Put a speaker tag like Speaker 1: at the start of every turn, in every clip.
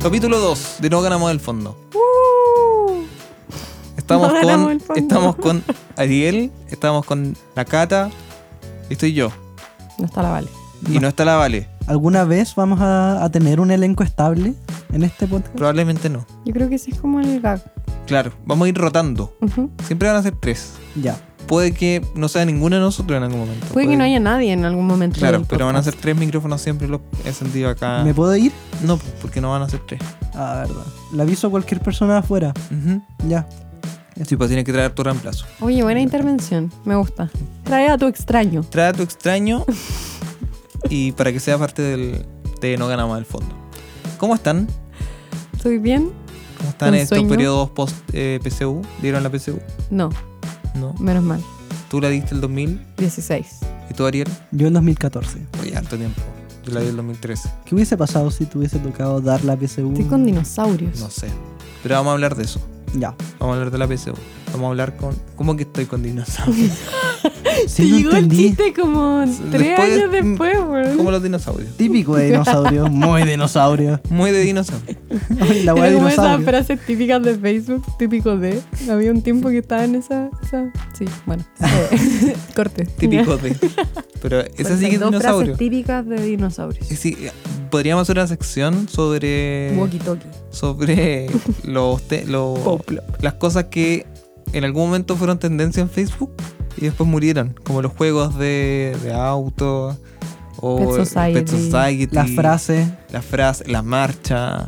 Speaker 1: Capítulo 2 de No ganamos el fondo.
Speaker 2: No Uh.
Speaker 1: Estamos
Speaker 2: ganamos
Speaker 1: con
Speaker 2: el fondo.
Speaker 1: estamos con Ariel, estamos con la Cata y estoy yo.
Speaker 2: No está la vale.
Speaker 1: Y no está la Vale.
Speaker 3: ¿Alguna vez vamos a, a tener un elenco estable en este podcast?
Speaker 1: Probablemente no.
Speaker 2: Yo creo que ese es como el gag.
Speaker 1: Claro, vamos a ir rotando.
Speaker 2: Ujú.
Speaker 1: Siempre van a ser tres.
Speaker 3: Ya.
Speaker 1: Puede que no sea ninguno de nosotros en algún momento.
Speaker 2: Puede que no haya nadie en algún momento.
Speaker 1: Claro,
Speaker 2: del
Speaker 1: pero van a ser
Speaker 2: podcast.
Speaker 1: tres micrófonos siempre los he sentido acá.
Speaker 3: ¿Me puedo ir?
Speaker 1: No, pues, porque no van a ser tres.
Speaker 3: Ah, verdad. Le aviso a cualquier persona de afuera.
Speaker 1: Ujú.
Speaker 3: Ya.
Speaker 1: Sí, pues tienes que traer tu reemplazo.
Speaker 2: Oye, buena intervención. Me gusta. Trae a tu extraño.
Speaker 1: Trae a tu extraño y para que sea parte del, de No Ganamos el Fondo. ¿Cómo están?
Speaker 2: ¿Estoy bien?
Speaker 1: ¿Cómo están
Speaker 2: ¿Con
Speaker 1: en estos
Speaker 2: sueño?
Speaker 1: periodos eh, post-PCU? ¿Dieron la PCU?
Speaker 2: No,
Speaker 1: No.
Speaker 2: menos mal.
Speaker 1: Tú la diste el 2000
Speaker 2: 16.
Speaker 1: y tú, Ariel,
Speaker 3: Yo en 2014.
Speaker 1: oye, harto tiempo. Yo la di el 2013.
Speaker 3: ¿Qué hubiese pasado si te hubiese tocado dar la PSU?
Speaker 2: Estoy con dinosaurios.
Speaker 1: Mm. No sé. Pero vamos a hablar de eso.
Speaker 3: Ya.
Speaker 1: Vamos a hablar de la PCU. Vamos a hablar con... ¿Cómo que estoy con dinosaurios?
Speaker 3: Sí,
Speaker 2: Te
Speaker 3: no
Speaker 2: llegó
Speaker 3: entendí.
Speaker 2: el chiste como tres
Speaker 1: Después- Mm,
Speaker 2: años después, weón.
Speaker 1: Como los dinosaurios.
Speaker 3: Típico de dinosaurio. Muy dinosaurio.
Speaker 1: Muy de dinosaurio.
Speaker 3: Ay, la
Speaker 2: Era
Speaker 3: weá de
Speaker 2: como esas
Speaker 3: dinosaurio.
Speaker 2: frases típicas de Facebook, típico de. Había un tiempo que estaba en esa. esa- Sí, bueno. Eh, Corte.
Speaker 1: Típico de... Pero esa sí que es
Speaker 2: Dos
Speaker 1: dinosaurio. Eh,
Speaker 2: frases típicas de dinosaurios.
Speaker 1: Sí, podríamos hacer una sección sobre...
Speaker 2: Walkie talkie.
Speaker 1: sobre los te- los-
Speaker 2: Poplo.
Speaker 1: las cosas que en algún momento fueron tendencia en Facebook y después murieron, como los juegos de, de auto o
Speaker 2: Pet
Speaker 1: el
Speaker 2: Society.
Speaker 1: Society,
Speaker 3: Las frases.
Speaker 1: las frases, la marcha.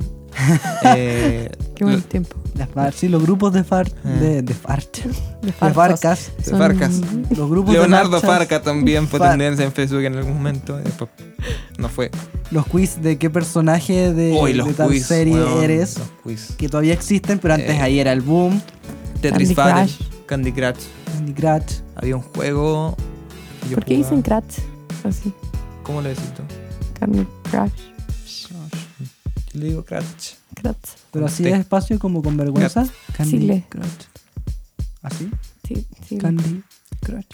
Speaker 1: eh,
Speaker 2: Qué buen
Speaker 1: lo-
Speaker 2: tiempo.
Speaker 3: Las far- sí, los grupos de far...
Speaker 1: Ah.
Speaker 3: De, de farch.
Speaker 2: De
Speaker 3: De
Speaker 2: farsos.
Speaker 3: farcas.
Speaker 1: de Farcas.
Speaker 3: Los grupos de
Speaker 1: Leonardo
Speaker 3: marchas.
Speaker 1: Farca también fue
Speaker 3: Far-
Speaker 1: tendencia en Facebook en algún momento. y después no fue.
Speaker 3: Los quiz de qué personaje de,
Speaker 1: Hoy
Speaker 3: de
Speaker 1: los
Speaker 3: tal
Speaker 1: quiz.
Speaker 3: serie
Speaker 1: weón,
Speaker 3: eres.
Speaker 1: los quiz.
Speaker 3: Que todavía existen, pero antes
Speaker 1: Eh.
Speaker 3: ahí era el boom.
Speaker 1: Tetris
Speaker 2: Candy
Speaker 1: Battle,
Speaker 2: Crush.
Speaker 1: Candy Crush.
Speaker 3: Candy Crush.
Speaker 1: Había un juego. que yo
Speaker 2: ¿Por qué
Speaker 1: jugaba.
Speaker 2: dicen crash? Así.
Speaker 1: ¿Cómo le decís tú?
Speaker 2: Candy crash.
Speaker 1: Yo le digo Cratch.
Speaker 2: Crash.
Speaker 3: Pero así
Speaker 1: Sí.
Speaker 3: despacio, como con vergüenza. Candy
Speaker 2: le.
Speaker 3: Crush. Así.
Speaker 2: Sí, sí.
Speaker 3: Candy Crush.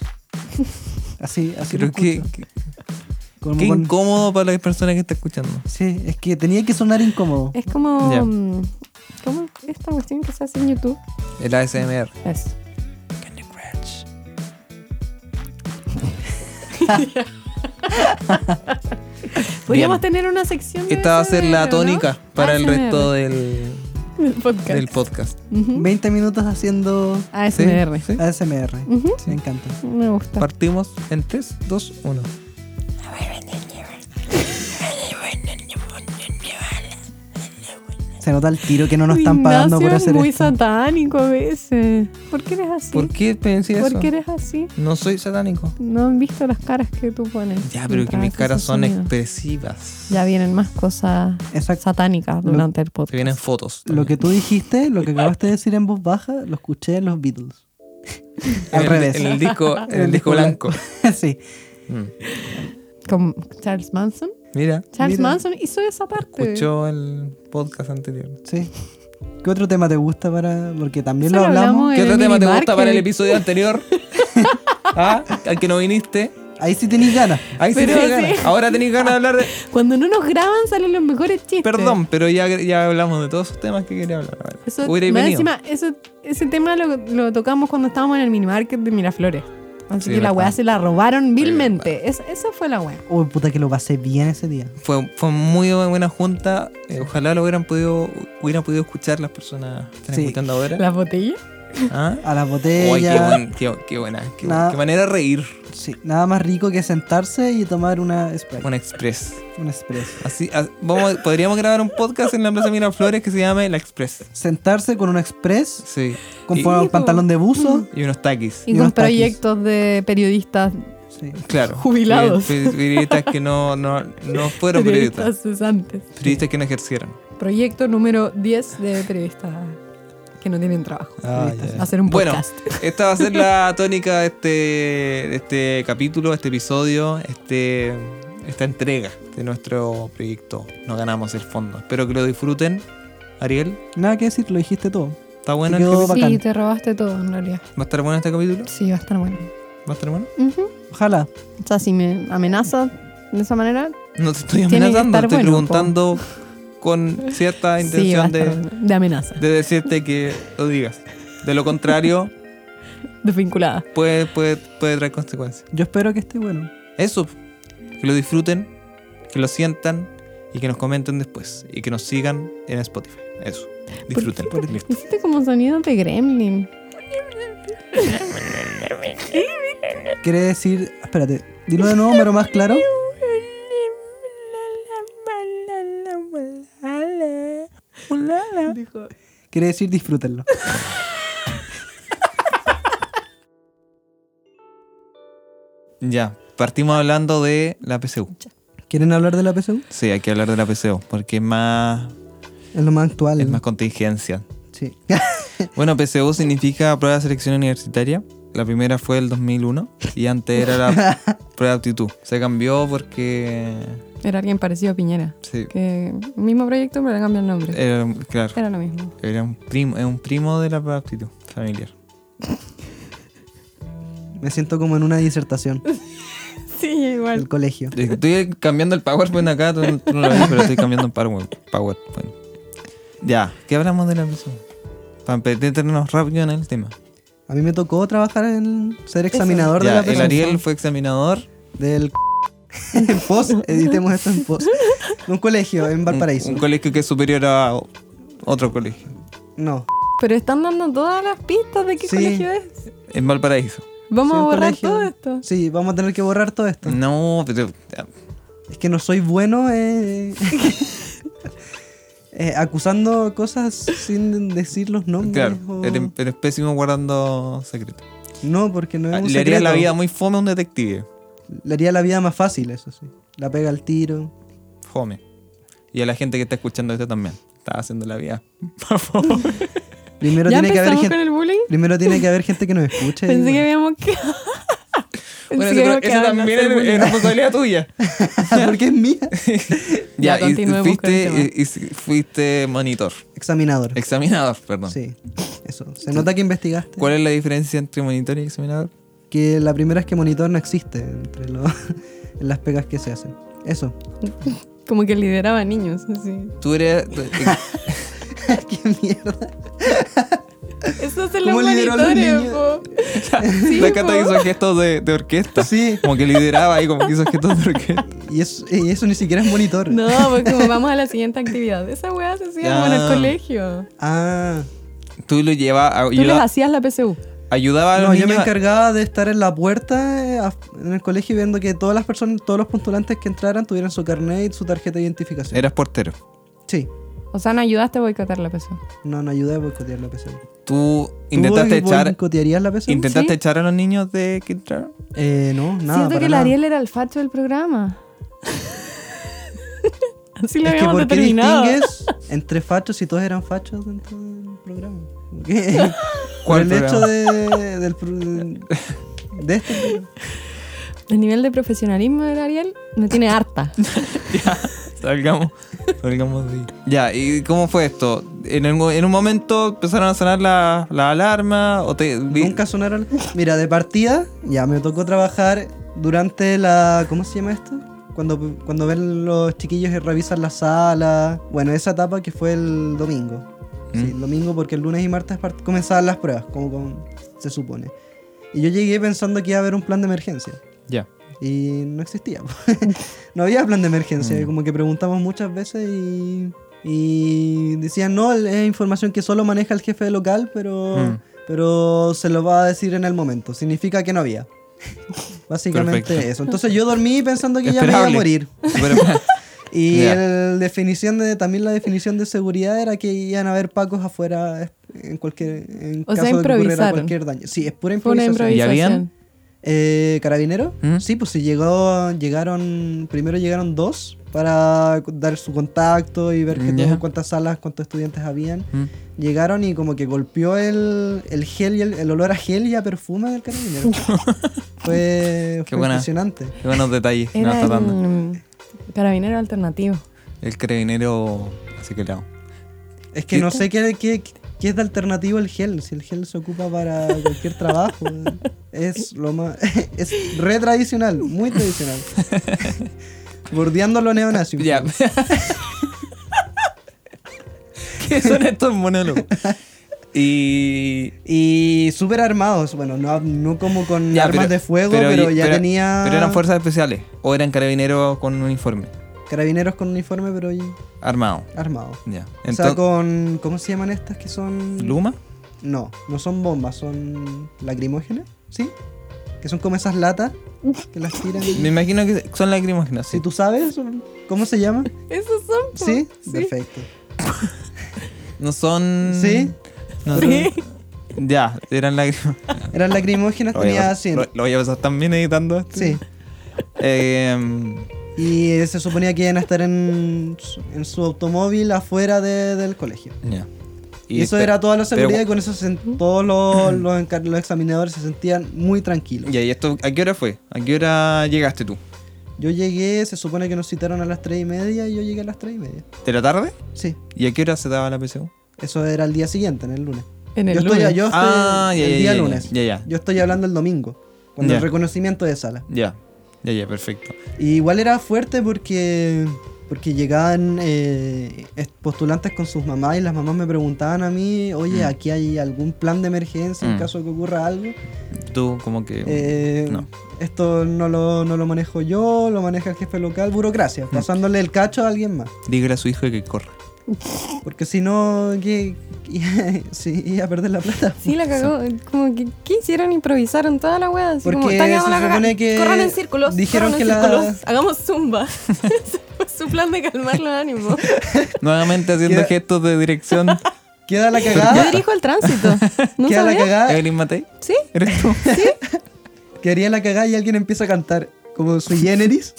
Speaker 3: Así, así.
Speaker 1: Creo
Speaker 3: lo
Speaker 1: que,
Speaker 3: escucho.
Speaker 1: que-
Speaker 3: Como
Speaker 1: qué
Speaker 3: con-
Speaker 1: incómodo para la persona que está escuchando.
Speaker 3: Sí, es que tenía que sonar incómodo.
Speaker 2: Es como.
Speaker 1: Ya.
Speaker 2: mm, como esta cuestión que se hace en YouTube?
Speaker 1: El ASMR.
Speaker 2: Es.
Speaker 1: Candy Crush.
Speaker 2: Podríamos tener una sección. de
Speaker 1: Esta va a ser la
Speaker 2: ASMR, ¿no?
Speaker 1: tónica para el
Speaker 2: ASMR.
Speaker 1: resto del,
Speaker 2: del podcast.
Speaker 1: del podcast.
Speaker 2: Ujú.
Speaker 3: 20 minutos haciendo
Speaker 2: Ah,
Speaker 1: ¿Sí?
Speaker 2: ASMR.
Speaker 1: ¿Sí?
Speaker 3: ASMR.
Speaker 2: Ujú.
Speaker 3: Me encanta.
Speaker 2: Me gusta.
Speaker 1: Partimos en 3, 2, 1.
Speaker 3: Se nota el tiro que no nos están
Speaker 2: Ignacio
Speaker 3: pagando por
Speaker 2: es
Speaker 3: hacer
Speaker 2: muy
Speaker 3: esto.
Speaker 2: satánico a veces. ¿Por qué eres así?
Speaker 1: ¿Por qué pensé eso?
Speaker 2: ¿Por qué eres así?
Speaker 1: No soy satánico.
Speaker 2: No han visto las caras que tú pones.
Speaker 1: Ya, pero que
Speaker 2: mientras
Speaker 1: mis
Speaker 2: haces
Speaker 1: caras
Speaker 2: ese
Speaker 1: son este-
Speaker 2: sonido.
Speaker 1: expresivas.
Speaker 2: Ya vienen más cosas
Speaker 3: Exacto.
Speaker 2: satánicas
Speaker 3: Lo-
Speaker 2: durante el
Speaker 1: Se
Speaker 2: podcast.
Speaker 1: vienen fotos.
Speaker 3: Lo que tú dijiste, lo que acabaste de decir en voz baja, lo escuché en los Beatles.
Speaker 1: En
Speaker 3: Al
Speaker 1: el-
Speaker 3: revés.
Speaker 1: En el disco, en el disco blanco.
Speaker 3: sí.
Speaker 1: Mm.
Speaker 2: Con Charles Manson.
Speaker 1: Mira,
Speaker 2: Charles
Speaker 3: Mira.
Speaker 2: Manson hizo esa parte.
Speaker 1: escuchó el podcast anterior.
Speaker 3: Sí. ¿Qué otro tema te gusta para.? Porque también
Speaker 2: Eso
Speaker 3: lo
Speaker 2: lo
Speaker 3: hablamos.
Speaker 2: hablamos
Speaker 1: ¿Qué
Speaker 2: el
Speaker 1: otro tema te gusta
Speaker 2: minimarket.
Speaker 1: para el episodio anterior? ¿Ah? Al que no viniste.
Speaker 3: Ahí sí tenéis ganas.
Speaker 1: Ahí sí
Speaker 2: Pero
Speaker 1: tenés ganas.
Speaker 2: sí.
Speaker 1: Ahora tenéis ganas de hablar de.
Speaker 2: Cuando no nos graban salen los mejores chistes.
Speaker 1: Perdón, pero ya, ya hablamos de todos esos temas que quería hablar. A ver,
Speaker 2: Eso,
Speaker 1: hubierais
Speaker 2: más
Speaker 1: venido.
Speaker 2: encima, eso- ese tema lo, lo tocamos cuando estábamos en el minimarket de Miraflores. Así
Speaker 1: Sí,
Speaker 2: que la
Speaker 1: verdad.
Speaker 2: weá se la robaron vilmente. Es- esa fue la weá.
Speaker 3: Uy, puta, que lo pasé bien ese día.
Speaker 1: Fue, fue muy buena junta. eh, ojalá lo hubieran podido, hubieran podido escuchar las personas que están
Speaker 3: Sí.
Speaker 1: escuchando ahora.
Speaker 2: ¿La botella?
Speaker 1: ¿Ah?
Speaker 3: A las
Speaker 1: Uy, qué,
Speaker 3: botellas.
Speaker 1: buen- qué- qué buena. Qué,
Speaker 3: Nada.
Speaker 1: qué manera de reír.
Speaker 3: Sí, nada más rico que sentarse y tomar una Sprite.
Speaker 1: Un express.
Speaker 3: Una Express.
Speaker 1: Así, a- vamos, podríamos grabar un podcast en la Plaza Miraflores que se llame La Express.
Speaker 3: Sentarse con una Express,
Speaker 1: Sí.
Speaker 3: con
Speaker 1: Y,
Speaker 3: po-
Speaker 2: Hijo.
Speaker 3: pantalón de buzo.
Speaker 1: y unos taquis.
Speaker 2: Y,
Speaker 3: Y
Speaker 2: con
Speaker 3: unos taquis.
Speaker 2: proyectos de periodistas,
Speaker 3: Sí.
Speaker 1: Claro.
Speaker 2: Jubilados.
Speaker 1: Peri- peri- Periodistas que no, no, no fueron periodistas.
Speaker 2: periodistas cesantes.
Speaker 1: Periodistas que no ejercieron.
Speaker 2: Proyecto número 10 de periodistas que no tienen trabajo. Hacer un
Speaker 1: Ah, Bueno,
Speaker 2: podcast.
Speaker 1: esta va a ser la tónica de este, de este capítulo, este episodio, este, esta entrega de nuestro proyecto. No ganamos el fondo. Espero que lo disfruten. Ariel,
Speaker 3: Nada que decir, lo dijiste todo.
Speaker 1: ¿está bueno
Speaker 3: Se
Speaker 1: el
Speaker 3: quedó
Speaker 1: capítulo?
Speaker 3: bacán.
Speaker 2: Sí, te robaste todo en realidad.
Speaker 1: ¿Va a estar bueno este capítulo?
Speaker 2: Sí, va a estar bueno.
Speaker 1: ¿Va a estar bueno?
Speaker 2: Ujú.
Speaker 3: Ojalá.
Speaker 2: O sea, si me amenaza de esa manera,
Speaker 1: No te estoy
Speaker 2: Tiene que
Speaker 1: amenazando,
Speaker 2: estar
Speaker 1: estoy
Speaker 2: bueno, po.
Speaker 1: preguntando con cierta
Speaker 2: Sí,
Speaker 1: intención
Speaker 2: basta,
Speaker 1: de,
Speaker 2: de amenaza,
Speaker 1: de decirte que lo digas. De lo contrario,
Speaker 2: desvinculada.
Speaker 1: puede, puede, puede traer consecuencias.
Speaker 3: Yo espero que esté bueno.
Speaker 1: Eso, que lo disfruten, que lo sientan y que nos comenten después. Y que nos sigan en Spotify. Eso, disfruten.
Speaker 2: ¿Por qué?
Speaker 1: Listo.
Speaker 2: Hiciste como sonido de gremlin.
Speaker 3: Quiere decir. Espérate, dilo de nuevo, pero más claro. Ah,
Speaker 2: Dijo,
Speaker 3: Quiere decir disfrútenlo.
Speaker 1: Ya, partimos hablando de la PCU.
Speaker 3: ¿Quieren hablar de la PSU?
Speaker 1: Sí, hay que hablar de la PCU porque es más,
Speaker 3: Es lo más actual.
Speaker 2: Mm.
Speaker 1: es más contingencia.
Speaker 3: Sí.
Speaker 1: Bueno, PCU significa prueba de selección universitaria. La primera fue el 2001 y antes era la prueba de aptitud. Se cambió porque...
Speaker 2: Era alguien parecido a Piñera.
Speaker 1: Sí,
Speaker 2: Que mismo proyecto, pero le cambió el
Speaker 3: Eh.
Speaker 2: nombre.
Speaker 1: era- claro,
Speaker 2: Era lo mismo.
Speaker 1: era un primo, es un primo de la prueba de aptitud familiar.
Speaker 3: Me siento como en una disertación
Speaker 2: Sí, igual.
Speaker 3: del colegio.
Speaker 1: Estoy cambiando el PowerPoint acá, tú, no- tú no lo ves, pero estoy cambiando el PowerPoint. PowerPoint. Ya, ¿qué hablamos de la PCU? Para meternos rápido en el tema.
Speaker 3: A mí me tocó trabajar en ser examinador de
Speaker 1: Ya,
Speaker 3: la
Speaker 1: el
Speaker 3: PSU.
Speaker 1: Ariel fue examinador
Speaker 3: Del. en post, editemos esto en post. De un colegio en Valparaíso.
Speaker 1: Un, un colegio que es superior a o- otro colegio.
Speaker 3: No.
Speaker 2: Pero están dando todas las pistas de qué
Speaker 3: Sí.
Speaker 2: colegio es.
Speaker 1: En Valparaíso.
Speaker 2: Vamos
Speaker 3: Sí,
Speaker 2: a
Speaker 3: un
Speaker 2: borrar
Speaker 3: colegio.
Speaker 2: todo esto.
Speaker 3: Sí, vamos a tener que borrar todo esto.
Speaker 1: No, pero.
Speaker 3: Es que no soy bueno eh, eh, acusando cosas sin decir los nombres.
Speaker 1: Claro,
Speaker 3: o-
Speaker 1: eres, eres pésimo guardando secretos.
Speaker 3: No, porque no es un
Speaker 1: Ah, Le haría la
Speaker 3: secreto.
Speaker 1: vida muy fome a un detective.
Speaker 3: Le haría la vida más fácil, eso sí. La pega al tiro.
Speaker 1: Fome. Y a la gente que está escuchando esto también. Está haciendo la vida. Por favor.
Speaker 3: Primero
Speaker 2: ¿Ya
Speaker 3: tiene que haber
Speaker 2: empezamos
Speaker 3: gente.
Speaker 2: con el bullying?
Speaker 3: Primero tiene que haber gente que nos escuche.
Speaker 2: Pensé que
Speaker 3: y-
Speaker 2: habíamos quedado. Pensé que
Speaker 1: eso
Speaker 2: habíamos quedado en
Speaker 1: también
Speaker 2: hacer
Speaker 1: es,
Speaker 2: bullying.
Speaker 1: es responsabilidad tuya.
Speaker 3: porque es mía.
Speaker 1: ya,
Speaker 2: Ya,
Speaker 1: y
Speaker 2: continuemos
Speaker 1: fuiste, eh,
Speaker 2: con el tema.
Speaker 1: y- y fuiste monitor.
Speaker 3: Examinador.
Speaker 1: Examinador, perdón.
Speaker 3: Sí, eso. Se nota que investigaste.
Speaker 1: ¿Cuál es la diferencia entre monitor y examinador?
Speaker 3: Que la primera es que monitor no existe entre los- en las pegas que se hacen. Eso.
Speaker 2: Como que lideraba niños. Así.
Speaker 1: Tú eres. tú-
Speaker 3: Qué mierda.
Speaker 2: Eso hacen los
Speaker 3: ¿Cómo lideró a los
Speaker 2: monitores,
Speaker 3: niños?
Speaker 2: po. Sí,
Speaker 1: la Cata
Speaker 2: po.
Speaker 1: hizo gestos de, de orquesta.
Speaker 3: Sí.
Speaker 1: Como que lideraba ahí, como que hizo gestos de orquesta.
Speaker 3: Y eso, y eso ni siquiera es monitor.
Speaker 2: No, pues como vamos a la siguiente actividad. Esa weá se hacía como en
Speaker 1: Ya.
Speaker 2: el colegio.
Speaker 3: Ah.
Speaker 1: Tú lo llevabas,
Speaker 2: Tú les
Speaker 1: ayuda,
Speaker 2: hacías la PSU.
Speaker 1: ayudaba a Ah, los
Speaker 3: No, yo me
Speaker 1: niños a-
Speaker 3: encargaba de estar en la puerta eh, af- en el colegio viendo que todas las personas, todos los postulantes que entraran tuvieran su carnet y su tarjeta de identificación.
Speaker 1: Eras portero.
Speaker 3: Sí.
Speaker 2: O sea, no ayudaste a boicotear la PSU.
Speaker 3: No, no ayudé a boicotear la PSU.
Speaker 1: Tú intentaste
Speaker 3: ¿Tú
Speaker 1: echar
Speaker 3: boicotearías la PSU?
Speaker 1: intentaste
Speaker 2: ¿Sí?
Speaker 1: echar a los niños de que entraron.
Speaker 3: Eh, no, nada.
Speaker 2: Siento
Speaker 3: para
Speaker 2: que el
Speaker 3: nada.
Speaker 2: Ariel era el facho del programa. Así lo
Speaker 3: Es que
Speaker 2: habíamos
Speaker 3: ¿por qué
Speaker 2: determinado.
Speaker 3: distingues entre fachos si todos eran fachos dentro del programa? ¿Por qué? Por
Speaker 1: ¿Cuál
Speaker 3: el
Speaker 1: programa?
Speaker 3: hecho de, del, pro- de este.
Speaker 2: El nivel de profesionalismo de Ariel me tiene harta.
Speaker 1: Salgamos, salgamos de ahí. Ya, ¿y cómo fue esto? En, un- en un momento empezaron a sonar la, la alarma o te vi-
Speaker 3: Nunca sonaron. Mira, de partida, ya me tocó trabajar durante la. ¿Cómo se llama esto? Cuando, cuando ven los chiquillos y revisan la sala. Bueno, esa etapa que fue el domingo. Sí,
Speaker 1: Mm.
Speaker 3: el domingo porque el lunes y martes part- comenzaban las pruebas, como, como se supone. Y yo llegué pensando que iba a haber un plan de emergencia.
Speaker 1: Ya.
Speaker 3: Y no existía. po. no había plan de emergencia.
Speaker 1: Mm.
Speaker 3: Como que preguntamos muchas veces y, y decían, no, es información que solo maneja el jefe local, pero,
Speaker 1: Mm.
Speaker 3: pero se lo va a decir en el momento. Significa que no había. Básicamente
Speaker 1: Perfecto.
Speaker 3: eso. Entonces yo dormí pensando que ya me iba a
Speaker 1: Esperable.
Speaker 3: morir.
Speaker 1: Pero-
Speaker 3: Y
Speaker 1: Ya.
Speaker 3: el definición de, también la definición de seguridad era que iban a haber pacos afuera en cualquier en
Speaker 2: O sea,
Speaker 3: caso de que ocurriera
Speaker 2: improvisaron.
Speaker 3: cualquier daño. Sí, es pura
Speaker 2: Fue una
Speaker 3: improvisación.
Speaker 1: ¿Y
Speaker 2: improvisación.
Speaker 1: habían?
Speaker 3: Eh, ¿Carabinero?
Speaker 1: ¿Mm?
Speaker 3: Sí, pues sí, llegó, llegaron, primero llegaron dos para dar su contacto y ver que
Speaker 1: Ya.
Speaker 3: todo- cuántas salas, cuántos estudiantes habían.
Speaker 1: Mm.
Speaker 3: Llegaron y como que golpeó el, el gel y el, el olor a gel y a perfume del carabinero. fue fue
Speaker 1: buena.
Speaker 3: impresionante.
Speaker 1: Qué buenos detalles. no,
Speaker 2: Era
Speaker 1: está dando.
Speaker 2: el carabinero alternativo.
Speaker 1: El carabinero así que claro.
Speaker 3: Es que no sé qué, qué- qué es de alternativo el gel, si el gel se ocupa para cualquier trabajo. Es lo más es re tradicional, muy tradicional. Bordeando lo neonazi. un
Speaker 1: Ya.
Speaker 3: poco.
Speaker 1: ¿Qué son estos monólogos? Y.
Speaker 3: Y súper armados, bueno, no, no como con
Speaker 1: ya,
Speaker 3: armas
Speaker 1: pero-
Speaker 3: de fuego, pero, ya tenía
Speaker 1: Pero eran fuerzas especiales. O eran carabineros con uniforme.
Speaker 3: carabineros con uniforme, pero y-
Speaker 1: Armado.
Speaker 3: armados.
Speaker 1: Ya.
Speaker 3: O sea,
Speaker 1: Entonces.
Speaker 3: con... ¿Cómo se llaman estas que son...?
Speaker 1: ¿Luma?
Speaker 3: No, no son bombas, son lacrimógenas, ¿sí? Que son como esas latas que las tiran.
Speaker 1: Me imagino que son lacrimógenas.
Speaker 3: Si
Speaker 1: Sí.
Speaker 3: tú sabes son- cómo se llama,
Speaker 2: Esos son. po.
Speaker 3: ¿sí?
Speaker 2: Sí.
Speaker 3: Perfecto.
Speaker 1: No son.
Speaker 3: ¿Sí?
Speaker 1: No son-
Speaker 2: Sí.
Speaker 1: Ya, eran lacrimógenas.
Speaker 3: Eran lacrimógenas,
Speaker 1: Lo voy a
Speaker 3: Ah, tenía
Speaker 1: pasar-
Speaker 3: 100.
Speaker 1: Lo, lo voy a pasar también editando esto.
Speaker 3: Sí.
Speaker 1: Eh,
Speaker 3: Y eh, se suponía que iban a estar en, su- en su automóvil afuera de- del colegio.
Speaker 1: ya.
Speaker 3: Y, eso era toda la
Speaker 1: pero-
Speaker 3: seguridad y con eso se- todos los, los encar- los examinadores se sentían muy tranquilos.
Speaker 1: Mm. Ya, ¿y esto a qué hora fue? ¿A qué hora llegaste tú?
Speaker 3: Yo llegué, se supone que nos citaron a las 3 y media y yo llegué a las 3 y media.
Speaker 1: ¿De la tarde?
Speaker 3: Sí,
Speaker 1: ¿Y a qué hora se daba la PSU?
Speaker 3: eso era el día siguiente, en el lunes.
Speaker 2: En el
Speaker 3: yo estoy,
Speaker 2: lunes.
Speaker 3: yo estoy
Speaker 1: Ah, ya,
Speaker 3: el
Speaker 1: ya,
Speaker 3: día
Speaker 1: ya, ya,
Speaker 3: lunes.
Speaker 1: ya, ya.
Speaker 3: Yo estoy hablando el domingo, cuando
Speaker 1: Ya.
Speaker 3: el reconocimiento de sala.
Speaker 1: Ya, ya, ya, perfecto.
Speaker 3: Y igual era fuerte porque porque llegaban eh, est- postulantes con sus mamás y las mamás me preguntaban a mí, oye,
Speaker 1: Mm.
Speaker 3: aquí hay algún plan de emergencia
Speaker 1: Mm.
Speaker 3: en caso de que ocurra algo.
Speaker 1: Tú como que...
Speaker 3: Eh,
Speaker 1: no.
Speaker 3: Esto no lo, no lo manejo yo, lo maneja el jefe local, burocracia,
Speaker 1: Mm.
Speaker 3: pasándole el cacho a alguien más.
Speaker 1: Dígale a su hijo que corra.
Speaker 3: Porque si no, que sí, iba a perder la plata.
Speaker 2: Sí, la cagó. Como que, ¿qué hicieron? Improvisaron toda la wea. Así como,
Speaker 3: Porque
Speaker 2: "Está quedando
Speaker 3: se
Speaker 2: la cagada.
Speaker 3: supone que
Speaker 2: Corran en círculos.
Speaker 3: dijeron
Speaker 2: corran en
Speaker 3: que la-
Speaker 2: círculos. Hagamos zumba. Ese fue su plan de calmar los ánimos.
Speaker 1: Nuevamente haciendo
Speaker 3: Queda-
Speaker 1: gestos de dirección.
Speaker 3: Queda la
Speaker 2: Yo
Speaker 3: cagada,
Speaker 2: dirijo el tránsito. ¿No
Speaker 3: queda la
Speaker 2: sabía?
Speaker 3: cagada,
Speaker 1: Evelyn Matei,
Speaker 2: Sí.
Speaker 1: ¿eres tú?
Speaker 3: quedaría la cagada y alguien empieza a cantar como su generis.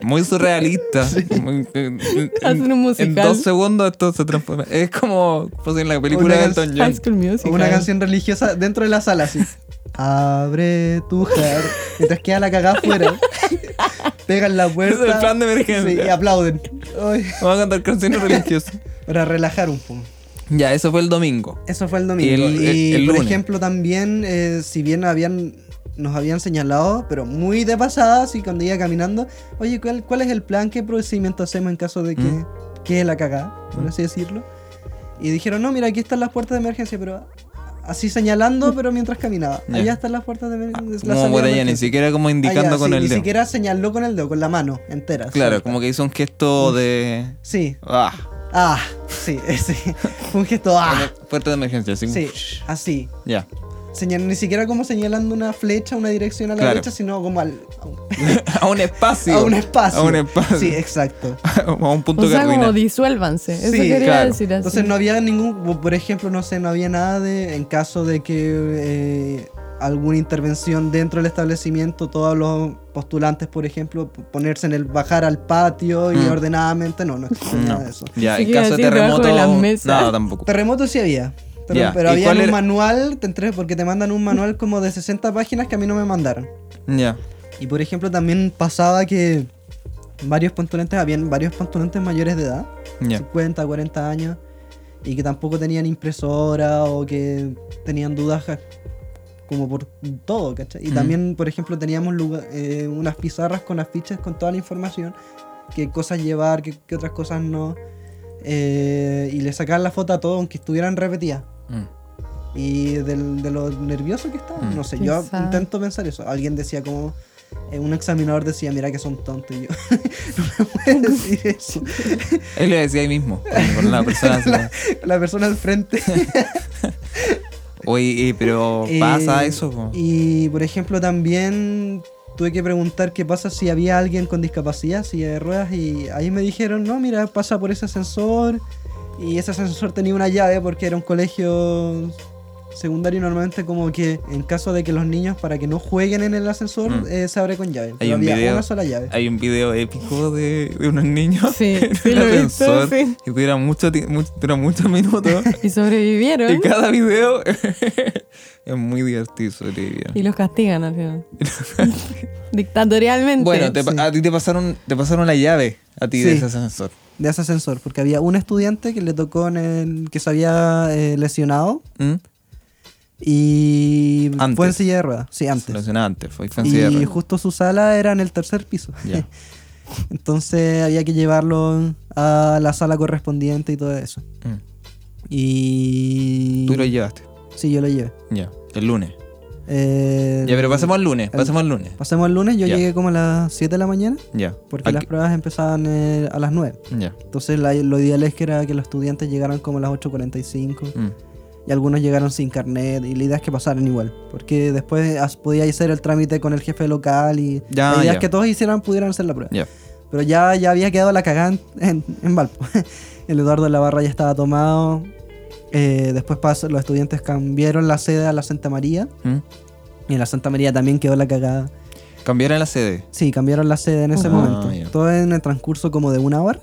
Speaker 1: Muy surrealista. Muy- eh, en- en-
Speaker 2: Hacen un
Speaker 1: En
Speaker 2: musical.
Speaker 1: dos segundos esto se transforma. Es como pues, en la película
Speaker 3: Una
Speaker 1: de
Speaker 3: canción-
Speaker 1: Elton
Speaker 2: High
Speaker 1: John.
Speaker 2: School
Speaker 3: O
Speaker 2: Musical.
Speaker 3: una canción religiosa dentro de la sala, así. Abre tu jar. Mientras queda la cagada afuera. Pegan la puerta.
Speaker 1: Es el plan de emergencia.
Speaker 3: Sí, y aplauden. Ay,
Speaker 1: Vamos a cantar canciones religiosas.
Speaker 3: para relajar un poco.
Speaker 1: Ya, eso fue el domingo.
Speaker 3: Eso fue el domingo.
Speaker 1: Y
Speaker 3: Y,
Speaker 1: el- el- el
Speaker 3: por
Speaker 1: lunes.
Speaker 3: ejemplo, también, eh, si bien habían nos habían señalado, pero muy de pasada, así cuando iba caminando, oye, ¿cuál, cuál es el plan? ¿Qué procedimiento hacemos en caso de que
Speaker 1: Mm.
Speaker 3: quede la cagada, por así decirlo? Y dijeron, no, mira, aquí están las puertas de emergencia, pero así señalando, pero mientras caminaba.
Speaker 1: Mm. Ya. Ah,
Speaker 3: Allá están las puertas de emergencia.
Speaker 1: Como
Speaker 3: la
Speaker 1: por
Speaker 3: salida
Speaker 1: allá,
Speaker 3: de
Speaker 1: ni
Speaker 3: emergencia.
Speaker 1: siquiera como indicando
Speaker 3: Allá,
Speaker 1: con
Speaker 3: sí,
Speaker 1: el
Speaker 3: Ni
Speaker 1: dedo.
Speaker 3: siquiera señaló con el dedo, con la mano entera.
Speaker 1: Claro,
Speaker 3: suelta.
Speaker 1: como que hizo un
Speaker 3: Mm.
Speaker 1: gesto de.
Speaker 3: Sí.
Speaker 1: ¡Ah!
Speaker 3: Ah, sí, sí. Fue un gesto, ah.
Speaker 1: Puerta de emergencia, así.
Speaker 3: Sí, así.
Speaker 1: Ya.
Speaker 3: Señal- ni siquiera como señalando una flecha, una dirección a la
Speaker 1: Claro.
Speaker 3: derecha, sino como al, a, un,
Speaker 1: a un espacio.
Speaker 3: a un espacio.
Speaker 1: A un espacio.
Speaker 3: Sí, exacto.
Speaker 1: a un punto
Speaker 2: O sea,
Speaker 1: que
Speaker 2: como
Speaker 1: arruina.
Speaker 2: disuélvanse. Eso
Speaker 3: Sí,
Speaker 2: quería
Speaker 1: claro.
Speaker 2: decir así.
Speaker 3: Entonces no había ningún, por ejemplo, no sé, no había nada de, en caso de que eh, alguna intervención dentro del establecimiento, todos los postulantes, por ejemplo, p- ponerse en el, bajar al patio y
Speaker 1: Mm.
Speaker 3: ordenadamente, no, no existía nada de Ah, eso.
Speaker 1: Ya,
Speaker 2: Sí,
Speaker 1: en
Speaker 2: iba a
Speaker 1: caso de
Speaker 2: decir, debajo
Speaker 1: terremoto.
Speaker 2: de las mesas.
Speaker 1: Nada, tampoco.
Speaker 3: Terremoto sí había. Pero,
Speaker 1: Ya,
Speaker 3: pero
Speaker 1: ¿y
Speaker 3: había
Speaker 1: cuál
Speaker 3: un
Speaker 1: era-
Speaker 3: manual, te entré porque te mandan un manual como de 60 páginas que a mí no me mandaron.
Speaker 1: Ya.
Speaker 3: Y por ejemplo, también pasaba que varios postulantes, habían varios postulantes mayores de edad,
Speaker 1: Ya.
Speaker 3: 50, 40 años, y que tampoco tenían impresora o que tenían dudas ja- como por todo, ¿cachai? Y
Speaker 1: Mm.
Speaker 3: también, por ejemplo, teníamos lugar- eh, unas pizarras con afiches con toda la información, qué cosas llevar, qué, qué otras cosas no, eh, y le sacaban la foto a todos, aunque estuvieran repetidas.
Speaker 1: Mm.
Speaker 3: Y del- de lo nervioso que estaba,
Speaker 1: Mm.
Speaker 3: no sé, yo
Speaker 2: Quizá.
Speaker 3: intento pensar eso. Alguien decía como, eh, un examinador decía, mira que son tontos, y yo, no me puedes decir eso.
Speaker 1: Él le decía ahí mismo. con- Con la persona. así como,
Speaker 3: La persona al frente.
Speaker 1: Oye, eh, pero pasa
Speaker 3: Eh,
Speaker 1: eso. po?
Speaker 3: Y por ejemplo también tuve que preguntar qué pasa si había alguien con discapacidad, silla de ruedas, y ahí me dijeron, no, mira, pasa por ese ascensor. Y ese ascensor tenía una llave porque era un colegio secundario y normalmente como que en caso de que los niños para que no jueguen en el ascensor
Speaker 1: Mm.
Speaker 3: eh, se abre con llave. Pero
Speaker 1: un
Speaker 3: había
Speaker 1: video.
Speaker 3: una sola llave.
Speaker 1: Hay un video épico de, de unos niños
Speaker 2: Sí,
Speaker 1: en
Speaker 2: sí,
Speaker 1: un
Speaker 2: lo he visto,
Speaker 1: ascensor
Speaker 2: sí.
Speaker 1: y dura mucho, ti- mucho- dura muchos minutos
Speaker 2: Y sobrevivieron.
Speaker 3: ¿Eh?
Speaker 1: y cada video es muy divertido sobrevivir.
Speaker 2: Y los castigan al final. Dictatorialmente.
Speaker 1: Bueno, te pa-
Speaker 3: sí.
Speaker 1: a ti te pasaron, te pasaron la llave a ti de
Speaker 3: Sí.
Speaker 1: ese ascensor.
Speaker 3: De ese ascensor, porque había un estudiante que le tocó en el, que se había eh, lesionado
Speaker 1: ¿Mm?
Speaker 3: y fue en
Speaker 1: Antes.
Speaker 3: silla de ruedas. Sí, antes.
Speaker 1: Impresionante, fue fue en silla de
Speaker 3: Y
Speaker 1: ruedas.
Speaker 3: justo su sala era en el tercer piso.
Speaker 1: Ya.
Speaker 3: Entonces había que llevarlo a la sala correspondiente y todo eso.
Speaker 1: Mm.
Speaker 3: Y.
Speaker 1: Tú lo llevaste.
Speaker 3: Sí, yo lo llevé.
Speaker 1: Ya, el lunes.
Speaker 3: Eh,
Speaker 1: Ya, pero pasemos al lunes, pasemos al lunes.
Speaker 3: Pasemos al lunes, yo
Speaker 1: Ya.
Speaker 3: llegué como a las 7 de la mañana,
Speaker 1: Ya.
Speaker 3: porque
Speaker 1: Aquí-
Speaker 3: las pruebas empezaban eh, a las 9.
Speaker 1: Ya.
Speaker 3: Entonces la- lo ideal es que era que los estudiantes llegaran como a las 8.45
Speaker 1: Mm.
Speaker 3: y algunos llegaron sin carnet y la idea es que pasaran igual, porque después as- podía hacer el trámite con el jefe local y
Speaker 1: Ya,
Speaker 3: la idea
Speaker 1: ya.
Speaker 3: es que todos hicieran, pudieran hacer la prueba.
Speaker 1: Mm, Ya.
Speaker 3: Pero ya, ya había quedado la cagada en, en, en Valpo. El Eduardo de la Barra ya estaba tomado. Eh, después pasó- los estudiantes cambiaron la sede a la Santa María
Speaker 1: Mm.
Speaker 3: y en la Santa María también quedó la cagada.
Speaker 1: Cambiaron la sede.
Speaker 3: Sí, cambiaron la sede en ese
Speaker 2: Ah,
Speaker 3: momento.
Speaker 1: ya.
Speaker 3: Todo en el transcurso como de una hora.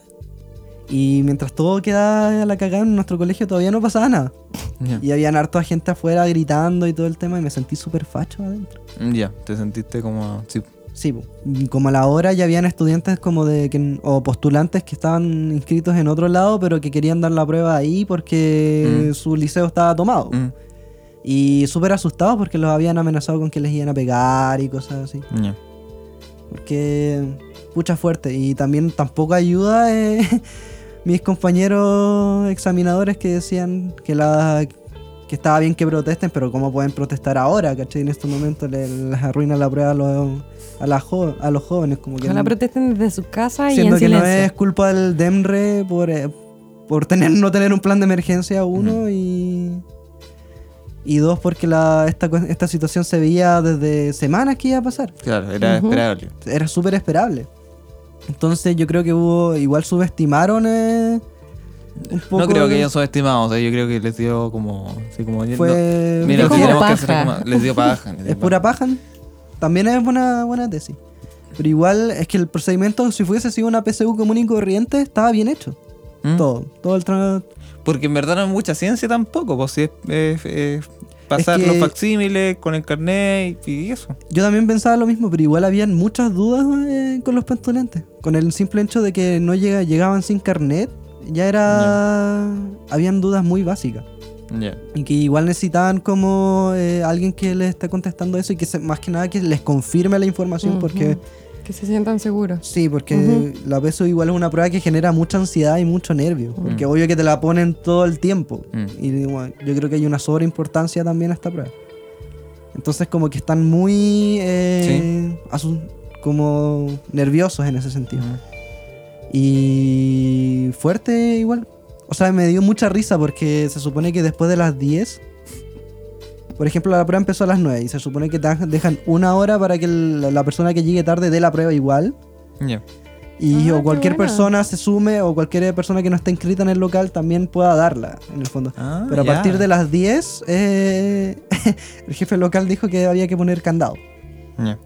Speaker 3: Y mientras todo quedaba a la cagada en nuestro colegio, todavía no pasaba nada.
Speaker 1: Ya.
Speaker 3: Y habían harta gente afuera gritando y todo el tema, y me sentí súper facho adentro.
Speaker 1: Mm, Ya, te sentiste como. Sí.
Speaker 3: Sí, po. Y como a la hora ya habían estudiantes como de que, o postulantes que estaban inscritos en otro lado, pero que querían dar la prueba ahí porque
Speaker 1: Mm.
Speaker 3: su liceo estaba tomado.
Speaker 1: Mm.
Speaker 3: Y súper asustados porque los habían amenazado con que les iban a pegar y cosas así.
Speaker 1: Ya.
Speaker 3: Porque pucha fuerte. Y también tampoco ayuda eh, mis compañeros examinadores que decían que la que estaba bien que protesten, pero ¿cómo pueden protestar ahora? ¿Cachai? En estos momentos le- les arruina la prueba a los, a la jo- a los jóvenes. Como que
Speaker 2: Ojalá
Speaker 3: no-
Speaker 2: protesten desde sus casas y
Speaker 3: siendo
Speaker 2: en
Speaker 3: que
Speaker 2: silencio.
Speaker 3: no es culpa del DEMRE por, eh, por tener, no tener un plan de emergencia, uno, y, y dos, porque la, esta, cua- esta situación se veía desde semanas que iba a pasar
Speaker 1: Claro, era
Speaker 2: Ujú.
Speaker 1: esperable.
Speaker 3: era súper esperable. Entonces yo creo que hubo, igual subestimaron eh, un poco.
Speaker 1: No creo que
Speaker 3: el-
Speaker 1: ellos subestimados, o sea, yo creo que les dio como. Así como
Speaker 3: Fue-
Speaker 1: no, mira, lo que
Speaker 2: Es como
Speaker 1: tenemos que hacer
Speaker 2: paja.
Speaker 1: es como- les dio paja. les dio
Speaker 3: Es pura paja. ¿no? También es buena, buena tesis. Pero igual es que el procedimiento, si fuese sido una PSU común y corriente, estaba bien hecho.
Speaker 1: ¿Mm?
Speaker 3: Todo. Todo el tra-
Speaker 1: Porque en verdad no hay mucha ciencia tampoco, pues si es, es- es pasar
Speaker 3: que-
Speaker 1: los facsímiles con el carnet y, y eso.
Speaker 3: Yo también pensaba lo mismo, pero igual habían muchas dudas eh, con los postulantes. Con el simple hecho de que no llega, llegaban sin carnet, ya era. Habían dudas muy básicas.
Speaker 1: Ya.
Speaker 3: Y que igual necesitaban como eh, alguien que les esté contestando eso y que se- más que nada que les confirme la información
Speaker 2: Ujú.
Speaker 3: porque
Speaker 2: Que se sientan seguros.
Speaker 3: sí, porque
Speaker 2: Ujú.
Speaker 3: la peso igual es una prueba que genera mucha ansiedad y mucho nervio, porque obvio que te la ponen todo el tiempo.
Speaker 1: Mm.
Speaker 3: Y bueno, yo creo que hay una sobreimportancia también a esta prueba. Entonces como que están muy eh, asu- como nerviosos en ese sentido. Y fuerte igual. O sea, me dio mucha risa porque se supone que después de las 10, por ejemplo, la prueba empezó a las 9 y se supone que te dan- dejan una hora para que el- la persona que llegue tarde dé la prueba igual.
Speaker 1: Ya.
Speaker 3: Y
Speaker 2: Ah,
Speaker 3: o
Speaker 2: qué
Speaker 3: cualquier
Speaker 2: buena.
Speaker 3: persona se sume o cualquier persona que no esté inscrita en el local también pueda darla, en el fondo.
Speaker 1: Ah,
Speaker 3: Pero a
Speaker 1: ya.
Speaker 3: partir de las 10, eh, el jefe local dijo que había que poner candado
Speaker 1: Ya.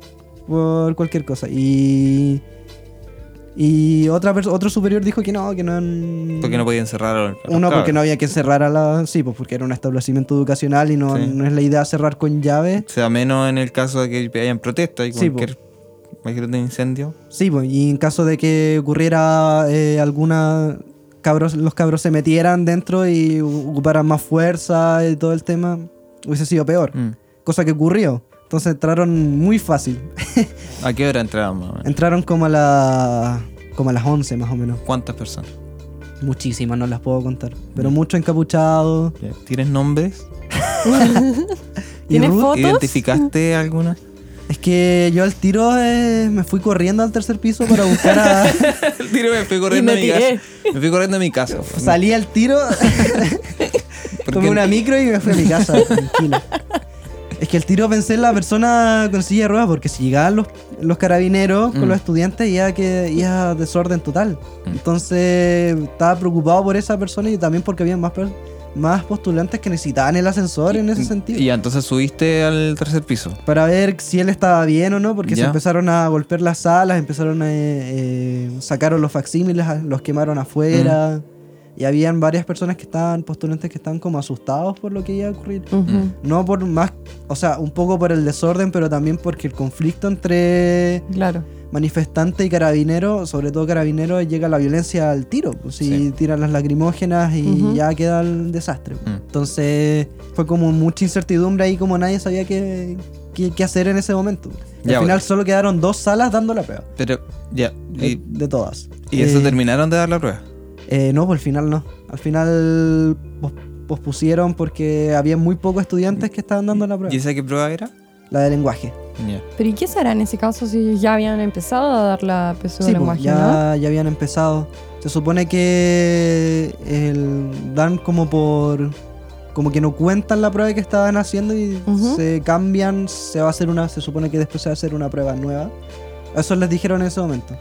Speaker 3: por cualquier cosa. Y. Y otra pers- otro superior dijo que no, que no.
Speaker 1: Porque no podían cerrar. a los- a los
Speaker 3: Uno, porque
Speaker 1: cabros.
Speaker 3: no había que cerrar a la. Sí, pues porque era un establecimiento educacional y no,
Speaker 1: Sí.
Speaker 3: no es la idea cerrar con llave.
Speaker 1: O sea, menos en el caso de que hayan protestas y
Speaker 3: Sí,
Speaker 1: cualquier, cualquier incendio.
Speaker 3: Sí, pues, y en caso de que ocurriera eh, alguna. Cabros, los cabros se metieran dentro y u- ocuparan más fuerza y todo el tema, hubiese sido peor.
Speaker 1: Mm.
Speaker 3: Cosa que ocurrió. Entonces entraron muy fácil.
Speaker 1: ¿A qué hora entraban más o menos?
Speaker 3: Entraron como a, la, como a las 11 más o menos.
Speaker 1: ¿Cuántas personas?
Speaker 3: Muchísimas, no las puedo contar.
Speaker 1: Mm.
Speaker 3: Pero mucho encapuchado.
Speaker 1: Ya. ¿Tienes nombres?
Speaker 3: Y
Speaker 2: ¿Tienes
Speaker 3: Ruth,
Speaker 2: fotos?
Speaker 1: ¿Identificaste alguna?
Speaker 3: es que yo al tiro eh, me fui corriendo al tercer piso para buscar a...
Speaker 1: El tiro me fui corriendo
Speaker 2: Y me
Speaker 1: a mi
Speaker 2: tiré.
Speaker 1: casa. Me fui corriendo a mi casa.
Speaker 3: Salí al tiro,
Speaker 1: Porque-
Speaker 3: tomé una micro y me fui a mi casa. tranquilo. Es que al tiro pensé en la persona con silla de ruedas, porque si llegaban los, los carabineros con
Speaker 1: Mm.
Speaker 3: los estudiantes, ya que ya desorden total.
Speaker 1: Mm.
Speaker 3: Entonces estaba preocupado por esa persona y también porque había más, per- más postulantes que necesitaban el ascensor en ese sentido.
Speaker 1: Y ya, entonces subiste al tercer piso.
Speaker 3: para ver si él estaba bien o no, porque se
Speaker 1: Ya.
Speaker 3: empezaron a golpear las alas, empezaron a... eh, eh, sacaron los facsímiles, a- los quemaron afuera,
Speaker 1: Mm.
Speaker 3: y habían varias personas que estaban, postulantes que estaban como asustados por lo que iba a ocurrir.
Speaker 1: Mm.
Speaker 2: Ujú.
Speaker 3: No por más, o sea, un poco por el desorden, pero también porque el conflicto entre
Speaker 2: Claro.
Speaker 3: manifestante y carabinero, sobre todo carabinero, llega la violencia al tiro. pues, Si
Speaker 1: Sí.
Speaker 3: tiran las lacrimógenas y
Speaker 2: Ujú.
Speaker 3: ya queda el desastre.
Speaker 1: Mm.
Speaker 3: Entonces fue como mucha incertidumbre ahí, como nadie sabía qué, qué, qué hacer en ese momento. Y
Speaker 1: Ya,
Speaker 3: al final
Speaker 1: bueno.
Speaker 3: solo quedaron dos salas dando la prueba.
Speaker 1: Pero, ya.
Speaker 3: De,
Speaker 1: ¿Y,
Speaker 3: de todas.
Speaker 1: y eso
Speaker 3: Eh,
Speaker 1: terminaron de dar la prueba?
Speaker 3: eh, no, por el final no. Al final pos- pospusieron porque había muy pocos estudiantes que estaban dando la prueba.
Speaker 1: ¿Y esa qué prueba era?
Speaker 3: La de lenguaje.
Speaker 1: Ya.
Speaker 2: Pero ¿y qué será en ese caso si ya habían empezado a dar la PSU
Speaker 3: Sí,
Speaker 2: de
Speaker 3: pues,
Speaker 2: lenguaje? ¿no?
Speaker 3: ya, ya habían empezado. Se supone que el- dan como por. como que no cuentan la prueba que estaban haciendo y
Speaker 2: Ujú.
Speaker 3: se cambian. Se va a hacer una. Se supone que después se va a hacer una prueba nueva. Eso les dijeron en ese momento.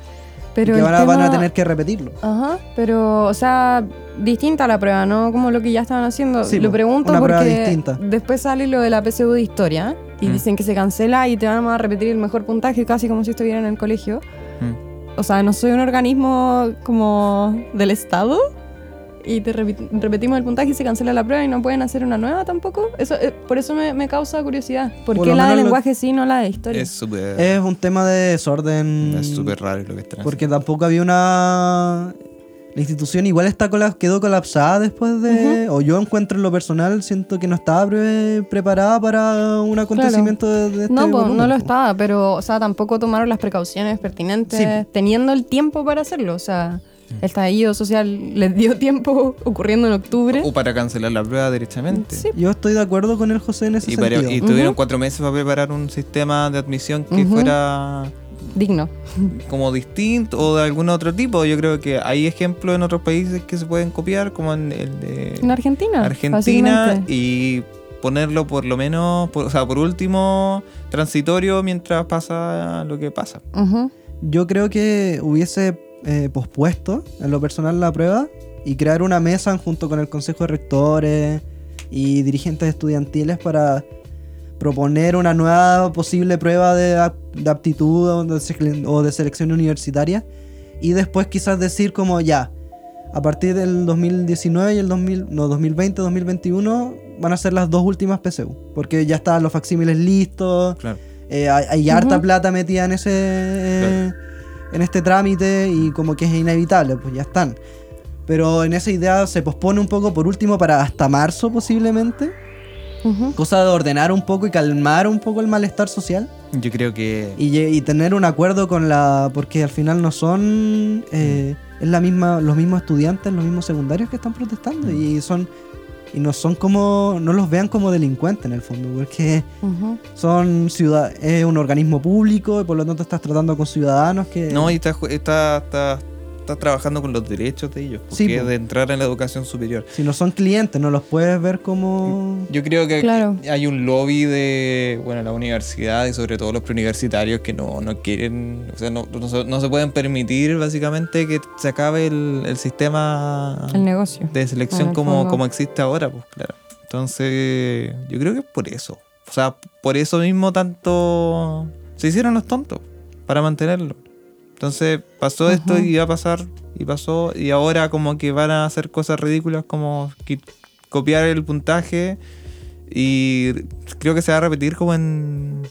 Speaker 2: Pero
Speaker 3: que
Speaker 2: el
Speaker 3: van a, van a
Speaker 2: tema-
Speaker 3: tener que repetirlo.
Speaker 2: Ajá, pero, o sea, distinta la prueba, ¿no? Como lo que ya estaban haciendo.
Speaker 3: Sí,
Speaker 2: lo
Speaker 3: po,
Speaker 2: pregunto
Speaker 3: una prueba
Speaker 2: porque
Speaker 3: distinta.
Speaker 2: después sale lo de la PSU de historia y
Speaker 1: Mm.
Speaker 2: dicen que se cancela y te van a repetir el mejor puntaje, casi como si estuvieran en el colegio.
Speaker 1: Mm.
Speaker 2: O sea, no soy un organismo como del Estado y te repi- repetimos el puntaje y se cancela la prueba y no pueden hacer una nueva tampoco. Eso, eh, por eso me, me causa curiosidad. ¿Por,
Speaker 3: Por
Speaker 2: qué
Speaker 3: lo
Speaker 2: la de
Speaker 3: menos lo-
Speaker 2: lenguaje sí, no la de historia?
Speaker 1: Es súper.
Speaker 3: Es un tema de desorden.
Speaker 1: Es súper raro lo que están
Speaker 3: Porque tampoco había una. La institución igual está cola- quedó colapsada después de. O yo encuentro en lo personal, siento que no estaba pre- preparada para un acontecimiento de, de este
Speaker 2: No, po, no
Speaker 3: volumen,
Speaker 2: lo
Speaker 3: po.
Speaker 2: estaba, pero, o sea, tampoco tomaron las precauciones pertinentes,
Speaker 3: Sí, po.
Speaker 2: teniendo el tiempo para hacerlo. O sea, el estallido social les dio tiempo ocurriendo en octubre.
Speaker 3: Oh,
Speaker 1: haciendo. O Uh, para cancelar la prueba directamente.
Speaker 2: Sí.
Speaker 3: Yo estoy de acuerdo con el José en ese
Speaker 1: Y, para-
Speaker 3: sentido.
Speaker 1: y tuvieron cuatro meses para preparar un sistema de admisión que
Speaker 2: Ujú.
Speaker 1: fuera
Speaker 2: Digno.
Speaker 3: Mm.
Speaker 1: como distinto o de algún otro tipo. Yo creo que hay ejemplos en otros países que se pueden copiar, como en el de
Speaker 2: En Argentina.
Speaker 1: Argentina,
Speaker 2: fácilmente.
Speaker 1: y ponerlo por lo menos, por- o sea, por último, transitorio mientras pasa lo que pasa.
Speaker 2: Ujú.
Speaker 3: Yo creo que hubiese eh, pospuesto en lo personal la prueba y crear una mesa junto con el Consejo de Rectores y dirigentes estudiantiles para proponer una nueva posible prueba de, ap- de aptitud o de, sele- o de selección universitaria y después quizás decir como ya, a partir del 2019 y el 2000, no, 2020, 2021 van a ser las dos últimas PSU, porque ya están los facsímiles listos,
Speaker 1: Claro.
Speaker 3: eh, hay, hay harta
Speaker 2: Ujú.
Speaker 3: plata metida en ese. en este trámite y como que es inevitable, pues ya están. Pero en esa idea se pospone un poco por último para hasta marzo posiblemente.
Speaker 2: Ujú.
Speaker 3: Cosa de ordenar un poco y calmar un poco el malestar social.
Speaker 1: Yo creo que
Speaker 3: Y, lle- y tener un acuerdo con la. porque al final no son. eh, es la misma, los mismos estudiantes, los mismos secundarios que están protestando. Y son. Y no son como. no los vean como delincuentes en el fondo. Porque
Speaker 2: Ujú.
Speaker 3: son ciudad es un organismo público y por lo tanto estás tratando con ciudadanos que
Speaker 1: no, y está, ju- está, está, está trabajando con los derechos de ellos, porque
Speaker 3: Sí,
Speaker 1: es
Speaker 3: po.
Speaker 1: de entrar en la educación superior.
Speaker 3: si no son clientes no los puedes ver como
Speaker 1: Yo creo que
Speaker 2: Claro.
Speaker 1: hay un lobby de bueno, la universidad y sobre todo los preuniversitarios que no, no quieren, o sea, no, no se- no se pueden permitir básicamente que se acabe el, el sistema
Speaker 3: Ah,
Speaker 2: El negocio.
Speaker 1: de
Speaker 2: en
Speaker 1: selección
Speaker 2: el
Speaker 1: como,
Speaker 2: fondo.
Speaker 1: como existe ahora, pues claro. Entonces, yo creo que es por eso. O sea, por eso mismo tanto se hicieron los tontos, para mantenerlo. Entonces, pasó esto
Speaker 2: Ujú.
Speaker 1: y va a pasar, y pasó, y ahora como que van a hacer cosas ridículas como qui- copiar el puntaje y creo que se va a repetir como en,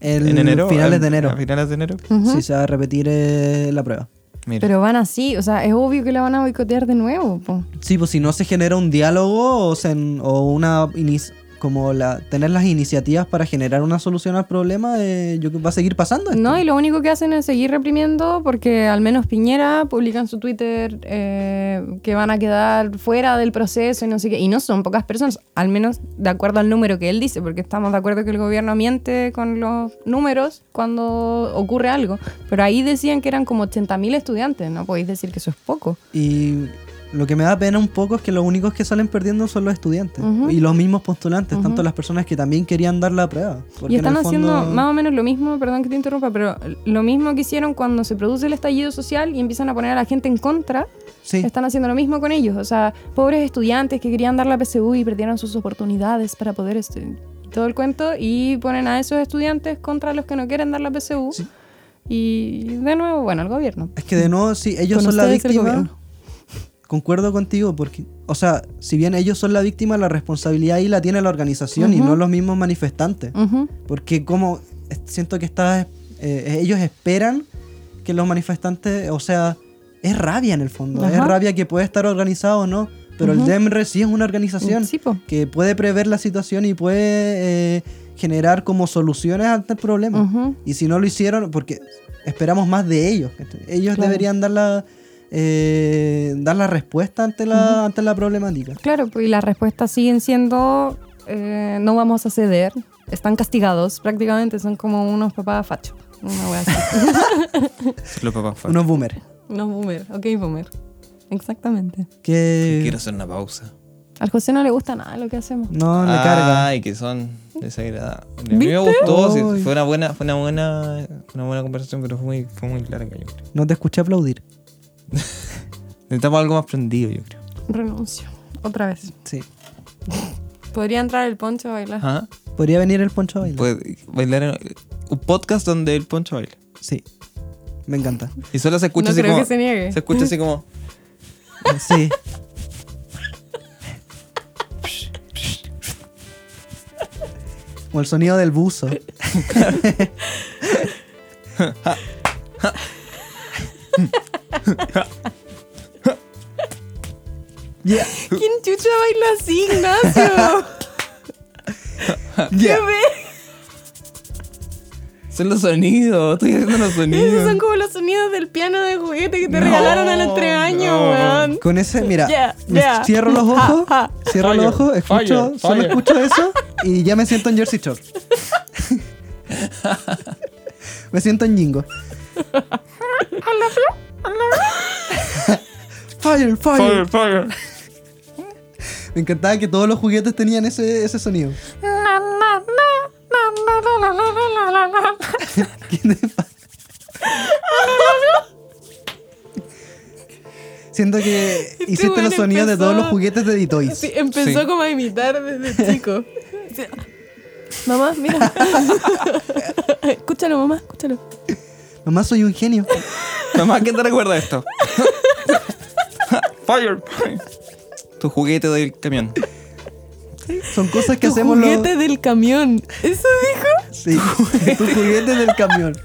Speaker 3: el
Speaker 1: en enero.
Speaker 3: finales
Speaker 1: en-
Speaker 3: de enero
Speaker 1: A finales de enero.
Speaker 2: Ujú.
Speaker 3: si se va a repetir eh, la prueba
Speaker 1: Mira.
Speaker 2: Pero van así, o sea, es obvio que la van a boicotear de nuevo. po.
Speaker 3: sí pues si no se genera un diálogo o, se en- o una inis- como la tener las iniciativas para generar una solución al problema eh, yo creo que va a seguir pasando esto.
Speaker 2: No, y lo único que hacen es seguir reprimiendo porque al menos Piñera publica en su Twitter eh, que van a quedar fuera del proceso y no sé qué. Y no son pocas personas, al menos de acuerdo al número que él dice, porque estamos de acuerdo que el gobierno miente con los números cuando ocurre algo. Pero ahí decían que eran como 80.000 estudiantes, no podéis decir que eso es poco.
Speaker 3: y lo que me da pena un poco es que los únicos que salen perdiendo son los estudiantes
Speaker 2: Ujú.
Speaker 3: y los mismos postulantes,
Speaker 2: Ujú.
Speaker 3: tanto las personas que también querían dar la prueba. porque
Speaker 2: Y
Speaker 3: en
Speaker 2: están
Speaker 3: el
Speaker 2: haciendo
Speaker 3: fondo-
Speaker 2: más o menos lo mismo, perdón que te interrumpa, pero lo mismo que hicieron cuando se produce el estallido social y empiezan a poner a la gente en contra.
Speaker 3: Sí.
Speaker 2: Están haciendo lo mismo con ellos. O sea, pobres estudiantes que querían dar la PSU y perdieron sus oportunidades para poder estudiar. Todo el cuento y ponen a esos estudiantes contra los que no quieren dar la PSU.
Speaker 3: Sí.
Speaker 2: Y de nuevo, bueno, el gobierno.
Speaker 3: Es que de nuevo, sí, ellos
Speaker 2: Con
Speaker 3: son la
Speaker 2: ustedes el
Speaker 3: víctima.
Speaker 2: gobierno.
Speaker 3: Concuerdo contigo, porque, o sea, si bien ellos son la víctima, la responsabilidad ahí la tiene la organización y
Speaker 2: Ujú. Mm.
Speaker 3: no los mismos manifestantes.
Speaker 2: Ujú.
Speaker 3: Porque como es- siento que está, eh, ellos esperan que los manifestantes, o sea, es rabia en el fondo, es
Speaker 2: Ajá.
Speaker 3: rabia que puede estar organizado o no, pero el
Speaker 2: Ujú.
Speaker 3: DEMRE sí es una organización
Speaker 2: Sí, po.
Speaker 3: que puede prever la situación y puede eh, generar como soluciones ante el problema.
Speaker 2: Ujú.
Speaker 3: Y si no lo hicieron, porque esperamos más de ellos. ¿cachai? Ellos
Speaker 2: Claro.
Speaker 3: deberían dar la, eh, dar la respuesta ante la, ante la problemática.
Speaker 2: Claro, pues, y las respuestas siguen siendo eh, no vamos a ceder. Están castigados prácticamente, son como unos papás fachos. Una wea así.
Speaker 1: Los papás fueron.
Speaker 3: Unos boomers.
Speaker 2: unos boomer, ok boomer. Exactamente.
Speaker 3: Que
Speaker 1: Quiero hacer una pausa.
Speaker 2: Al José no le gusta nada lo que hacemos.
Speaker 3: no le carga.
Speaker 1: Ay, que son desagradables. A mí me gustó, sí, fue una buena, fue una buena, fue una buena conversación, pero fue muy, fue muy clara, yo creo.
Speaker 3: No te escuché aplaudir.
Speaker 1: Necesitamos algo más prendido, yo creo.
Speaker 2: Renuncio. Otra vez.
Speaker 3: Sí.
Speaker 2: Podría entrar el poncho a bailar.
Speaker 1: Ajá.
Speaker 3: Podría venir el poncho a bailar.
Speaker 1: Puede Pues, bailar en- un podcast donde el poncho baila.
Speaker 3: Sí. Me encanta.
Speaker 1: Y solo se escucha
Speaker 2: no
Speaker 1: así
Speaker 2: creo
Speaker 1: como.
Speaker 2: que se niegue.
Speaker 1: se escucha así como.
Speaker 3: Sí. o el sonido del buzo. Yeah,
Speaker 2: ¿Quién chucha baila así, Ignacio?
Speaker 3: yeah.
Speaker 2: ¿Qué ves?
Speaker 1: Son los sonidos, estoy haciendo los
Speaker 2: Esos
Speaker 1: sonidos.
Speaker 2: son como los sonidos del piano de juguete que te
Speaker 1: No,
Speaker 2: regalaron a los tres años,
Speaker 1: no.
Speaker 2: weón.
Speaker 3: Con ese, mira,
Speaker 2: Yeah,
Speaker 3: me
Speaker 2: yeah.
Speaker 3: cierro los ojos,
Speaker 2: Ja, ja.
Speaker 3: cierro los
Speaker 1: Fire,
Speaker 3: ojos, escucho,
Speaker 1: fire,
Speaker 3: solo
Speaker 1: fire.
Speaker 3: escucho eso y ya me siento en Jersey Shore. me siento en Jingo. fire, fire.
Speaker 1: Fire, fire.
Speaker 3: Me encantaba que todos los juguetes tenían ese, ese sonido. ¿Qué te pasa? Siento que hiciste
Speaker 2: Este weón
Speaker 3: los sonidos de todos
Speaker 2: empezó-
Speaker 3: los juguetes de Ditoys.
Speaker 2: Sí, empezó
Speaker 1: Sí.
Speaker 2: como a imitar desde chico. Sí. Mamá, mira. escúchalo, mamá, escúchalo.
Speaker 3: Mamá, soy un genio.
Speaker 1: Mamá, ¿qué te recuerda esto? fire, fire. Tu juguete del camión.
Speaker 3: Son cosas que
Speaker 2: Tu
Speaker 3: hacemos los...
Speaker 2: juguete del camión. ¿Eso dijo?
Speaker 3: Sí, tu juguete del camión.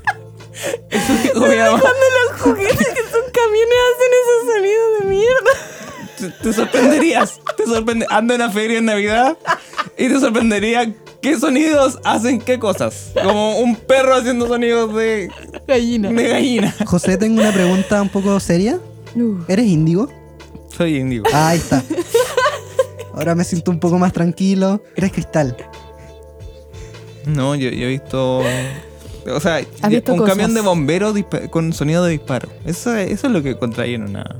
Speaker 1: Eso dijo mi mamá.
Speaker 2: Cuando los juguetes que son camiones hacen esos sonidos de mierda.
Speaker 1: Te- Te sorprenderías. Te sorprende. Ando en una feria en Navidad y te sorprendería qué sonidos hacen qué cosas. Como un perro haciendo sonidos de,
Speaker 2: Gallina.
Speaker 1: de gallina.
Speaker 3: José, tengo una pregunta un poco seria.
Speaker 2: Uh,
Speaker 3: ¿Eres índigo?
Speaker 1: Soy indigo.
Speaker 3: Ah, ahí está. Ahora me siento un poco más tranquilo. ¿Eres cristal?
Speaker 1: No, yo, yo he visto. O sea,
Speaker 2: ¿Has visto
Speaker 1: un
Speaker 2: cosas?
Speaker 1: camión de bomberos dispa- con sonido de disparo. Eso, eso es lo que contraen una.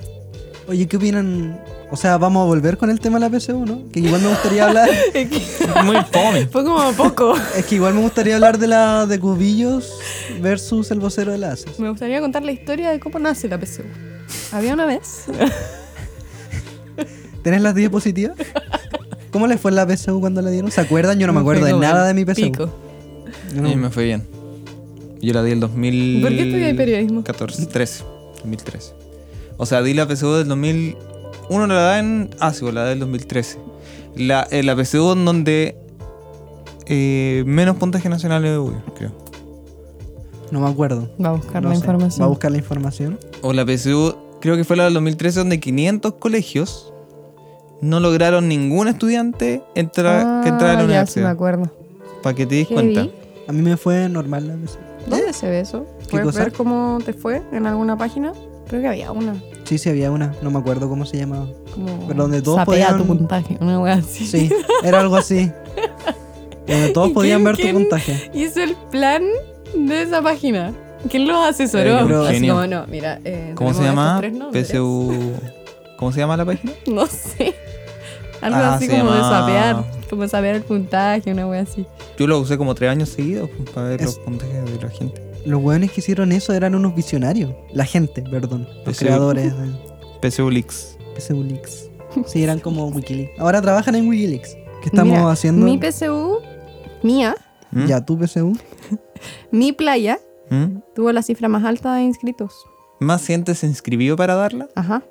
Speaker 3: Oye, ¿qué opinan? O sea, vamos a volver con el tema de la PSU, ¿no? Que igual me gustaría hablar...
Speaker 2: es que
Speaker 1: Muy fome.
Speaker 2: Fue como a poco.
Speaker 3: Es que igual me gustaría hablar de la de Cubillos versus el vocero de la E ACES.
Speaker 2: Me gustaría contar la historia de cómo nace la PSU. Había una vez.
Speaker 3: ¿Tenés las diapositivas? ¿Cómo les fue la PSU cuando la dieron? ¿Se acuerdan? Yo no me acuerdo de
Speaker 2: Pico,
Speaker 3: nada
Speaker 2: bueno,
Speaker 3: de mi PSU.
Speaker 2: pico.
Speaker 3: Yo no-
Speaker 1: Y me fue bien. Yo la di el 2000.
Speaker 2: ¿Por qué estudié periodismo?
Speaker 1: 14, 13. 2013. O sea, di la PSU del 2000. Uno la da en. Ah, sí, la da del 2013. La, eh, la PSU en donde. eh, menos puntaje nacionales de UBI, creo.
Speaker 3: No me acuerdo.
Speaker 2: Va a buscar
Speaker 3: No
Speaker 2: la
Speaker 3: sé.
Speaker 2: información.
Speaker 3: Va a buscar la información.
Speaker 1: O la PSU, creo que fue la del 2013, donde 500 colegios no lograron ningún estudiante entrar, que entrar a la
Speaker 2: Ah, ya sí me
Speaker 1: universidad.
Speaker 2: acuerdo.
Speaker 1: Para que te des
Speaker 2: Heavy.
Speaker 1: cuenta.
Speaker 3: A mí me fue normal la Eh, PSU.
Speaker 2: ¿Dónde se ve eso?
Speaker 3: ¿Qué
Speaker 2: ¿Puedes
Speaker 3: cosa?
Speaker 2: ver cómo te fue en alguna página? Creo que había una.
Speaker 3: Sí, sí, había una. No me acuerdo cómo se llamaba.
Speaker 2: Como
Speaker 3: Pero donde todos
Speaker 2: sapea
Speaker 3: podían-
Speaker 2: tu puntaje, una wea así.
Speaker 3: Sí, era algo así. Donde todos
Speaker 2: ¿Y
Speaker 3: podían
Speaker 2: quién-
Speaker 3: ver tu
Speaker 2: quién-
Speaker 3: puntaje.
Speaker 2: Hizo el plan de esa página. ¿Quién los
Speaker 1: Era
Speaker 2: asesoró?
Speaker 1: un
Speaker 2: Así
Speaker 1: Eh, genio.
Speaker 2: como, no, mira. eh,
Speaker 1: ¿Cómo se
Speaker 2: tenemos
Speaker 1: llama?
Speaker 2: estos tres nombres.
Speaker 1: PSU. ¿Cómo se llama la página?
Speaker 2: No sé. Algo
Speaker 1: Ah,
Speaker 2: así
Speaker 1: se
Speaker 2: como
Speaker 1: llama-
Speaker 2: de sapear. Como sapear el puntaje, una wea así.
Speaker 1: Yo lo usé como tres años seguidos pues, para ver
Speaker 3: Es-
Speaker 1: los puntajes de la gente.
Speaker 3: Los hueones que hicieron eso eran unos visionarios. La gente, perdón. Los
Speaker 1: Sí.
Speaker 3: creadores de
Speaker 1: PSU Leaks.
Speaker 3: PSU Leaks. Sí, eran como Wikileaks. Ahora trabajan en Wikileaks. ¿Qué estamos
Speaker 2: Mira,
Speaker 3: haciendo?
Speaker 2: Mi PSU, mía,
Speaker 1: ¿Mm?
Speaker 3: Ya, tu PSU.
Speaker 2: mi playa,
Speaker 1: ¿Mm?
Speaker 2: tuvo la cifra más alta de inscritos.
Speaker 1: Más gente se inscribió para darla.
Speaker 2: Ajá,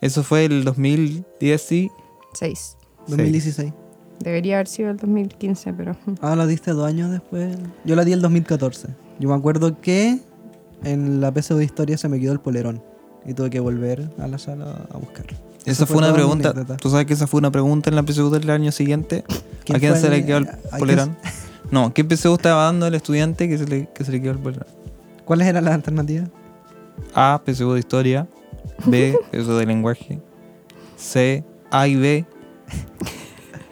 Speaker 1: Eso fue el 2010 y...
Speaker 2: 6.
Speaker 3: 2016.
Speaker 2: Debería haber sido el 2015, pero... mm,
Speaker 3: Ah, la diste dos años después. Yo la di el 2014. Yo me acuerdo que en la PSU de historia se me quedó el polerón. Y tuve que volver a la sala a buscar.
Speaker 1: Esa fue una
Speaker 3: toda mi
Speaker 1: pregunta.
Speaker 3: anécdota.
Speaker 1: ¿Tú sabes que esa fue una pregunta en la PSU del año siguiente? ¿A quién
Speaker 3: fue
Speaker 1: se
Speaker 3: el-
Speaker 1: le quedó el
Speaker 3: a- a quién
Speaker 1: polerón? No, ¿qué PSU estaba dando el estudiante que se le, que se le quedó el bolón?
Speaker 3: ¿Cuáles eran las alternativas?
Speaker 1: A, PSU de historia. B, PSU de lenguaje. C, A y B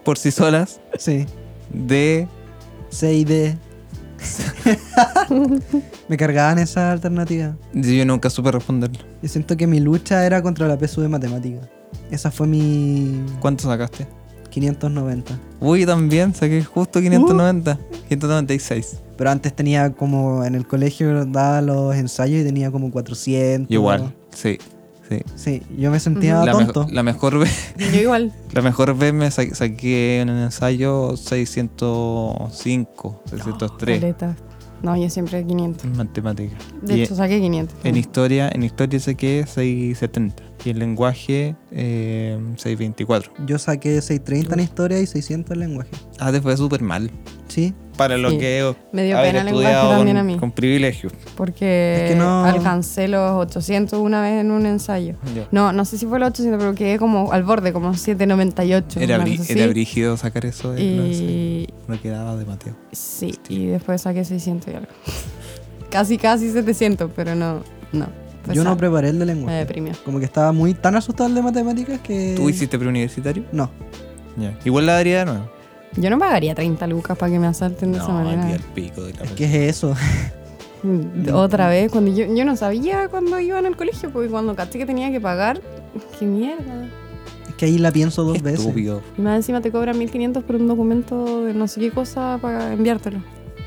Speaker 1: por sí solas.
Speaker 3: Sí.
Speaker 1: D,
Speaker 3: C y D. Me cargaban esas alternativas.
Speaker 1: yo nunca supe responderlo.
Speaker 3: Yo siento que mi lucha era contra la PSU de matemática. Esa fue mi
Speaker 1: ¿Cuánto sacaste?
Speaker 3: 590.
Speaker 1: Uy, también saqué justo 590. 596.
Speaker 3: Pero antes tenía como en el colegio daba los ensayos y tenía como 400.
Speaker 1: Igual, sí. Sí.
Speaker 3: Sí, yo me sentía
Speaker 1: La, mejo-
Speaker 3: tonto.
Speaker 1: la mejor vez
Speaker 2: Yo igual.
Speaker 1: La mejor vez me sa- saqué en el ensayo 605, 603
Speaker 2: Caleta. No, yo siempre 500.
Speaker 1: en matemática.
Speaker 2: De
Speaker 1: Y
Speaker 2: hecho, saqué 500.
Speaker 1: en historia, en historia saqué 670 y en lenguaje eh, 624.
Speaker 3: Yo saqué 630 en historia y 600 en lenguaje.
Speaker 1: Ah, te fue súper mal.
Speaker 3: Sí,
Speaker 1: Para lo
Speaker 2: Sí.
Speaker 1: que
Speaker 2: Me dio
Speaker 1: haber
Speaker 2: pena el lenguaje
Speaker 1: estudiado
Speaker 2: también
Speaker 1: con,
Speaker 2: a mí.
Speaker 1: con privilegio.
Speaker 2: Porque
Speaker 3: Es que no-
Speaker 2: alcancé los 800 una vez en un ensayo.
Speaker 1: Ya.
Speaker 2: No, no sé si fue los 800, pero quedé como al borde, como 798.
Speaker 1: Era,
Speaker 2: una
Speaker 1: brí-
Speaker 2: cosa
Speaker 1: era
Speaker 2: así.
Speaker 1: brígido sacar eso de la ensayo.
Speaker 2: Y
Speaker 1: No quedaba de Mateo.
Speaker 2: sí, y después saqué 600 y algo. casi, casi 700, pero no, no. Fue
Speaker 3: yo no
Speaker 2: sad.
Speaker 3: preparé el de
Speaker 2: me
Speaker 3: lenguaje.
Speaker 2: deprimió.
Speaker 3: Como que estaba muy tan asustado el de matemáticas que.
Speaker 1: ¿Tú hiciste preuniversitario?
Speaker 3: No.
Speaker 1: Eh, Ya. Igual la daría de nuevo.
Speaker 2: Yo no pagaría 30 lucas para que me asalten de esa
Speaker 1: No,
Speaker 2: manera.
Speaker 1: di al pico de la
Speaker 3: Es que es eso.
Speaker 2: Mm, Otra vez, cuando yo, yo no sabía cuando iba en el colegio, porque cuando caché que tenía que pagar, qué mierda.
Speaker 3: Es que ahí la pienso dos veces.
Speaker 1: Estúpido.
Speaker 2: Y más encima te cobran 1500 por un documento de no sé qué cosa para enviártelo.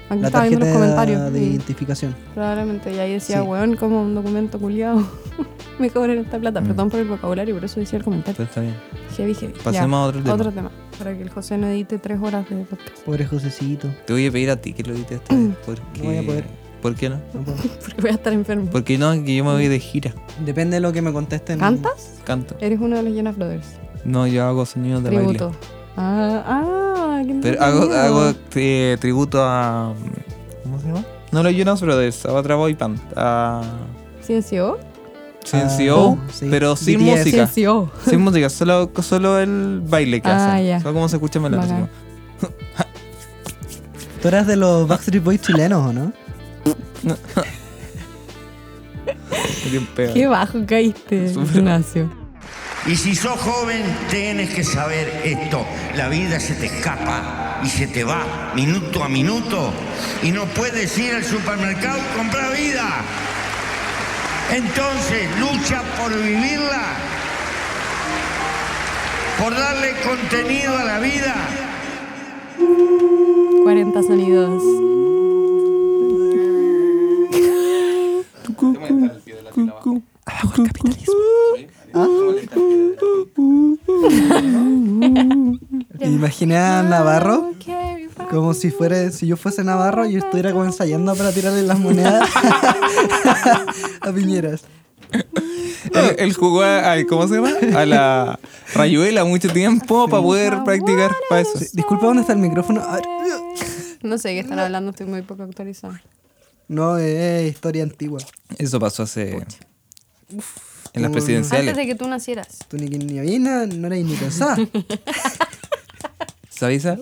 Speaker 2: Aquí
Speaker 3: La
Speaker 2: estaba viendo
Speaker 3: tarjeta
Speaker 2: los comentarios.
Speaker 3: de
Speaker 2: y
Speaker 3: identificación.
Speaker 2: probablemente, y ahí decía,
Speaker 3: Sí.
Speaker 2: weón, como un documento culiado. me cobran esta plata.
Speaker 1: Mm.
Speaker 2: Perdón por el vocabulario, por eso decía el comentario.
Speaker 1: Está bien.
Speaker 2: Heavy, heavy. Ya,
Speaker 1: Pasemos a otro tema.
Speaker 2: otro tema. Para que el José no edite tres horas de podcast.
Speaker 3: Pobre Josecito.
Speaker 1: Te voy a pedir a ti que lo edites esta vez, porque...
Speaker 3: No voy a poder.
Speaker 1: ¿Por qué no?
Speaker 3: No puedo.
Speaker 2: Porque voy a estar enfermo.
Speaker 1: Porque no, que yo me voy de gira.
Speaker 3: Depende de lo que me contesten.
Speaker 2: ¿Cantas?
Speaker 1: Canto.
Speaker 2: Eres uno de los Jonas Brothers.
Speaker 1: No, yo hago sonidos de
Speaker 2: Tributo.
Speaker 1: baile.
Speaker 2: Ah, ah, qué
Speaker 1: Pero hago,
Speaker 2: entretenido.
Speaker 1: hago eh, tributo a... ¿Cómo se llama? No lo Jonas Brothers, a otra boy band. A
Speaker 2: ¿Ciencio?
Speaker 1: CNCO,
Speaker 3: Ah, sí.
Speaker 1: pero sin
Speaker 3: BTS.
Speaker 1: música.
Speaker 2: Ciencio.
Speaker 1: Sin música, solo, solo el baile que
Speaker 2: Ah,
Speaker 1: hacen.
Speaker 2: ya.
Speaker 1: Solo cómo se escucha melón. así
Speaker 2: Bacán.
Speaker 3: Tú eras de los Backstreet Boys chilenos, ¿o no?
Speaker 1: como- bien pega.
Speaker 2: Qué bajo caíste,
Speaker 1: Súper.
Speaker 2: Ignacio.
Speaker 4: Y si sos joven, tienes que saber esto. La vida se te escapa y se te va minuto a minuto. Y no puedes ir al supermercado y comprar vida. Entonces, lucha por vivirla. Por darle contenido a la vida.
Speaker 2: 40 sonidos.
Speaker 3: Imaginé a Navarro como si fuera, si yo fuese Navarro y estuviera como ensayando para tirarle las monedas a Piñeras.
Speaker 1: Él, él jugó a, a- ¿cómo se llama? A la rayuela mucho tiempo para poder practicar para eso.
Speaker 3: Sí, Disculpa, ¿dónde está el micrófono? A ver.
Speaker 2: No sé de qué están hablando, estoy muy poco actualizada.
Speaker 3: No, es historia antigua.
Speaker 1: Eso pasó hace. En las
Speaker 3: Mm.
Speaker 1: presidenciales.
Speaker 2: Antes de que tú nacieras.
Speaker 3: Tú ni que ni oí nada, no eres ni pensada.
Speaker 1: ¿Sabisa?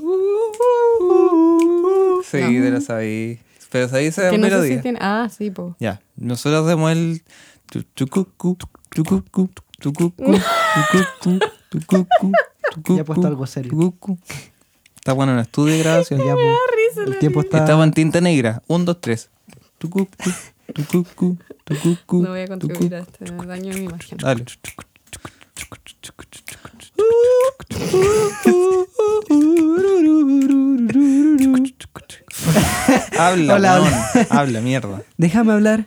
Speaker 1: Sí, de la Sabí. Pero Sabisa
Speaker 2: Que
Speaker 1: es
Speaker 2: no sé
Speaker 1: melodía.
Speaker 2: si tiene. Ah, sí, po.
Speaker 1: Ya. Nosotros hacemos el. tu- tucucu, tucucu, tucucu, tucucu, tucucu, tucucu,
Speaker 3: Ya he puesto algo serio.
Speaker 1: tucucu. Está bueno en el estudio de grabación.
Speaker 3: Ya, pues, el tiempo está.
Speaker 1: Estaba en tinta negra. Un, dos, tres. Tucucu, tucucu, tucucu,
Speaker 2: No voy a
Speaker 1: tucucu.
Speaker 2: contribuir a este daño de mi imagen.
Speaker 1: Dale. habla,
Speaker 3: Hola,
Speaker 1: weón. habla, mierda.
Speaker 3: Déjame hablar.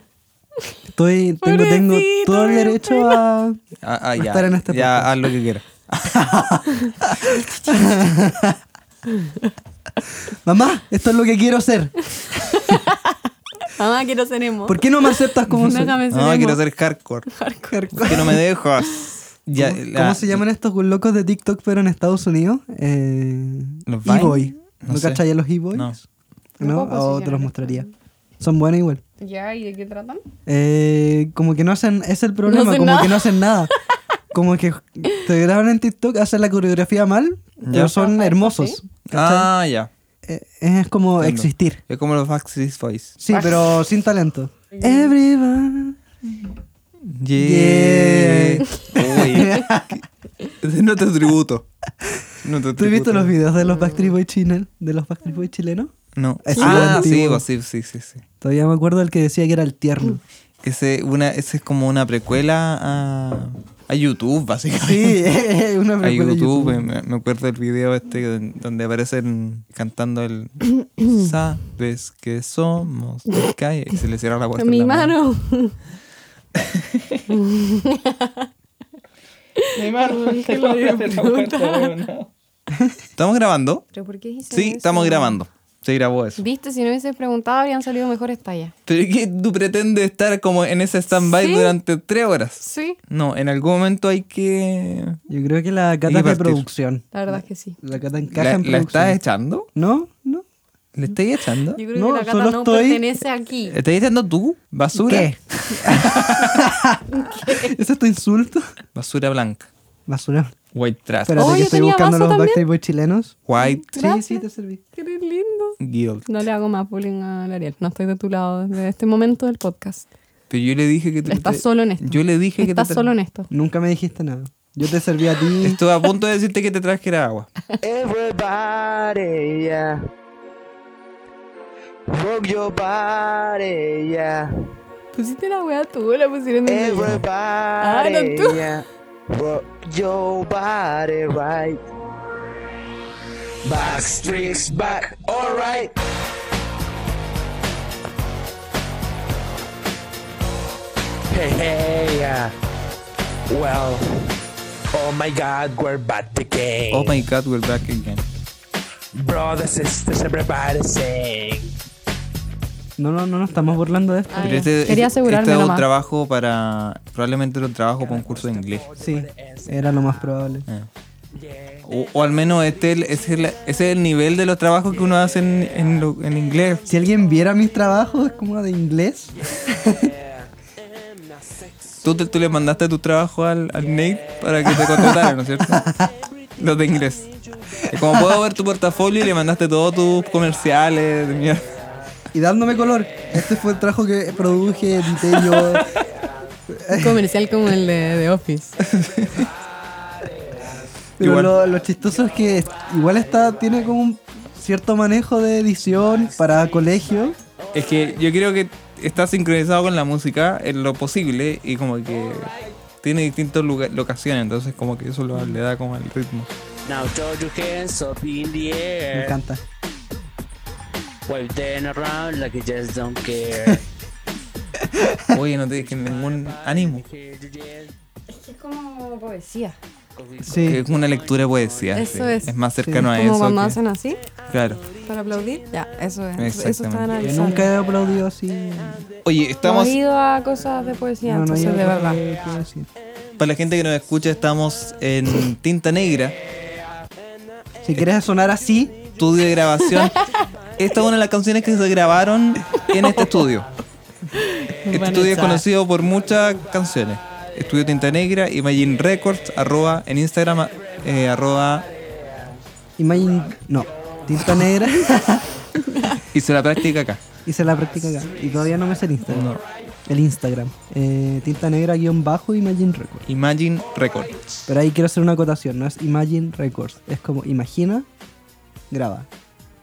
Speaker 3: Estoy, tengo, tengo
Speaker 2: Pobrecito,
Speaker 3: todo el derecho a.
Speaker 1: Ah, ah,
Speaker 3: Va a
Speaker 1: ya,
Speaker 3: estar en este podcast.
Speaker 1: ya haz lo que quieras.
Speaker 3: Mamá, esto es lo que quiero ser.
Speaker 2: Mamá, Ah, quiero ser emo.
Speaker 3: ¿Por qué no me aceptas como soy?
Speaker 2: Déjame ser
Speaker 1: No,
Speaker 2: emo.
Speaker 1: quiero ser hardcore. Que no me dejas. Ya,
Speaker 3: ¿Cómo,
Speaker 1: la-
Speaker 3: cómo se llaman estos locos de TikTok pero en Estados Unidos? Eh,
Speaker 1: ¿Los Vine?
Speaker 3: E-Boy.
Speaker 1: No
Speaker 3: ¿No,
Speaker 1: sé.
Speaker 3: cachai a los E-Boys?
Speaker 1: No.
Speaker 3: No.
Speaker 2: No puedo
Speaker 3: ¿No? O te
Speaker 2: posicionar.
Speaker 3: los mostraría. Son buenos igual.
Speaker 2: Ya, ¿y de qué tratan?
Speaker 3: Eh, como que no hacen... Es el problema,
Speaker 2: hacen
Speaker 3: como
Speaker 2: nada.
Speaker 3: que no hacen nada. como que
Speaker 2: Ah,
Speaker 3: te graban en TikTok, hacen la coreografía mal, pero son hermosos. ¿cachai?
Speaker 1: Ah, ya.
Speaker 3: eh, es como
Speaker 1: Entiendo.
Speaker 3: existir.
Speaker 1: Es como los Backstreet Boys.
Speaker 3: Sí,
Speaker 2: Ah.
Speaker 3: pero sin talento. Everyone.
Speaker 1: Yeah. Oye, que- no te tributo. No te
Speaker 3: ¿Tú has visto
Speaker 1: tributo.
Speaker 3: los videos de los Backstreet Boys chilenos? ¿De los Backstreet Boys chilenos?
Speaker 1: No.
Speaker 3: Es
Speaker 1: ah, sí,
Speaker 3: antiguo.
Speaker 1: pues, sí, sí, sí, sí.
Speaker 3: Todavía me acuerdo el que decía que era el tierno.
Speaker 1: Ese, una, ese es como una precuela a, a YouTube, básicamente.
Speaker 3: Sí, una
Speaker 1: a
Speaker 3: precuela de
Speaker 1: YouTube, Me, me acuerdo del video este don- donde aparecen cantando el Sabes que somos de calle y se le cierra la puerta. en
Speaker 2: Mi
Speaker 1: la
Speaker 2: mano.
Speaker 5: Mi mano,
Speaker 2: Uy,
Speaker 5: que
Speaker 2: hijo
Speaker 5: lo
Speaker 2: de
Speaker 5: abre la puerta, weón.
Speaker 1: ¿Estamos grabando?
Speaker 2: ¿Pero por qué hice
Speaker 1: Sí,
Speaker 2: eso?
Speaker 1: estamos grabando. Se grabó eso.
Speaker 2: Viste, si no hubieses preguntado habrían salido mejores tallas.
Speaker 1: ¿Pero es que tú pretendes estar como en ese stand-by
Speaker 2: Sí.
Speaker 1: durante tres horas?
Speaker 2: Sí,
Speaker 1: No, en algún momento hay que...
Speaker 3: Yo creo que la
Speaker 1: Y
Speaker 3: cata de
Speaker 1: partir.
Speaker 3: producción.
Speaker 2: la verdad es que sí.
Speaker 3: La cata encaja
Speaker 1: ¿La,
Speaker 3: en
Speaker 1: la
Speaker 3: producción.
Speaker 1: estás echando?
Speaker 3: No, no.
Speaker 1: ¿Le estás echando?
Speaker 2: Yo creo
Speaker 3: No,
Speaker 2: que la gata
Speaker 3: solo
Speaker 2: no
Speaker 3: estoy-
Speaker 2: pertenece aquí.
Speaker 1: ¿Estás echando tú? ¿Basura?
Speaker 3: ¿Qué? ¿Ese es tu insulto?
Speaker 1: Basura blanca.
Speaker 3: Basura.
Speaker 1: White trash.
Speaker 3: Espérate
Speaker 2: Oh,
Speaker 3: que
Speaker 2: yo
Speaker 3: estoy
Speaker 2: tenía
Speaker 3: buscando
Speaker 2: vaso
Speaker 3: los
Speaker 2: también.
Speaker 3: Backstreet Boys chilenos.
Speaker 1: White
Speaker 2: Gracias.
Speaker 3: Sí, sí, te serví.
Speaker 2: Qué lindo.
Speaker 1: guilt.
Speaker 2: No le hago más bullying a Ariel. No estoy de tu lado desde este momento del podcast.
Speaker 1: Pero yo le dije que... te-
Speaker 2: Estás
Speaker 1: te-
Speaker 2: solo en esto.
Speaker 1: Yo le dije que...
Speaker 2: Estás
Speaker 1: te tra-
Speaker 2: solo en esto.
Speaker 3: Nunca me dijiste nada. Yo te serví a ti.
Speaker 1: Estuve a punto de decirte que te trajera agua.
Speaker 6: Everybody, yeah. Rock your body, yeah.
Speaker 2: Pusiste la wea tú, la pusieron en el Ah,
Speaker 6: Everybody,
Speaker 2: tú.
Speaker 6: yeah. Rock your body, right. Back streaks back, alright. Hey, hey, yeah. Well, oh my god, we're back again.
Speaker 1: Oh my God, we're back again.
Speaker 6: Brothers, sisters, everybody sing.
Speaker 3: No, no, no nos estamos burlando de esto.
Speaker 2: Ah,
Speaker 1: Pero
Speaker 2: ya.
Speaker 1: este,
Speaker 2: Quería
Speaker 1: este-
Speaker 2: asegurarme
Speaker 1: este es un
Speaker 2: nomás.
Speaker 1: trabajo para... Probablemente era un trabajo para un curso de inglés.
Speaker 3: Sí, era lo más probable.
Speaker 1: O, o al menos este el- ese es, la- ese es el nivel de los trabajos que uno hace en, en lo- en inglés.
Speaker 3: Si alguien viera mis trabajos como de inglés,
Speaker 1: Tú, te- tú le mandaste tu trabajo al, al Nate para que te contratara, ¿no es cierto? Los de inglés. Y Como puedo ver tu portafolio y le mandaste todos tus comerciales de mierda.
Speaker 3: y dándome color. Este fue el trabajo que produje, edité yo.
Speaker 2: Un comercial como el de, de Office.
Speaker 3: Pero
Speaker 1: Igual.
Speaker 3: Lo, lo chistoso es que igual está, tiene como un cierto manejo de edición para colegio.
Speaker 1: Es que yo creo que está sincronizado con la música en lo posible y como que tiene distintas lugar- locaciones, entonces como que eso lo- le da como el ritmo.
Speaker 6: Now throw your hands up in the
Speaker 1: Eh.
Speaker 3: Me
Speaker 6: air.
Speaker 3: encanta.
Speaker 6: Wave them around like you just don't care.
Speaker 1: Oye, no tienes que ningún ánimo.
Speaker 2: Es que es como poesía.
Speaker 3: Sí.
Speaker 1: Es una lectura de poesía.
Speaker 2: Eso
Speaker 1: sí.
Speaker 2: es.
Speaker 1: más cercano a Ah,
Speaker 2: Como
Speaker 1: eso.
Speaker 2: cuando
Speaker 1: que-
Speaker 2: hacen así
Speaker 1: Claro.
Speaker 2: para aplaudir. Ya, eso es. Eso está
Speaker 1: Exactamente.
Speaker 3: Yo
Speaker 2: analizado.
Speaker 3: nunca he aplaudido así.
Speaker 1: Oye, estamos.
Speaker 2: Estamos... No he ido a cosas de poesía,
Speaker 3: No, no,
Speaker 2: entonces
Speaker 3: yo
Speaker 2: de
Speaker 3: no
Speaker 2: verdad.
Speaker 3: sé qué decir.
Speaker 1: Para la gente que nos escucha, estamos en Tinta Negra,
Speaker 3: Si quieres sonar así,
Speaker 1: estudio de grabación. Esta es una de las canciones que se grabaron en este estudio. Este estudio es conocido por muchas canciones. Estudio Tinta Negra, Imagine Records, arroba en Instagram, eh, arroba.
Speaker 3: Imagine. No, tinta negra.
Speaker 1: Hice la práctica acá.
Speaker 3: Hice la práctica acá. Y todavía no me sé el Instagram. El Instagram. Eh, tinta negra guión bajo Imagine Records.
Speaker 1: Imagine Records.
Speaker 3: Pero ahí quiero hacer una acotación. No es Imagine Records. Es como imagina, graba.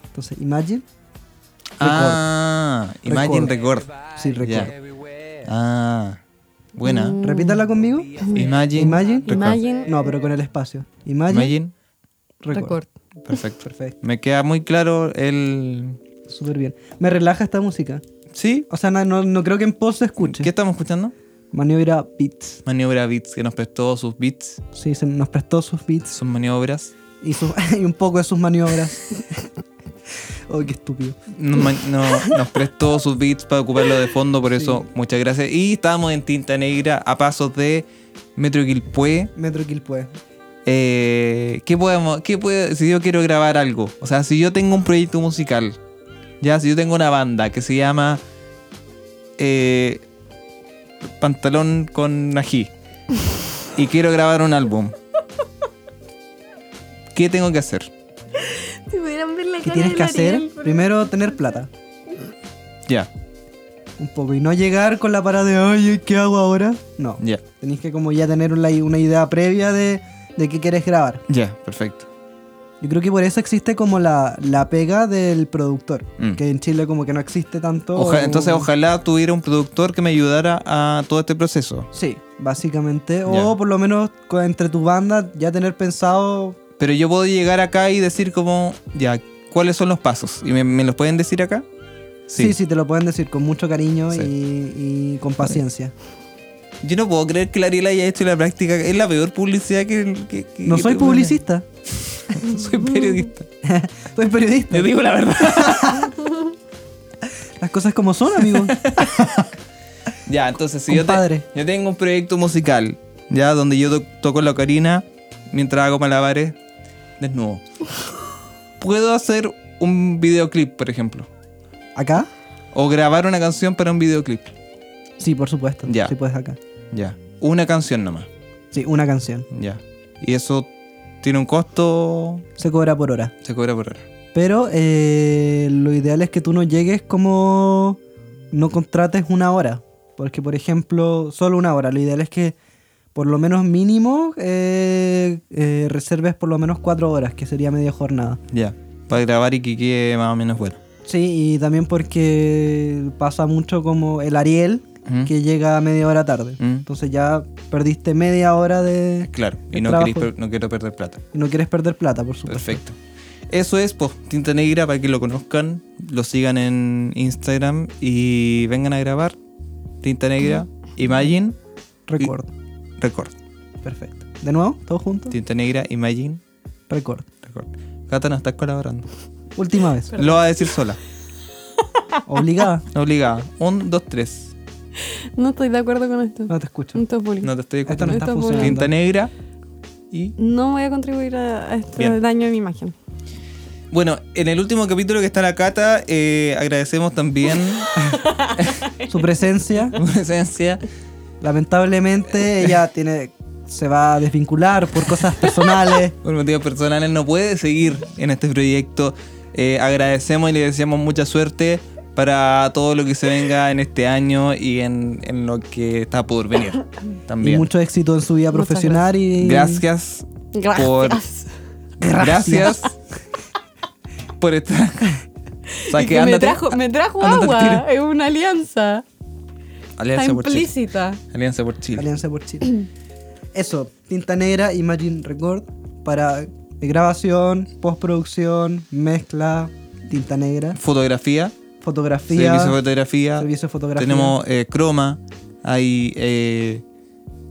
Speaker 3: Entonces Imagine,
Speaker 1: Ah, Imagine Record.
Speaker 3: sí, record.
Speaker 1: Ya. Ah, buena.
Speaker 3: Repítala conmigo.
Speaker 1: Imagine.
Speaker 3: Mm. Imagine.
Speaker 1: Record.
Speaker 2: Imagine,
Speaker 3: No, pero con el espacio. Imagine,
Speaker 1: Imagine.
Speaker 3: record.
Speaker 2: record.
Speaker 1: Perfecto.
Speaker 3: Perfecto.
Speaker 1: Me queda muy claro el.
Speaker 3: Súper bien. Me relaja esta música.
Speaker 1: ¿Sí?
Speaker 3: O sea, na- no, no creo que en post se escuche.
Speaker 1: ¿Qué estamos escuchando?
Speaker 3: Maniobra Beats.
Speaker 1: Maniobra Beats, que nos prestó sus beats,
Speaker 3: Sí, se nos prestó sus beats.
Speaker 1: sus maniobras.
Speaker 3: Y, sus- y un poco de sus maniobras. oh, qué estúpido.
Speaker 1: Nos, ma- no- nos prestó sus beats para ocuparlo de fondo, por eso muchas gracias. Y estábamos en Tinta Negra a pasos de Metro Quilpué.
Speaker 3: Metro pues. Quilpue.
Speaker 1: Eh, ¿Qué podemos? ¿Qué puede, si yo quiero grabar algo? O sea, si yo tengo un proyecto musical, ya, si yo tengo una banda que se llama eh, Pantalón con Ají y quiero grabar un álbum, ¿qué tengo que hacer?
Speaker 2: Si pudieran ver la
Speaker 3: que tienes que hacer, primero tener plata.
Speaker 1: Ya,
Speaker 3: Un poco. Y no llegar con la parada de, oye, ¿qué hago ahora? No.
Speaker 1: ya,
Speaker 3: Tenéis que como ya tener una, una idea previa de, de qué quieres grabar.
Speaker 1: ya, perfecto.
Speaker 3: Yo creo que por eso existe como la, la pega del productor,
Speaker 1: Mm.
Speaker 3: que en Chile como que no existe tanto.
Speaker 1: Oja- entonces
Speaker 3: o-
Speaker 1: ojalá tuviera un productor que me ayudara a todo este proceso.
Speaker 3: Sí, básicamente.
Speaker 1: Ya.
Speaker 3: O por lo menos co- entre tu banda ya tener pensado...
Speaker 1: Pero yo puedo llegar acá y decir como, ya, ¿cuáles son los pasos? ¿Y me, me los pueden decir acá?
Speaker 3: Sí. sí, te lo pueden decir con mucho cariño
Speaker 1: Sí.
Speaker 3: y, y con paciencia.
Speaker 1: Yo no puedo creer que la Ariel haya hecho la práctica. Es la peor publicidad que... que- que-
Speaker 3: No
Speaker 1: que
Speaker 3: soy
Speaker 1: te pueden-
Speaker 3: publicista,
Speaker 1: Soy periodista.
Speaker 3: soy periodista.
Speaker 1: Te digo la verdad.
Speaker 3: Las cosas como son, amigo.
Speaker 1: ya, entonces si yo, te-
Speaker 3: Compadre.
Speaker 1: yo tengo un proyecto musical, ya, donde yo to- toco la ocarina mientras hago malabares desnudo. Puedo hacer un videoclip, por ejemplo.
Speaker 3: ¿Acá?
Speaker 1: O grabar una canción para un videoclip.
Speaker 3: Sí, por supuesto.
Speaker 1: Ya.
Speaker 3: Sí puedes acá.
Speaker 1: Ya. Una canción nomás.
Speaker 3: Sí, una canción.
Speaker 1: Ya. Y eso tiene un costo.
Speaker 3: Se cobra por hora.
Speaker 1: Se cobra por hora.
Speaker 3: Pero eh, lo ideal es que tú no llegues como no contrates una hora. Porque, por ejemplo, solo una hora. Lo ideal es que por lo menos mínimo eh, eh, reserves por lo menos cuatro horas, que sería media jornada.
Speaker 1: Ya. Para grabar y que quede más o menos bueno.
Speaker 3: Sí, y también porque pasa mucho como el Ariel,
Speaker 1: Ujú.
Speaker 3: que llega media hora tarde.
Speaker 1: Mm.
Speaker 3: Entonces ya perdiste media hora de...
Speaker 1: Claro. Y
Speaker 3: El
Speaker 1: no,
Speaker 3: trabajo.
Speaker 1: queréis per- no quiero perder plata.
Speaker 3: Y no quieres perder plata, por supuesto.
Speaker 1: Perfecto. Eso es, pues, Tinta Negra, para que lo conozcan, lo sigan en Instagram y vengan a grabar. Tinta Negra, Imagine,
Speaker 3: Record.
Speaker 1: Record.
Speaker 3: Perfecto. ¿De nuevo? ¿Todos juntos?
Speaker 1: Tinta Negra, Imagine,
Speaker 3: Record.
Speaker 1: Record. Cata no estás colaborando.
Speaker 3: Última vez.
Speaker 1: Lo va a decir sola.
Speaker 3: Obligada.
Speaker 1: Obligada. Un, dos, tres.
Speaker 2: No estoy de acuerdo con esto.
Speaker 3: No te escucho.
Speaker 2: No estoy público.
Speaker 1: No te estoy
Speaker 3: Esto
Speaker 1: escuchando.
Speaker 3: no
Speaker 2: Esto
Speaker 3: está
Speaker 2: es bueno.
Speaker 3: funcionando.
Speaker 1: Tinta Negra y
Speaker 2: No voy a contribuir a, a este
Speaker 1: Bien.
Speaker 2: daño de mi imagen.
Speaker 1: Bueno, en el último capítulo que está la Cata, eh, agradecemos también
Speaker 3: Su presencia,
Speaker 1: su presencia.
Speaker 3: lamentablemente, ella tiene se va a desvincular por cosas personales.
Speaker 1: Por motivos personales no puede seguir en este proyecto. Eh, agradecemos y le deseamos mucha suerte para todo lo que se venga en este año y en, en lo que está por venir
Speaker 3: Y
Speaker 1: también.
Speaker 3: mucho éxito en su vida
Speaker 2: Muchas
Speaker 3: profesional y
Speaker 1: Gracias.
Speaker 2: Gracias.
Speaker 1: Por- Gracias.
Speaker 3: Gracias.
Speaker 1: por estar. O sea,
Speaker 2: Y
Speaker 1: que
Speaker 2: que me
Speaker 1: ándate-
Speaker 2: trajo, me trajo
Speaker 1: ándate al
Speaker 2: agua.
Speaker 1: tiro.
Speaker 2: Es una alianza. Está
Speaker 1: Alianza por Chile.
Speaker 2: implícita.
Speaker 1: Alianza por Chile.
Speaker 3: Alianza por Chile. Eso, Tinta Negra, Imagine Record para grabación, postproducción, mezcla, Tinta Negra,
Speaker 1: Fotografía.
Speaker 3: fotografía,
Speaker 1: Servicio de fotografía.
Speaker 3: servicio de fotografía.
Speaker 1: Tenemos eh, croma. Hay. eh,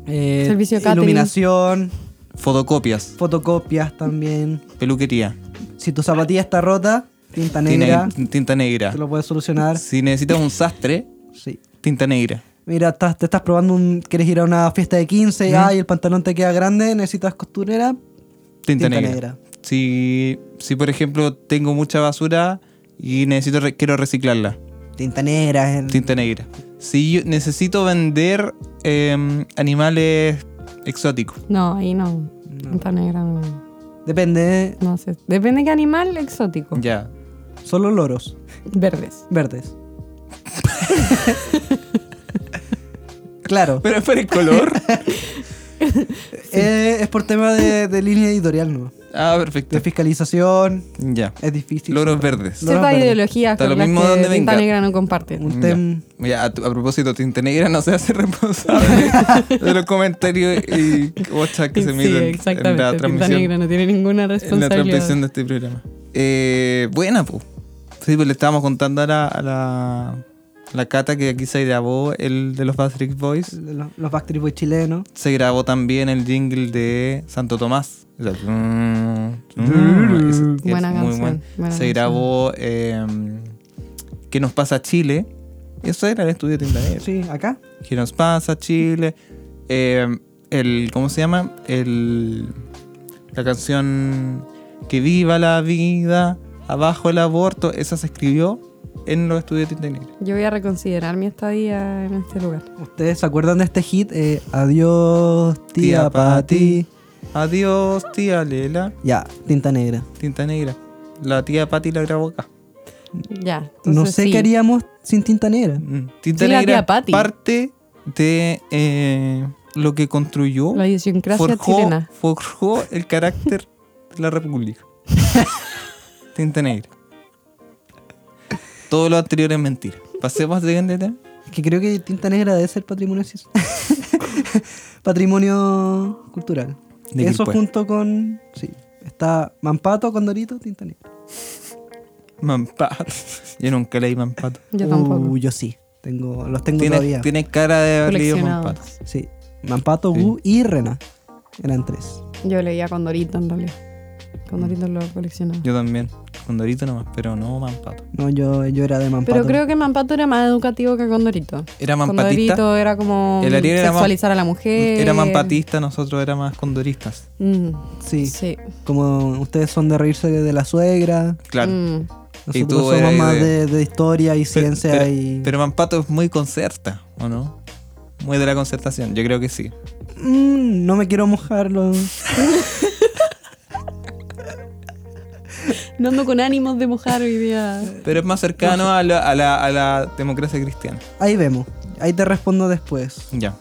Speaker 3: eh,
Speaker 2: Servicio de catering.
Speaker 3: iluminación,
Speaker 1: Fotocopias,
Speaker 3: fotocopias también.
Speaker 1: peluquería,
Speaker 3: Si tu zapatilla está rota, Tinta Negra
Speaker 1: tina- tinta negra.
Speaker 3: te lo puedes solucionar.
Speaker 1: Si necesitas un sastre,
Speaker 3: Sí.
Speaker 1: tinta negra.
Speaker 3: Mira, estás- te estás probando un. Quieres ir a una fiesta de 15, ay, el pantalón te queda grande, necesitas costurera.
Speaker 1: Tinta,
Speaker 3: Tinta
Speaker 1: negra.
Speaker 3: negra.
Speaker 1: Si, si, por ejemplo, tengo mucha basura y necesito re- quiero reciclarla,
Speaker 3: Tinta negra. eh, es el-
Speaker 1: tinta negra. Si yo necesito vender eh, animales exóticos,
Speaker 2: No, ahí no. Tinta negra no.
Speaker 3: Depende, ¿eh?
Speaker 2: No sé. Depende qué animal
Speaker 3: Oh.
Speaker 2: exótico.
Speaker 1: ya.
Speaker 3: solo loros
Speaker 2: Verdes.
Speaker 3: verdes. claro,
Speaker 1: Pero es por el color.
Speaker 3: eh, es por tema de, de línea editorial, ¿no?
Speaker 1: ah,
Speaker 3: De
Speaker 1: perfecto.
Speaker 3: fiscalización,
Speaker 1: Ya.
Speaker 3: es difícil.
Speaker 1: Loros verdes.
Speaker 3: Lo-
Speaker 2: Sepa
Speaker 3: verdes.
Speaker 2: ideologías
Speaker 1: Está
Speaker 2: con
Speaker 1: lo
Speaker 2: las
Speaker 1: mismo
Speaker 2: que
Speaker 1: donde
Speaker 2: tinta
Speaker 1: venga. Mm.
Speaker 2: negra no comparte.
Speaker 3: Un tem-
Speaker 1: Ya, Ya, a, tu- a propósito, Tinta Negra no se hace responsable de los comentarios y cosas que se
Speaker 2: Sí,
Speaker 1: miden en
Speaker 2: exactamente.
Speaker 1: la
Speaker 2: tinta
Speaker 1: transmisión.
Speaker 2: negra no tiene ninguna
Speaker 1: en la transmisión
Speaker 2: responsabilidad.
Speaker 1: de este programa. Eh, buena, pues. Sí, pues le estábamos contando a la, a la, a la Cata que aquí se grabó el de los Patrick Boys.
Speaker 3: lo- los Backstreet Boys chilenos.
Speaker 1: Se grabó también el jingle de Santo Tomás. O sea, mm, es- es
Speaker 2: Buena
Speaker 1: muy
Speaker 2: canción,
Speaker 1: bueno.
Speaker 2: buena
Speaker 1: se
Speaker 2: canción.
Speaker 1: grabó eh, ¿Qué nos pasa Chile? Eso era el estudio de Tinta Negra.
Speaker 3: Sí, acá.
Speaker 1: ¿Qué nos pasa, Chile? Eh, el, ¿Cómo se llama? El, la canción Que viva la vida, abajo el aborto, esa se escribió en los estudios de Tinta Negra.
Speaker 2: Yo voy a reconsiderar mi estadía en este lugar.
Speaker 3: ¿Ustedes se acuerdan de este hit? Eh, Adiós, tía Pati.
Speaker 1: Adiós, tía Lela,
Speaker 3: Ya, tinta negra.
Speaker 1: Tinta Negra. la tía Patty la grabó acá.
Speaker 2: Ya.
Speaker 3: No
Speaker 2: entonces
Speaker 3: sé
Speaker 2: sí.
Speaker 3: qué haríamos sin tinta negra.
Speaker 1: Mm. Tinta
Speaker 2: Sí, la
Speaker 1: Negra
Speaker 2: tía Patty.
Speaker 1: parte de eh, lo que construyó,
Speaker 2: La idiosincrasia
Speaker 1: forjó,
Speaker 2: chilena.
Speaker 1: forjó el carácter de la República. Tinta Negra. Todo lo anterior es mentira. Pasemos de siguiente tema.
Speaker 3: Es que creo que tinta negra debe ser patrimonio cis- patrimonio cultural.
Speaker 1: De
Speaker 3: Eso
Speaker 1: Quilpué.
Speaker 3: junto con. Sí. Está Mampato, Condorito, tinta negra.
Speaker 1: Mampato. Yo nunca leí Mampato.
Speaker 2: Yo tampoco.
Speaker 3: Uh, yo sí. Tengo, los tengo
Speaker 1: Tienes,
Speaker 3: todavía.
Speaker 1: tienes cara de haber leído Mampato.
Speaker 2: Coleccionados.
Speaker 3: Sí. Mampato,
Speaker 1: Sí.
Speaker 3: Wu y Rena. Eran tres.
Speaker 2: Yo leía Condorito en realidad. Condorito lo coleccionaba.
Speaker 1: Yo también. Condorito nomás, pero no Mampato.
Speaker 3: No, yo, yo era de Mampato.
Speaker 2: Pero creo que Mampato era más educativo que Condorito.
Speaker 1: Era mampatista.
Speaker 2: Condorito era como
Speaker 1: El Ariel era
Speaker 2: sexualizar a la mujer.
Speaker 1: Era mampatista, nosotros éramos condoristas.
Speaker 2: Mm,
Speaker 3: Sí.
Speaker 2: sí.
Speaker 3: Como ustedes son de reírse de la suegra.
Speaker 1: Claro.
Speaker 2: Mm.
Speaker 1: Y
Speaker 3: Nosotros
Speaker 1: tú
Speaker 3: somos
Speaker 1: eras
Speaker 3: más
Speaker 1: de-
Speaker 3: de, de historia y ciencia
Speaker 1: pero,
Speaker 3: y.
Speaker 1: pero Mampato es muy concerta, ¿o no? Muy de la concertación, yo creo que sí.
Speaker 3: Mm, no me quiero mojarlo.
Speaker 2: No ando con ánimos de mojar hoy día.
Speaker 1: Pero es más cercano a, la, a la- a la democracia cristiana.
Speaker 3: Ahí vemos. Ahí te respondo después.
Speaker 1: Ya.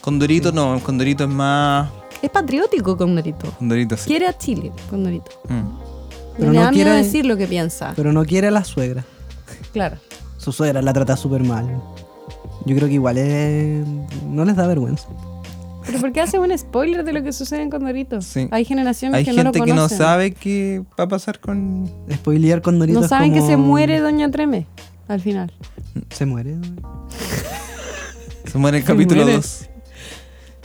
Speaker 1: Condorito no, Condorito es más.
Speaker 2: Es patriótico Condorito.
Speaker 1: Condorito sí.
Speaker 2: Quiere a Chile, Condorito.
Speaker 1: Mm.
Speaker 3: Pero
Speaker 2: le
Speaker 3: no
Speaker 2: da miedo
Speaker 3: quiere-
Speaker 2: decir lo que piensa.
Speaker 3: Pero no quiere a la suegra.
Speaker 2: Claro.
Speaker 3: Su suegra la trata súper mal. Yo creo que igual es... no les da vergüenza.
Speaker 2: Pero ¿por qué hace un spoiler de lo que sucede en Condorito?
Speaker 1: Sí.
Speaker 2: Hay generaciones
Speaker 1: Hay
Speaker 2: que no lo
Speaker 1: gente que
Speaker 2: conocen.
Speaker 1: no sabe qué va a pasar con.
Speaker 3: Spoilear con Dorito
Speaker 2: No
Speaker 3: es
Speaker 2: saben
Speaker 3: como-
Speaker 2: que se muere Doña Treme al final.
Speaker 3: Se muere.
Speaker 1: Se muere el
Speaker 2: Se
Speaker 1: capítulo
Speaker 2: muere.
Speaker 1: 2.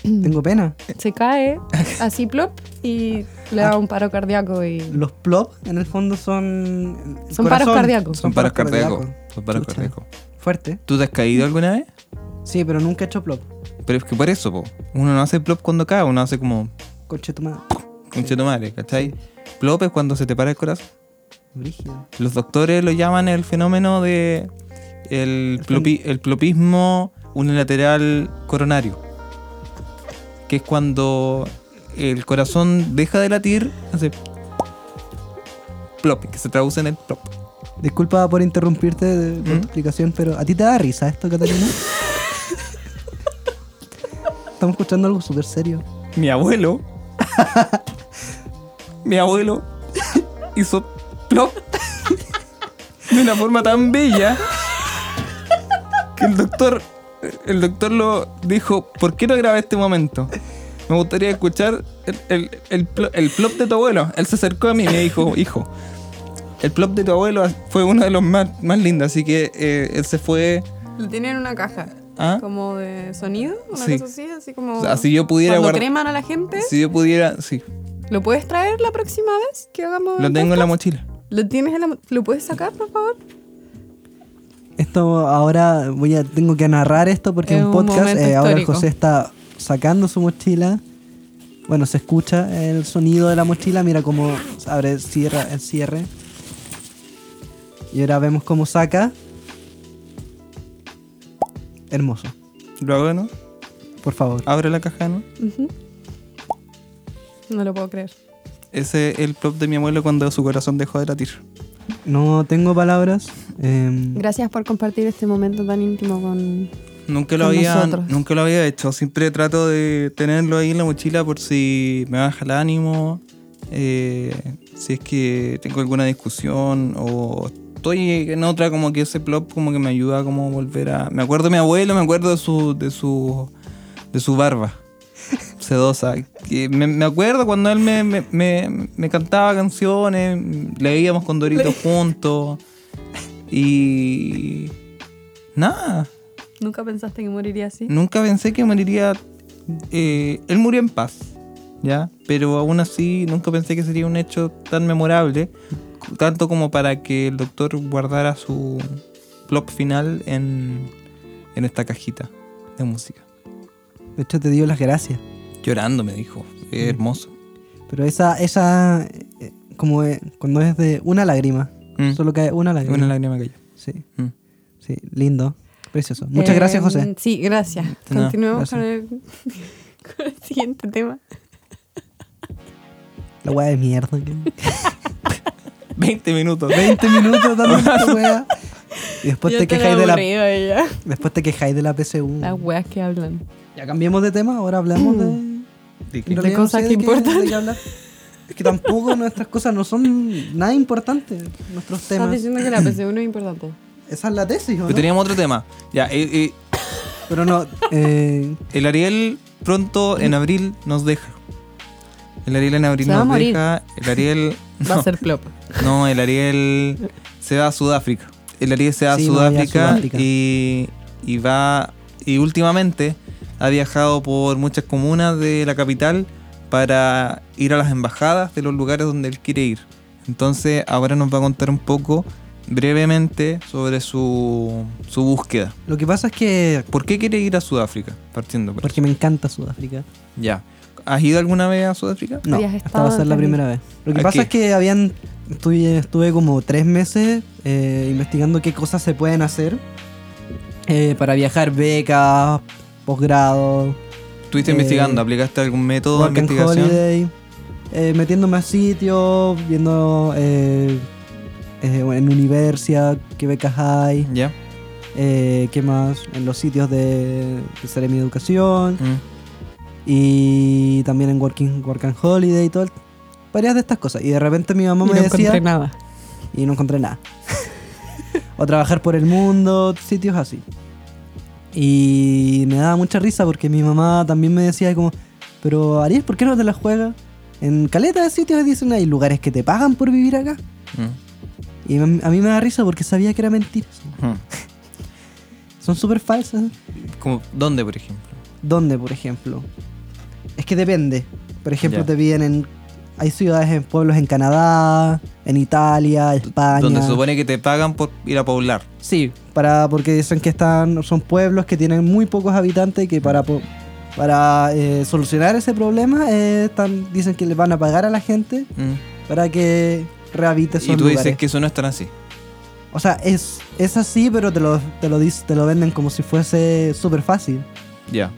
Speaker 3: Tengo pena.
Speaker 1: Eh.
Speaker 2: Se cae así plop y le da un paro cardíaco y
Speaker 3: Los plop en el fondo son. el
Speaker 2: Son paros
Speaker 3: corazón.
Speaker 2: cardíacos.
Speaker 1: Son paros cardíacos.
Speaker 3: cardíacos.
Speaker 1: Son paros
Speaker 3: Chucha.
Speaker 1: cardíacos.
Speaker 3: Fuerte.
Speaker 1: ¿Tú te has caído alguna vez?
Speaker 3: Sí, pero nunca he hecho plop.
Speaker 1: Pero es que por eso, po. uno no hace plop cuando cae, uno hace como.
Speaker 3: Coche toma.
Speaker 1: Conchetumare, ¿cachai? Plop es cuando se te para el corazón.
Speaker 3: Brígido.
Speaker 1: Los doctores lo llaman el fenómeno de el, plopi- el plopismo unilateral coronario. Que es cuando el corazón deja de latir, hace plop, que se traduce en el plop.
Speaker 3: Disculpa por interrumpirte de- por
Speaker 1: ¿Mm?
Speaker 3: tu explicación, pero ¿a ti te da risa esto, Catalina? Estamos escuchando algo súper serio.
Speaker 1: Mi abuelo. mi abuelo hizo plop de una forma tan bella que el doctor el doctor lo dijo, ¿por qué no grabé este momento? Me gustaría escuchar el, el- el plo- el plop de tu abuelo. Él se acercó a mí y me dijo, hijo, el plop de tu abuelo fue uno de los más, más lindos, así que eh, él se fue...
Speaker 2: Lo tienen en una caja.
Speaker 1: ¿Ah?
Speaker 2: Como de sonido, una
Speaker 1: Sí.
Speaker 2: cosa así, así como.
Speaker 1: O sea, si yo pudiera
Speaker 2: Cuando
Speaker 1: guard-
Speaker 2: creman a la gente,
Speaker 1: Si yo pudiera... Sí,
Speaker 2: ¿lo puedes traer la próxima vez que hagamos.?
Speaker 1: lo
Speaker 2: el
Speaker 1: tengo en la
Speaker 2: podcast?
Speaker 1: mochila.
Speaker 2: ¿Lo tienes en la mo- ¿Lo puedes sacar, por favor?
Speaker 3: Esto ahora voy a, tengo que narrar esto porque
Speaker 2: Es
Speaker 3: un
Speaker 2: un
Speaker 3: podcast.
Speaker 2: momento
Speaker 3: eh, ahora el
Speaker 2: histórico.
Speaker 3: José está sacando su mochila. Bueno, se escucha el sonido de la mochila. Mira cómo abre, cierra el cierre. Y ahora vemos cómo saca. Hermoso,
Speaker 1: Lo hago, ¿no?
Speaker 3: por favor.
Speaker 1: Abre la caja, ¿no?
Speaker 2: No lo puedo creer.
Speaker 1: Ese es el plop de mi abuelo cuando su corazón dejó de latir.
Speaker 3: No tengo palabras. em,
Speaker 2: Gracias por compartir este momento tan íntimo con.
Speaker 1: Nunca lo,
Speaker 2: Con
Speaker 1: había,
Speaker 2: nosotros.
Speaker 1: nunca lo había hecho. Siempre trato de tenerlo ahí en la mochila por si me baja el ánimo, eh, si es que tengo alguna discusión o estoy en otra como que ese plop como que me ayuda como volver a... Me acuerdo de mi abuelo, me acuerdo de su, de su, de su barba sedosa. Que me, me acuerdo cuando él me, me- me- me cantaba canciones, leíamos con Dorito juntos y... Nada.
Speaker 2: Nunca pensaste que moriría
Speaker 3: Mm,
Speaker 2: así.
Speaker 1: Nunca pensé que moriría. eh, él murió en paz, ¿ya? Pero aún así, nunca pensé que sería un hecho tan memorable, cu- tanto como para que el doctor guardara su plop final en, en esta cajita de música.
Speaker 3: de hecho, te dio las gracias.
Speaker 1: Llorando, me dijo. Qué hermoso.
Speaker 3: Pero esa, esa, eh, como eh, cuando es de una lágrima.
Speaker 1: Mm.
Speaker 3: Solo cae una lágrima.
Speaker 1: Una lágrima cayó.
Speaker 3: Sí.
Speaker 1: Mm.
Speaker 3: Sí, lindo. Precioso. Muchas
Speaker 2: Eh,
Speaker 3: gracias, José.
Speaker 2: Sí, gracias.
Speaker 1: nada,
Speaker 2: Continuemos
Speaker 3: gracias.
Speaker 2: con el, con el siguiente tema.
Speaker 3: La weá de mierda. que-
Speaker 1: 20 minutos.
Speaker 3: 20 minutos dando esta wea. Y después
Speaker 2: Yo
Speaker 3: Pues
Speaker 2: tan
Speaker 3: te quejáis de la.
Speaker 2: aburrida ella.
Speaker 3: Después te quejáis de la PSU.
Speaker 2: Las weas que hablan.
Speaker 3: Ya cambiemos de tema, ahora hablamos de. en realidad
Speaker 2: De
Speaker 3: no
Speaker 2: cosas
Speaker 3: sé
Speaker 2: que
Speaker 3: de qué-
Speaker 2: importan.
Speaker 3: de qué hablar. Es que tampoco nuestras cosas no son nada importantes, nuestros
Speaker 2: Estás
Speaker 3: temas.
Speaker 2: diciendo que la PC1 es importante.
Speaker 3: Esa es la tesis, ¿o
Speaker 1: Pero
Speaker 3: ¿no?
Speaker 1: teníamos otro tema. Ya, eh, eh,
Speaker 3: Pero no, eh,
Speaker 1: el Ariel pronto en abril nos deja. El Ariel en abril
Speaker 2: Se va
Speaker 1: nos
Speaker 2: a morir.
Speaker 1: deja. El Ariel.
Speaker 2: Va
Speaker 1: no.
Speaker 2: a ser flop.
Speaker 1: No, el Ariel se va a Sudáfrica. El Ariel se va
Speaker 3: Sí,
Speaker 1: a
Speaker 3: no, ya
Speaker 1: Sudáfrica,
Speaker 3: Sudáfrica.
Speaker 1: Y, y va. Y últimamente ha viajado por muchas comunas de la capital para ir a las embajadas de los lugares donde él quiere ir. Entonces, ahora nos va a contar un poco brevemente sobre su, su búsqueda.
Speaker 3: lo que pasa es que.
Speaker 1: ¿Por qué quiere ir a Sudáfrica? Partiendo por ahí.
Speaker 3: Porque me encanta Sudáfrica.
Speaker 1: Ya. ¿Has ido alguna vez a Sudáfrica?
Speaker 3: No,
Speaker 2: Habías
Speaker 3: esta
Speaker 2: estado
Speaker 3: va a ser la
Speaker 2: también.
Speaker 3: primera vez. Lo que
Speaker 1: ¿A
Speaker 3: pasa
Speaker 1: qué?
Speaker 3: es que habían. Estuve, estuve como tres meses eh, investigando qué cosas se pueden hacer eh, para viajar, becas, posgrado,
Speaker 1: ¿Estuviste
Speaker 3: Eh,
Speaker 1: investigando? ¿Aplicaste algún método de
Speaker 3: work and
Speaker 1: investigación?
Speaker 3: holiday, eh, metiéndome a sitios, viendo eh, eh, bueno, en universidad qué becas hay,
Speaker 1: Ya.
Speaker 3: eh, qué más, en los sitios de, de Seremi Educación
Speaker 1: Mm.
Speaker 3: y también en Working, Work and Holiday y todo. el- varias de estas cosas. Y de repente mi mamá
Speaker 2: Y no
Speaker 3: me decía.
Speaker 2: encontré nada.
Speaker 3: y no encontré nada. o trabajar por el mundo, sitios así. Y me daba mucha risa porque mi mamá también me decía como, pero Ariel, ¿por qué no te la juegas? En caleta de sitios dicen, hay lugares que te pagan por vivir acá.
Speaker 1: Mm.
Speaker 3: Y a mí me da risa porque sabía que era mentira.
Speaker 1: Ujú.
Speaker 3: Son súper falsas.
Speaker 1: Como, ¿Dónde, por ejemplo?
Speaker 3: ¿Dónde, por ejemplo? Es que depende. Por ejemplo,
Speaker 1: Ya.
Speaker 3: te piden en... Hay ciudades en pueblos en Canadá, en Italia, España.
Speaker 1: Donde se supone que te pagan por ir a poblar.
Speaker 3: Sí, para, porque dicen que están, son pueblos que tienen muy pocos habitantes y que para, po- para eh, solucionar ese problema eh, están, dicen que le van a pagar a la gente
Speaker 1: Mm.
Speaker 3: para que rehabilite esos
Speaker 1: Y tú
Speaker 3: lugares.
Speaker 1: dices que eso no es tan así.
Speaker 3: O sea, es, es así, pero te lo, te, lo dis- te lo venden como si fuese súper fácil.
Speaker 1: Ya.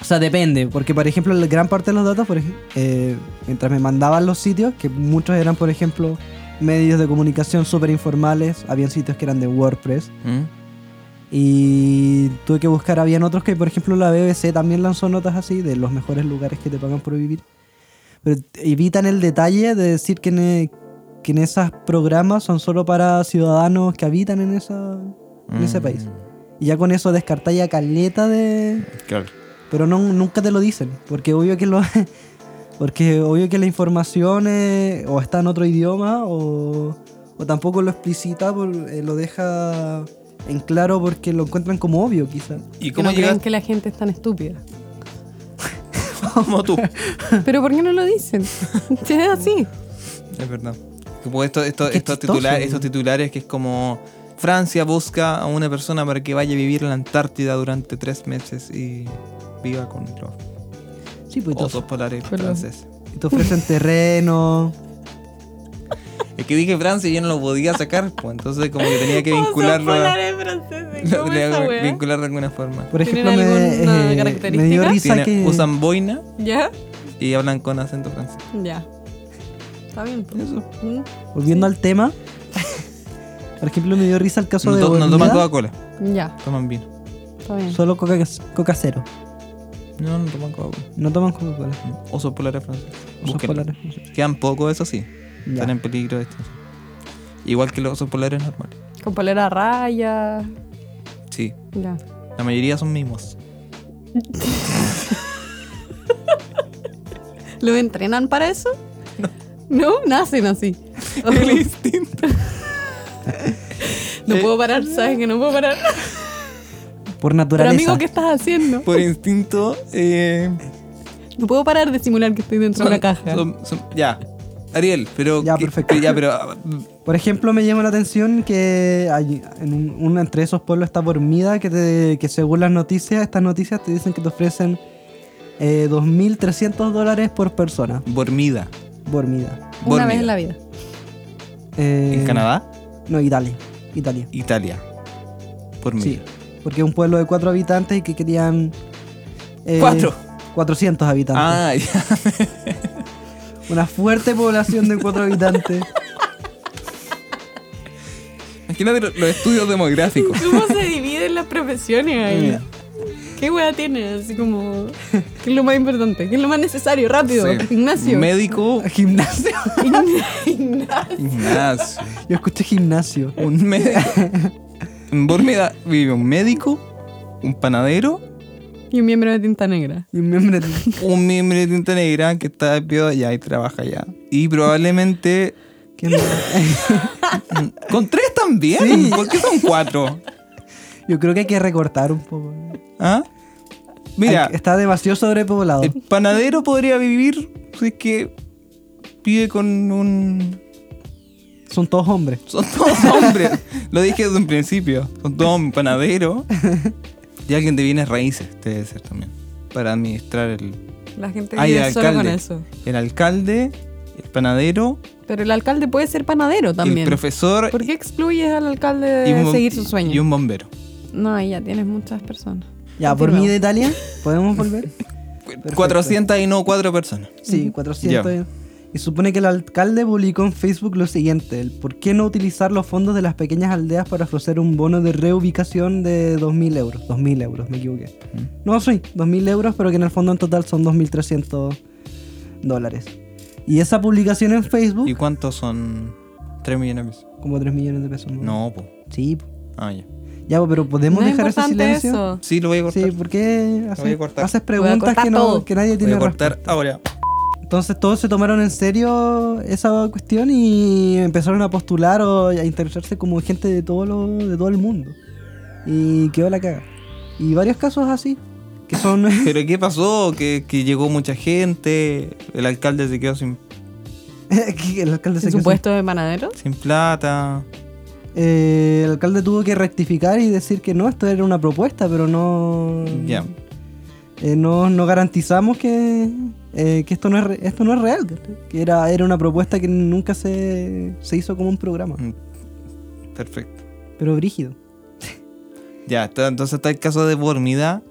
Speaker 3: O sea, depende, porque por ejemplo, la gran parte de los datos, por ej- eh, mientras me mandaban los sitios, que muchos eran, por ejemplo, medios de comunicación súper informales, habían sitios que eran de WordPress.
Speaker 1: Mm.
Speaker 3: Y tuve que buscar, habían otros que, por ejemplo, la BBC también lanzó notas así, de los mejores lugares que te pagan por vivir. Pero evitan el detalle de decir que en, e- que en esos programas son solo para ciudadanos que habitan en, esa, en ese
Speaker 1: Mm.
Speaker 3: país. Y ya con eso descartáis a caleta de...
Speaker 1: Claro.
Speaker 3: Pero no, nunca te lo dicen, porque obvio que lo... Porque obvio que la información eh, o está en otro idioma o, o tampoco lo explicita, por- eh, lo deja en claro porque lo encuentran como obvio quizás.
Speaker 1: ¿Y
Speaker 2: Que
Speaker 1: cómo
Speaker 2: no crean
Speaker 1: llegaste
Speaker 2: que la gente es tan estúpida.
Speaker 1: como tú?
Speaker 2: Pero ¿por qué no lo dicen? Si es así.
Speaker 1: es verdad. Como esto- esto-
Speaker 3: Qué
Speaker 1: estos,
Speaker 3: chistoso.
Speaker 1: titulares, estos titulares que es como Francia busca a una persona para que vaya a vivir en la Antártida durante tres meses y viva con los
Speaker 3: Sí, pues y te,
Speaker 1: osos polares
Speaker 2: Perdón.
Speaker 1: franceses.
Speaker 3: y te ofrecen terreno.
Speaker 1: Es que dije Francia y yo no lo podía sacar, pues entonces como que tenía que vincularlo a-
Speaker 2: ¿eh?
Speaker 1: lo tenía que vincular de alguna forma.
Speaker 3: Por
Speaker 2: ¿Tienen
Speaker 3: ejemplo, me,
Speaker 2: alguna
Speaker 3: eh,
Speaker 2: característica?
Speaker 3: me dio risa
Speaker 1: Tiene-
Speaker 3: que...
Speaker 1: Usan boina
Speaker 2: ¿Ya?
Speaker 1: y hablan con acento francés.
Speaker 2: Ya. Está bien. pues. ¿Mm?
Speaker 3: Volviendo al tema. Por ejemplo, me dio risa el caso
Speaker 1: No,
Speaker 3: de...
Speaker 1: to- no toman
Speaker 3: Bolivia,
Speaker 1: Coca-Cola,
Speaker 2: Ya,
Speaker 1: toman vino.
Speaker 2: está bien.
Speaker 3: Solo coca, coca cero.
Speaker 1: No, no toman Coca-Cola.
Speaker 3: No toman Coca-Cola.
Speaker 1: Osos polares franceses.
Speaker 3: Osos
Speaker 1: Búsquenlo.
Speaker 3: polares, no sé.
Speaker 1: Quedan pocos, eso sí.
Speaker 3: Ya.
Speaker 1: Están en peligro de extinción. Igual que los osos polares normales.
Speaker 2: Con polera a raya.
Speaker 1: Sí,
Speaker 2: Ya.
Speaker 1: la mayoría son mimos.
Speaker 2: ¿Lo entrenan para eso? No. nacen así. Oh. El instinto. no puedo parar, sabes que no puedo parar.
Speaker 3: Por
Speaker 2: Pero
Speaker 3: naturaleza.
Speaker 2: amigo, ¿qué estás haciendo?
Speaker 1: Por instinto, eh,
Speaker 2: No puedo parar de simular que estoy dentro de una
Speaker 1: son-
Speaker 2: caja.
Speaker 1: son- son- ya. Ariel, pero.
Speaker 3: Ya,
Speaker 1: que-
Speaker 3: perfecto.
Speaker 1: que- ya, pero. ah, mm,
Speaker 3: Por ejemplo, me llama la atención que hay- en un- uno entre esos pueblos está por Mida, que, te- que según las noticias, estas noticias te dicen que te ofrecen eh, 2.300 dólares por persona,
Speaker 1: Bormida.
Speaker 3: por Mida.
Speaker 2: Una
Speaker 1: Bormida.
Speaker 2: vez en la vida.
Speaker 3: Eh,
Speaker 1: ¿En Canadá?
Speaker 3: No, Italia. Italia.
Speaker 1: Italia. Bormida.
Speaker 3: Sí, porque es un pueblo de cuatro habitantes y que querían... eh,
Speaker 1: ¿Cuatro?
Speaker 3: 400 habitantes.
Speaker 1: Ah, ya.
Speaker 3: Una fuerte población de cuatro habitantes.
Speaker 1: Imagínate lo- los estudios demográficos.
Speaker 7: ¿Cómo se dividen las profesiones
Speaker 2: Eh.
Speaker 7: ahí? ¿Qué hueá tienes? Así como. ¿Qué es lo más importante? ¿Qué es lo más necesario? Rápido.
Speaker 1: Sí.
Speaker 7: Ignacio.
Speaker 1: Médico,
Speaker 3: Gimnasio.
Speaker 7: Ignacio.
Speaker 1: gimnasio.
Speaker 3: Yo escuché gimnasio.
Speaker 1: Un médico. En Bórmeda vive un médico, un panadero,
Speaker 7: Y un miembro de tinta negra.
Speaker 3: Y un miembro de-
Speaker 1: un miembro de tinta negra que está de pie allá y trabaja allá. Y probablemente.
Speaker 3: ¿Qué más?
Speaker 1: ¿Con tres también? ¿Por qué son cuatro?
Speaker 3: Yo creo que hay que recortar un poco.
Speaker 1: ¿Ah? Mira,
Speaker 3: Hay- Está demasiado sobrepoblado.
Speaker 1: el panadero podría vivir si es que vive con un.
Speaker 3: Son todos hombres.
Speaker 1: Son todos hombres. Lo dije desde un principio. Son todos un panadero. Y alguien de bienes raíces, te debe ser también. Para administrar el.
Speaker 7: La gente
Speaker 1: Ah, y
Speaker 7: vive
Speaker 1: el
Speaker 7: solo con
Speaker 1: alcalde.
Speaker 7: eso.
Speaker 1: El alcalde, el panadero,
Speaker 7: Pero el alcalde puede ser panadero
Speaker 1: el
Speaker 7: también.
Speaker 1: profesor
Speaker 7: ¿Por qué excluyes al alcalde de
Speaker 1: y un bom-
Speaker 7: seguir su sueño?
Speaker 1: Y un bombero.
Speaker 7: No, ahí ya tienes muchas personas.
Speaker 3: Ya, por
Speaker 7: Continuemos.
Speaker 3: mí de Italia, ¿podemos volver?
Speaker 1: 400 y no cuatro personas.
Speaker 3: Sí, 400. Y supone que el alcalde publicó en Facebook lo siguiente, el por qué no utilizar los fondos de las pequeñas aldeas para ofrecer un bono de reubicación de 2.000 euros. 2.000 euros, me equivoqué.
Speaker 1: Mm.
Speaker 3: No, sí, 2.000 euros, pero que en el fondo en total son 2.300 dólares. Y esa publicación en Facebook,
Speaker 1: ¿Y cuántos son? 3 millones de pesos.
Speaker 3: como 3 millones de pesos.
Speaker 1: No, po.
Speaker 3: Sí, po.
Speaker 1: Ah, ya.
Speaker 3: ya, po, pero ¿podemos
Speaker 7: no es
Speaker 3: dejar ese
Speaker 7: importante
Speaker 3: silencio?
Speaker 7: eso.
Speaker 1: Sí, lo voy a cortar.
Speaker 3: Sí, ¿por qué
Speaker 1: Voy a
Speaker 3: haces,
Speaker 1: cortar.
Speaker 3: haces
Speaker 7: a
Speaker 3: preguntas
Speaker 7: cortar
Speaker 3: que, no-
Speaker 7: todo.
Speaker 3: que nadie
Speaker 1: voy
Speaker 3: tiene
Speaker 1: a
Speaker 3: respuesta?
Speaker 1: cortar ahora.
Speaker 3: Entonces todos se tomaron en serio esa cuestión y empezaron a postular o a interesarse como gente de todo, lo, de todo el mundo. Y quedó la caga. Y varios casos así, que son...
Speaker 1: ¿Pero qué pasó? Que, que llegó mucha gente, el alcalde se quedó sin,
Speaker 3: que el alcalde se
Speaker 7: ¿Es
Speaker 3: quedó
Speaker 7: un
Speaker 3: sin-
Speaker 7: puesto de panadero?
Speaker 1: sin plata.
Speaker 3: Eh, el alcalde tuvo que rectificar y decir que no, esto era una propuesta, pero no...
Speaker 7: Mm.
Speaker 1: Ya.
Speaker 3: eh, no, no garantizamos que, eh, que esto, no es, re- esto no es real, ¿cachai? que era, era una propuesta que nunca se, se hizo como un programa,
Speaker 1: Mm. Perfecto.
Speaker 3: pero brígido.
Speaker 1: Ya, está- entonces está el caso de Bormida,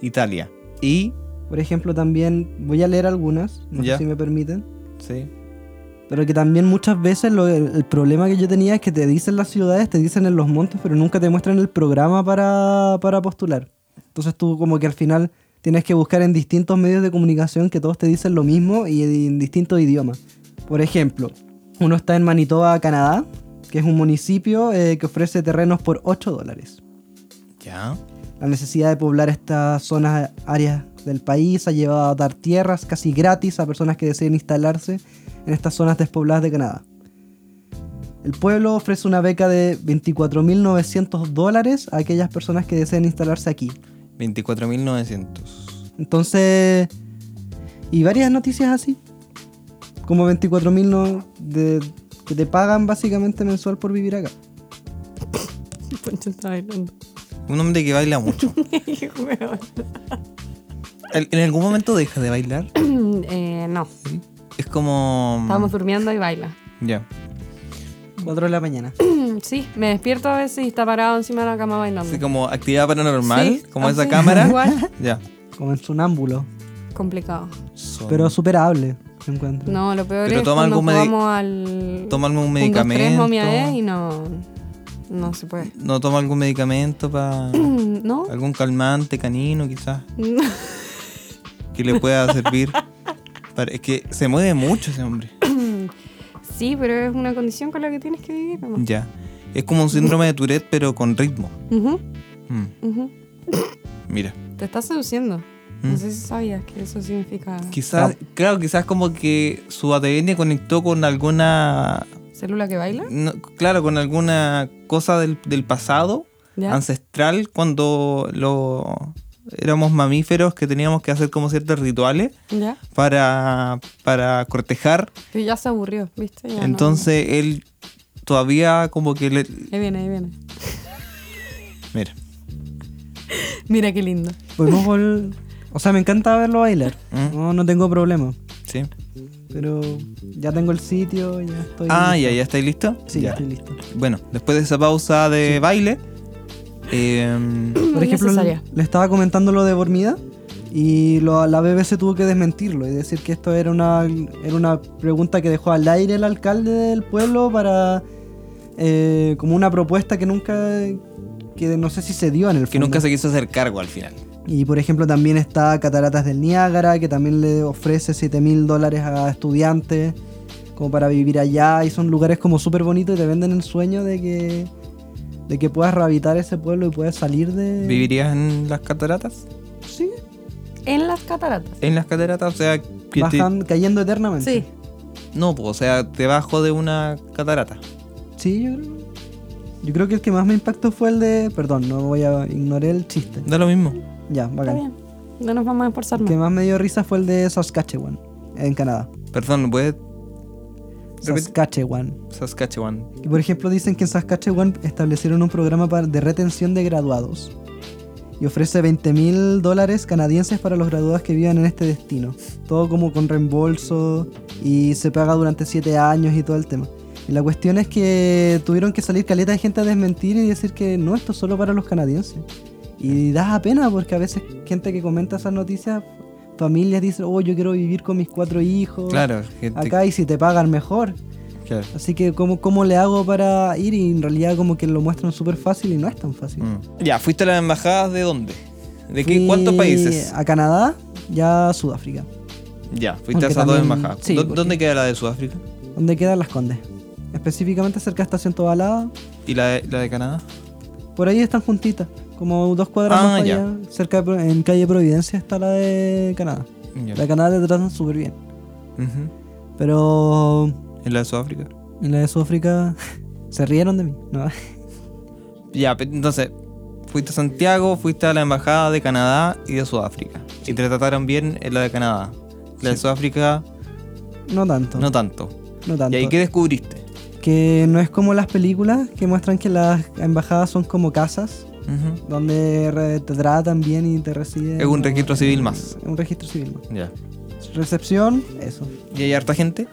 Speaker 1: Italia. Y.
Speaker 3: Por ejemplo, también voy a leer algunas, no
Speaker 1: Ya.
Speaker 3: sé si me permiten.
Speaker 1: Sí.
Speaker 3: Pero que también muchas veces lo- el, el problema que yo tenía es que te dicen las ciudades, te dicen en los montes, pero nunca te muestran el programa para, para postular. Entonces tú como que al final tienes que buscar en distintos medios de comunicación que todos te dicen lo mismo y en distintos idiomas. Por ejemplo, uno está en Manitoba, Canadá, que es un municipio eh, que ofrece terrenos por 8 dólares.
Speaker 1: Ya.
Speaker 3: La necesidad de poblar estas zonas, áreas del país, ha llevado a dar tierras casi gratis a personas que deseen instalarse en estas zonas despobladas de Canadá. El pueblo ofrece una beca de 24.900 dólares a aquellas personas que deseen instalarse aquí.
Speaker 1: 24.900.
Speaker 3: Entonces, y varias noticias así, como 24.000 no- de- que te pagan básicamente mensual por vivir acá.
Speaker 7: Poncho está bailando.
Speaker 1: Un hombre que baila mucho.
Speaker 7: Qué hueón.
Speaker 1: ¿En en algún momento deja de bailar?
Speaker 7: eh, no,
Speaker 1: Es como. mm,
Speaker 7: estábamos durmiendo y baila.
Speaker 1: Ya.
Speaker 3: 4 de la mañana.
Speaker 7: Sí, me despierto a veces y está parado encima de la cama bailando.
Speaker 1: Así como actividad paranormal,
Speaker 7: Sí,
Speaker 1: como esa
Speaker 7: así,
Speaker 1: cámara.
Speaker 7: igual.
Speaker 1: Ya.
Speaker 3: Como en sonámbulo,
Speaker 7: Complicado.
Speaker 1: Son-
Speaker 3: pero superable, yo encuentro.
Speaker 7: No, lo peor
Speaker 1: Pero
Speaker 7: es
Speaker 1: toma
Speaker 7: cuando
Speaker 1: algún medi-
Speaker 7: jugamos al...
Speaker 1: toma
Speaker 7: un,
Speaker 1: algún
Speaker 7: dos, tres,
Speaker 1: medicamento.
Speaker 7: momia, eh, y no... No se puede.
Speaker 1: No toma algún medicamento para.
Speaker 7: ¿No?
Speaker 1: algún calmante canino, quizás. Que le pueda servir. Para- es que se mueve mucho ese hombre.
Speaker 7: Sí, pero es una condición con la que tienes que vivir. ¿no?
Speaker 1: Ya. Es como un síndrome de Tourette, pero con ritmo.
Speaker 7: Ujú,
Speaker 1: Mm,
Speaker 7: ujú.
Speaker 1: mira.
Speaker 7: Te estás seduciendo.
Speaker 1: Mm.
Speaker 7: No sé si sabías que eso significa
Speaker 1: Quizás, claro, quizás como que su ADN conectó con alguna.
Speaker 7: célula que baila.
Speaker 1: no, claro, con alguna cosa del, del pasado
Speaker 7: ¿Ya?
Speaker 1: ancestral cuando lo, éramos mamíferos que teníamos que hacer como ciertos rituales
Speaker 7: ¿Ya?
Speaker 1: para, para cortejar.
Speaker 7: Que ya se aburrió, ¿viste? Ya no-
Speaker 1: Entonces él todavía como que le...
Speaker 7: Ahí viene, ahí viene.
Speaker 1: Mira.
Speaker 7: Mira qué lindo.
Speaker 3: Podemos vol- O sea, me encanta verlo bailar.
Speaker 1: Mm.
Speaker 3: No, no tengo problema.
Speaker 1: Sí.
Speaker 3: Pero ya tengo el sitio, ya estoy.
Speaker 1: Ah, ya,
Speaker 3: listo.
Speaker 1: ya estáis listo.
Speaker 3: Sí, ya
Speaker 1: ya.
Speaker 3: estoy listo.
Speaker 1: Bueno, después de esa pausa de baile... em,
Speaker 7: No
Speaker 3: Por ejemplo, le,
Speaker 7: necesaria.
Speaker 3: le estaba comentando lo de Bormida y lo- la BBC tuvo que desmentirlo y decir que esto era una, era una pregunta que dejó al aire el alcalde del pueblo para eh, como una propuesta que nunca, que no sé si se dio en el
Speaker 1: Que
Speaker 3: fondo.
Speaker 1: nunca se quiso hacer cargo al final.
Speaker 3: Y por ejemplo también está Cataratas del Niágara, que también le ofrece 7 mil dólares a estudiantes como para vivir allá. Y son lugares como súper bonitos y te venden el sueño de que, de que puedas rehabilitar ese pueblo y puedas salir de...
Speaker 1: ¿Vivirías en las cataratas?
Speaker 3: Sí,
Speaker 2: En las cataratas.
Speaker 1: ¿En las cataratas? O sea, que te-
Speaker 3: bajan, cayendo eternamente.
Speaker 2: Sí.
Speaker 1: No, pues, o sea, debajo de una catarata.
Speaker 3: Sí, yo creo. Yo creo que el que más me impactó fue el de... Perdón, no voy a ignorar el chiste.
Speaker 1: Da lo mismo.
Speaker 3: Ya,
Speaker 2: Está
Speaker 3: bacán.
Speaker 2: bien. No nos vamos a esforzar
Speaker 3: El que
Speaker 2: más.
Speaker 3: más me dio risa fue el de Saskatchewan, en Canadá.
Speaker 1: Perdón, ¿puedes Repite.
Speaker 3: Saskatchewan.
Speaker 1: Saskatchewan.
Speaker 3: Y por ejemplo dicen que en Saskatchewan establecieron un programa para- de retención de graduados. Y ofrece 20 mil dólares canadienses para los graduados que vivan en este destino. Todo como con reembolso y se paga durante 7 años y todo el tema. Y la cuestión es que tuvieron que salir caleta de gente a desmentir y decir que no, esto es solo para los canadienses. Y da pena porque a veces gente que comenta esas noticias, familias dicen, oh, yo quiero vivir con mis cuatro hijos.
Speaker 1: Claro, gente.
Speaker 3: Acá y si te pagan mejor.
Speaker 1: claro.
Speaker 3: Así que, ¿cómo, ¿cómo le hago para ir? Y en realidad, como que lo muestran súper fácil y no es tan fácil.
Speaker 1: Mm. Ya, ¿fuiste a las embajadas de dónde? ¿De qué?
Speaker 3: Fui
Speaker 1: ¿Cuántos países?
Speaker 3: A Canadá y a Sudáfrica,
Speaker 1: Ya, fuiste a
Speaker 3: Aunque
Speaker 1: esas dos
Speaker 3: también-
Speaker 1: embajadas.
Speaker 3: sí,
Speaker 1: ¿Dó-
Speaker 3: porque-
Speaker 1: ¿Dónde queda la de Sudáfrica?
Speaker 3: donde quedan las Condes. Específicamente cerca de Estación Tobalada.
Speaker 1: ¿Y la de, la de Canadá?
Speaker 3: Por ahí están juntitas, como dos cuadras
Speaker 1: Ah,
Speaker 3: más para
Speaker 1: ya.
Speaker 3: allá. Cerca de Pro- en calle Providencia está la de Canadá.
Speaker 1: Ya.
Speaker 3: La de Canadá te tratan súper bien.
Speaker 1: Ujú.
Speaker 3: Pero
Speaker 1: ¿En la de Sudáfrica?
Speaker 3: en la de Sudáfrica se rieron de mí. ¿no?
Speaker 1: Ya, pe- entonces, fuiste a Santiago, fuiste a la embajada de Canadá y de Sudáfrica. Y te trataron bien en la de Canadá. La de Sudáfrica,
Speaker 3: No tanto.
Speaker 1: no tanto.
Speaker 3: no tanto.
Speaker 1: ¿Y ahí qué descubriste?
Speaker 3: Que no es como las películas que muestran que las embajadas son como casas.
Speaker 1: Ujú.
Speaker 3: donde re- te tratan bien y te reciben.
Speaker 1: Es un
Speaker 3: ¿no?
Speaker 1: registro civil más.
Speaker 3: Es un registro civil más.
Speaker 1: Ya.
Speaker 3: Recepción, eso.
Speaker 1: ¿Y hay harta gente?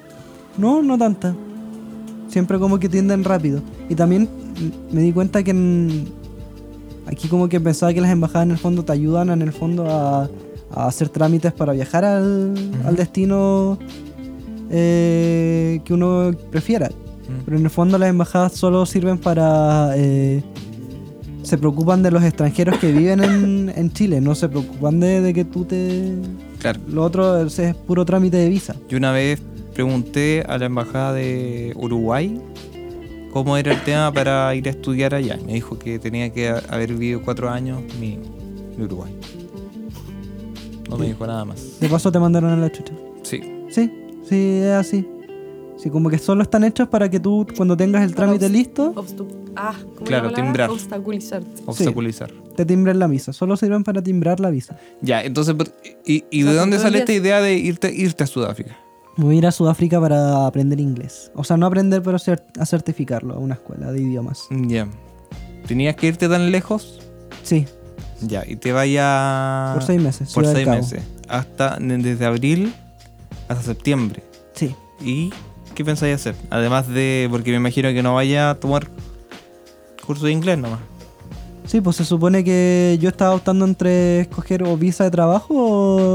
Speaker 3: No, no tanta. Siempre como que tienden rápido. Y también mm, me di cuenta que en- aquí como que pensaba que las embajadas en el fondo te ayudan en el fondo a, a hacer trámites para viajar al, al destino eh, que uno prefiera. Pero en el fondo las embajadas solo sirven para... eh, se preocupan de los extranjeros que viven en, en Chile, no se preocupan de, de que tú te...
Speaker 1: Claro.
Speaker 3: Lo otro es es puro trámite de visa.
Speaker 1: Yo una vez pregunté a la embajada de Uruguay cómo era el tema para ir a estudiar allá. Me dijo que tenía que ha- haber vivido cuatro años mínimo en Uruguay. No me dijo nada más.
Speaker 3: De paso te mandaron a la chucha.
Speaker 1: Sí.
Speaker 3: Sí, sí, es así. Sí, como que solo están hechos para que tú, cuando tengas el trámite listo,
Speaker 7: Obstu- ah, ¿cómo es la
Speaker 1: Claro,
Speaker 7: palabra?
Speaker 1: timbrar.
Speaker 7: Obstaculizarte.
Speaker 1: Obstaculizar.
Speaker 3: te timbren la visa. Solo sirven para timbrar la visa.
Speaker 1: Ya, entonces, por- ¿y, y de
Speaker 7: sea,
Speaker 1: dónde
Speaker 7: son
Speaker 1: sale
Speaker 7: dos
Speaker 1: esta idea de irte, irte a Sudáfrica?
Speaker 3: Me voy a ir a Sudáfrica para aprender inglés. O sea, no aprender, pero cer- a certificarlo a una escuela de idiomas.
Speaker 1: Ya. ¿Tenías que irte tan lejos?
Speaker 3: Sí,
Speaker 1: Ya, y te vaya...
Speaker 3: por seis meses.
Speaker 1: Por
Speaker 3: Ciudad del
Speaker 1: seis
Speaker 3: Cabo.
Speaker 1: meses. Hasta, desde abril hasta septiembre.
Speaker 3: Sí.
Speaker 1: ¿Y qué pensáis hacer? Además de, porque me imagino que no vaya a tomar curso de inglés nomás.
Speaker 3: Sí, pues se supone que yo estaba optando entre escoger o visa de trabajo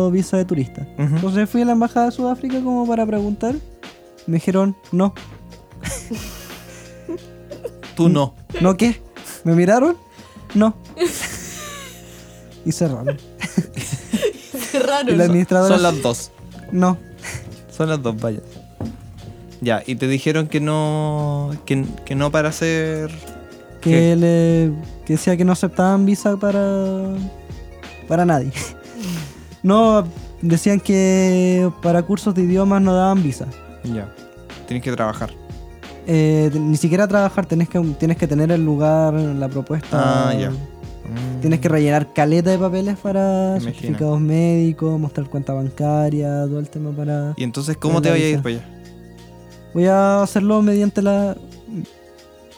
Speaker 3: o visa de turista.
Speaker 1: Ujú.
Speaker 3: Entonces fui a la embajada de Sudáfrica como para preguntar. Me dijeron, no,
Speaker 1: Tú no.
Speaker 3: ¿No qué? ¿Me miraron? No. Y cerraron.
Speaker 7: Qué raro.
Speaker 3: Y la administradora.
Speaker 1: Son las dos.
Speaker 3: No.
Speaker 1: Son las dos, vaya. Ya, y te dijeron que no. que, que no para hacer.
Speaker 3: Que, le, que decía que no aceptaban visa para. para nadie. No, decían que para cursos de idiomas no daban visa.
Speaker 1: Ya. Tienes que trabajar.
Speaker 3: Eh, ni siquiera trabajar, tenés que, tienes que tener el lugar, la propuesta.
Speaker 1: Ah, ya.
Speaker 3: Tienes que rellenar caleta de papeles para
Speaker 1: Imagino.
Speaker 3: certificados médicos, mostrar cuenta bancaria, todo el tema para.
Speaker 1: Y entonces, ¿cómo
Speaker 3: Con
Speaker 1: te
Speaker 3: la
Speaker 1: vaya a ir
Speaker 3: visa.
Speaker 1: para allá?
Speaker 3: Voy a hacerlo mediante la.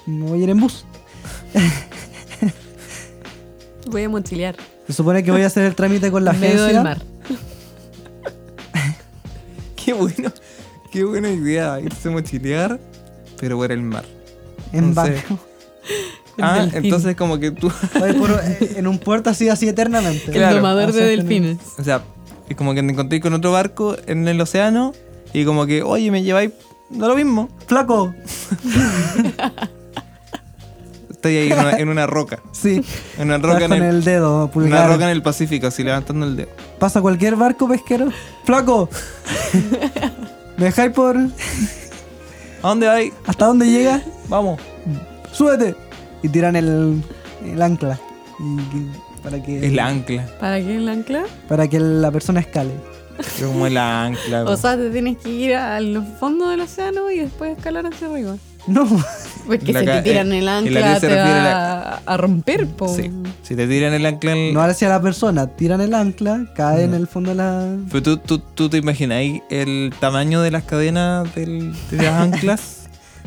Speaker 3: Me voy a ir en bus.
Speaker 7: Voy a mochilear.
Speaker 3: Se supone que voy a hacer el trámite con la
Speaker 7: En medio
Speaker 3: agencia.
Speaker 7: del mar.
Speaker 1: Qué bueno. Qué buena idea. Irse a mochilear, pero por el mar.
Speaker 3: En
Speaker 1: Entonces-
Speaker 3: barco.
Speaker 7: El
Speaker 1: ah,
Speaker 7: delfín.
Speaker 1: entonces, como que tú.
Speaker 3: Voy por- eh, en un puerto así, así eternamente.
Speaker 1: Claro.
Speaker 7: el domador de
Speaker 3: Así
Speaker 7: delfines.
Speaker 1: O sea, es como que te encontré con otro barco en el océano y como que, oye, me lleváis. No lo mismo.
Speaker 3: Flaco.
Speaker 1: Está ahí en una, en una roca.
Speaker 3: Sí.
Speaker 1: En una
Speaker 3: Estás
Speaker 1: roca en
Speaker 3: con el,
Speaker 1: el,
Speaker 3: dedo
Speaker 1: una
Speaker 3: pulgar.
Speaker 1: roca en el Pacífico, así levantando el dedo.
Speaker 3: Pasa cualquier barco pesquero. ¡Flaco! ¿Me dejáis por.
Speaker 1: ¿A dónde hay?
Speaker 3: hasta dónde llega?
Speaker 1: Vamos.
Speaker 3: ¡Súbete! Y tiran el, el ancla. Y- y- para que,
Speaker 1: El ancla.
Speaker 2: ¿Para qué el ancla?
Speaker 3: Para que la persona escale.
Speaker 1: Es como el ancla.
Speaker 2: O sea, te tienes que ir al fondo del océano y después escalar hacia arriba.
Speaker 3: No.
Speaker 2: Porque
Speaker 1: La
Speaker 2: si
Speaker 1: ca-
Speaker 2: Pues te tiran
Speaker 1: eh,
Speaker 2: el
Speaker 1: en la
Speaker 2: ancla,
Speaker 1: que se
Speaker 2: te
Speaker 1: refiere
Speaker 2: va a romper, po.
Speaker 1: Sí. Si te tiran el ancla en-
Speaker 3: No hacia la persona. Tiran el ancla, cae en el fondo de la.
Speaker 1: Pero tú, tú, tú te imagináis el tamaño de las cadenas del- de las anclas.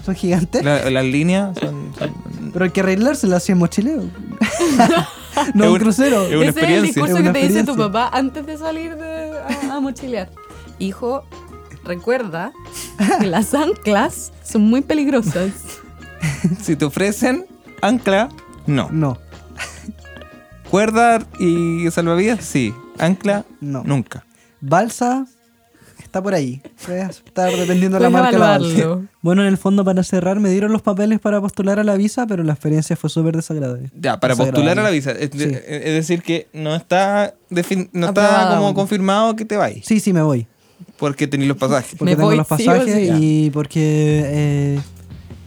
Speaker 3: Son gigantes.
Speaker 1: La- las líneas son. son-
Speaker 3: Pero hay que arreglárselo así en mochileo. no
Speaker 1: Es
Speaker 3: un
Speaker 1: un-
Speaker 3: crucero.
Speaker 1: es una
Speaker 2: Ese es el
Speaker 1: experiencia.
Speaker 2: discurso que
Speaker 3: Es una
Speaker 2: te dice tu
Speaker 3: experiencia.
Speaker 2: papá antes de salir de- a, a mochilear. Hijo, recuerda que las anclas son muy peligrosas.
Speaker 1: Si te ofrecen ancla, no.
Speaker 3: No,
Speaker 1: Cuerda y salvavidas, sí. Ancla,
Speaker 3: No.
Speaker 1: Nunca.
Speaker 3: balsa está por ahí. Puedes aceptar dependiendo de la
Speaker 2: Puedes
Speaker 3: marca de la balsa.
Speaker 2: evaluarlo.
Speaker 3: Bueno, en el fondo, para cerrar, me dieron los papeles para postular a la visa, pero la experiencia fue súper desagradable.
Speaker 1: Ya, para postular a la visa. Es,
Speaker 3: Sí.
Speaker 1: es decir, que no está, defin- no está
Speaker 2: Aprobado
Speaker 1: como
Speaker 2: aún.
Speaker 1: confirmado que te vais.
Speaker 3: Sí, sí, me voy.
Speaker 1: Porque tenéis los pasajes.
Speaker 3: Porque
Speaker 2: Me
Speaker 3: tengo
Speaker 2: voy,
Speaker 3: los
Speaker 2: sí o sí.
Speaker 3: pasajes y porque. eh,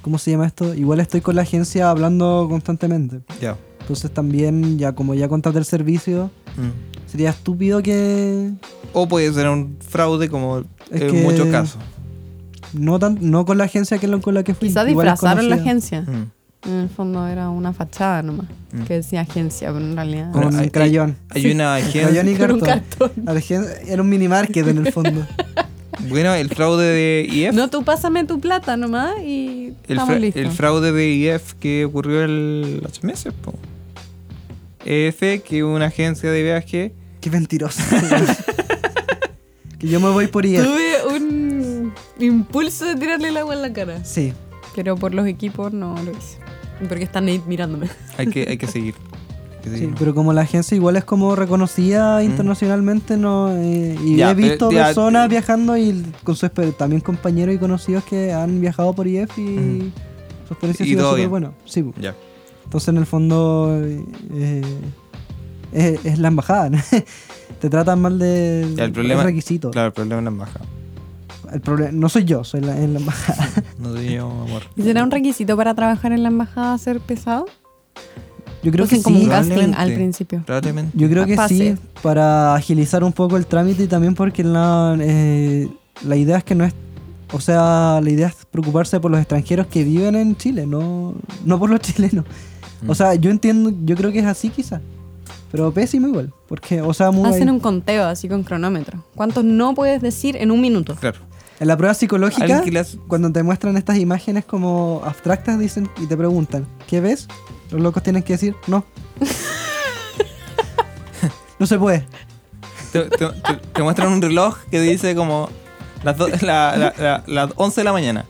Speaker 3: ¿Cómo se llama esto? Igual estoy con la agencia hablando constantemente.
Speaker 1: Ya.
Speaker 3: Entonces también, ya como ya contraté el servicio,
Speaker 1: Mm.
Speaker 3: sería estúpido que
Speaker 1: O puede ser un fraude, como
Speaker 3: Es
Speaker 1: en
Speaker 3: que-
Speaker 1: muchos casos.
Speaker 3: No, tan, no con la agencia que lo- con la que fui.
Speaker 2: Quizás
Speaker 3: igual es
Speaker 2: disfrazaron la
Speaker 3: conocida.
Speaker 2: agencia.
Speaker 1: Mm.
Speaker 2: En el fondo era una fachada nomás, que decía agencia, pero en realidad...
Speaker 3: Con
Speaker 1: Pero hay-
Speaker 3: crayón.
Speaker 1: Hay una agencia.
Speaker 3: Crayón y
Speaker 2: Con
Speaker 3: cartón.
Speaker 2: un cartón.
Speaker 3: Agen- Era un minimarket en el fondo.
Speaker 1: Bueno, el fraude de IF.
Speaker 2: No, tú pásame tu plata nomás y
Speaker 1: el,
Speaker 2: estamos
Speaker 1: fra-
Speaker 2: listos.
Speaker 1: el fraude de IF que ocurrió el, hace meses. Po. EF, que una agencia de viaje.
Speaker 3: Qué mentiroso. que yo me voy por IF.
Speaker 2: Tuve un impulso de tirarle el agua en la cara.
Speaker 3: Sí.
Speaker 2: Pero por los equipos no lo hice. Porque están ahí mirándome.
Speaker 1: Hay que, hay que seguir. Hay que
Speaker 3: sí,
Speaker 1: seguir.
Speaker 3: pero como la agencia igual es como reconocida internacionalmente, no eh, y
Speaker 1: Mm. Ya,
Speaker 3: he
Speaker 1: pero-
Speaker 3: visto
Speaker 1: ya,
Speaker 3: personas
Speaker 1: eh,
Speaker 3: viajando y con sus exper- también compañeros y conocidos que han viajado por IF y
Speaker 1: Ujú.
Speaker 3: su experiencia ha
Speaker 1: Mm. Y
Speaker 3: sido
Speaker 1: todo
Speaker 3: súper
Speaker 1: bien.
Speaker 3: buena. Sí, po.
Speaker 1: Ya.
Speaker 3: Entonces, en el fondo, eh, eh, es, es la embajada. ¿no? Te tratan mal de
Speaker 1: Ya, el problema.
Speaker 3: requisito.
Speaker 1: Claro, el problema es la embajada.
Speaker 3: El problema, no soy yo, soy la, es la embajada.
Speaker 1: No te yo, amor.
Speaker 2: ¿Y será un requisito para trabajar en la embajada ser pesado?
Speaker 3: Yo creo que
Speaker 2: Hacen Pues como
Speaker 3: sí.
Speaker 2: un casting
Speaker 1: Probablemente.
Speaker 2: al principio.
Speaker 1: Probablemente.
Speaker 3: Yo creo que
Speaker 2: Pase.
Speaker 3: sí, para agilizar un poco el trámite y también porque la, eh, la idea es que no es. O sea, la idea es preocuparse por los extranjeros que viven en Chile, no, no por los chilenos. O sea, yo entiendo, yo creo que es así quizás. Pero pésimo igual. Porque, o sea, muy.
Speaker 2: Hacen un conteo así con cronómetro. ¿Cuántos no puedes decir en un minuto?
Speaker 1: Claro.
Speaker 3: En la prueba psicológica,
Speaker 1: Alguien que le hace-
Speaker 3: cuando te muestran estas imágenes como abstractas, dicen y te preguntan, ¿qué ves? Los locos tienen que decir, no. no se puede.
Speaker 1: Te, te- te- te muestran un reloj que dice como las, do- la- la- la- las 11 de la mañana.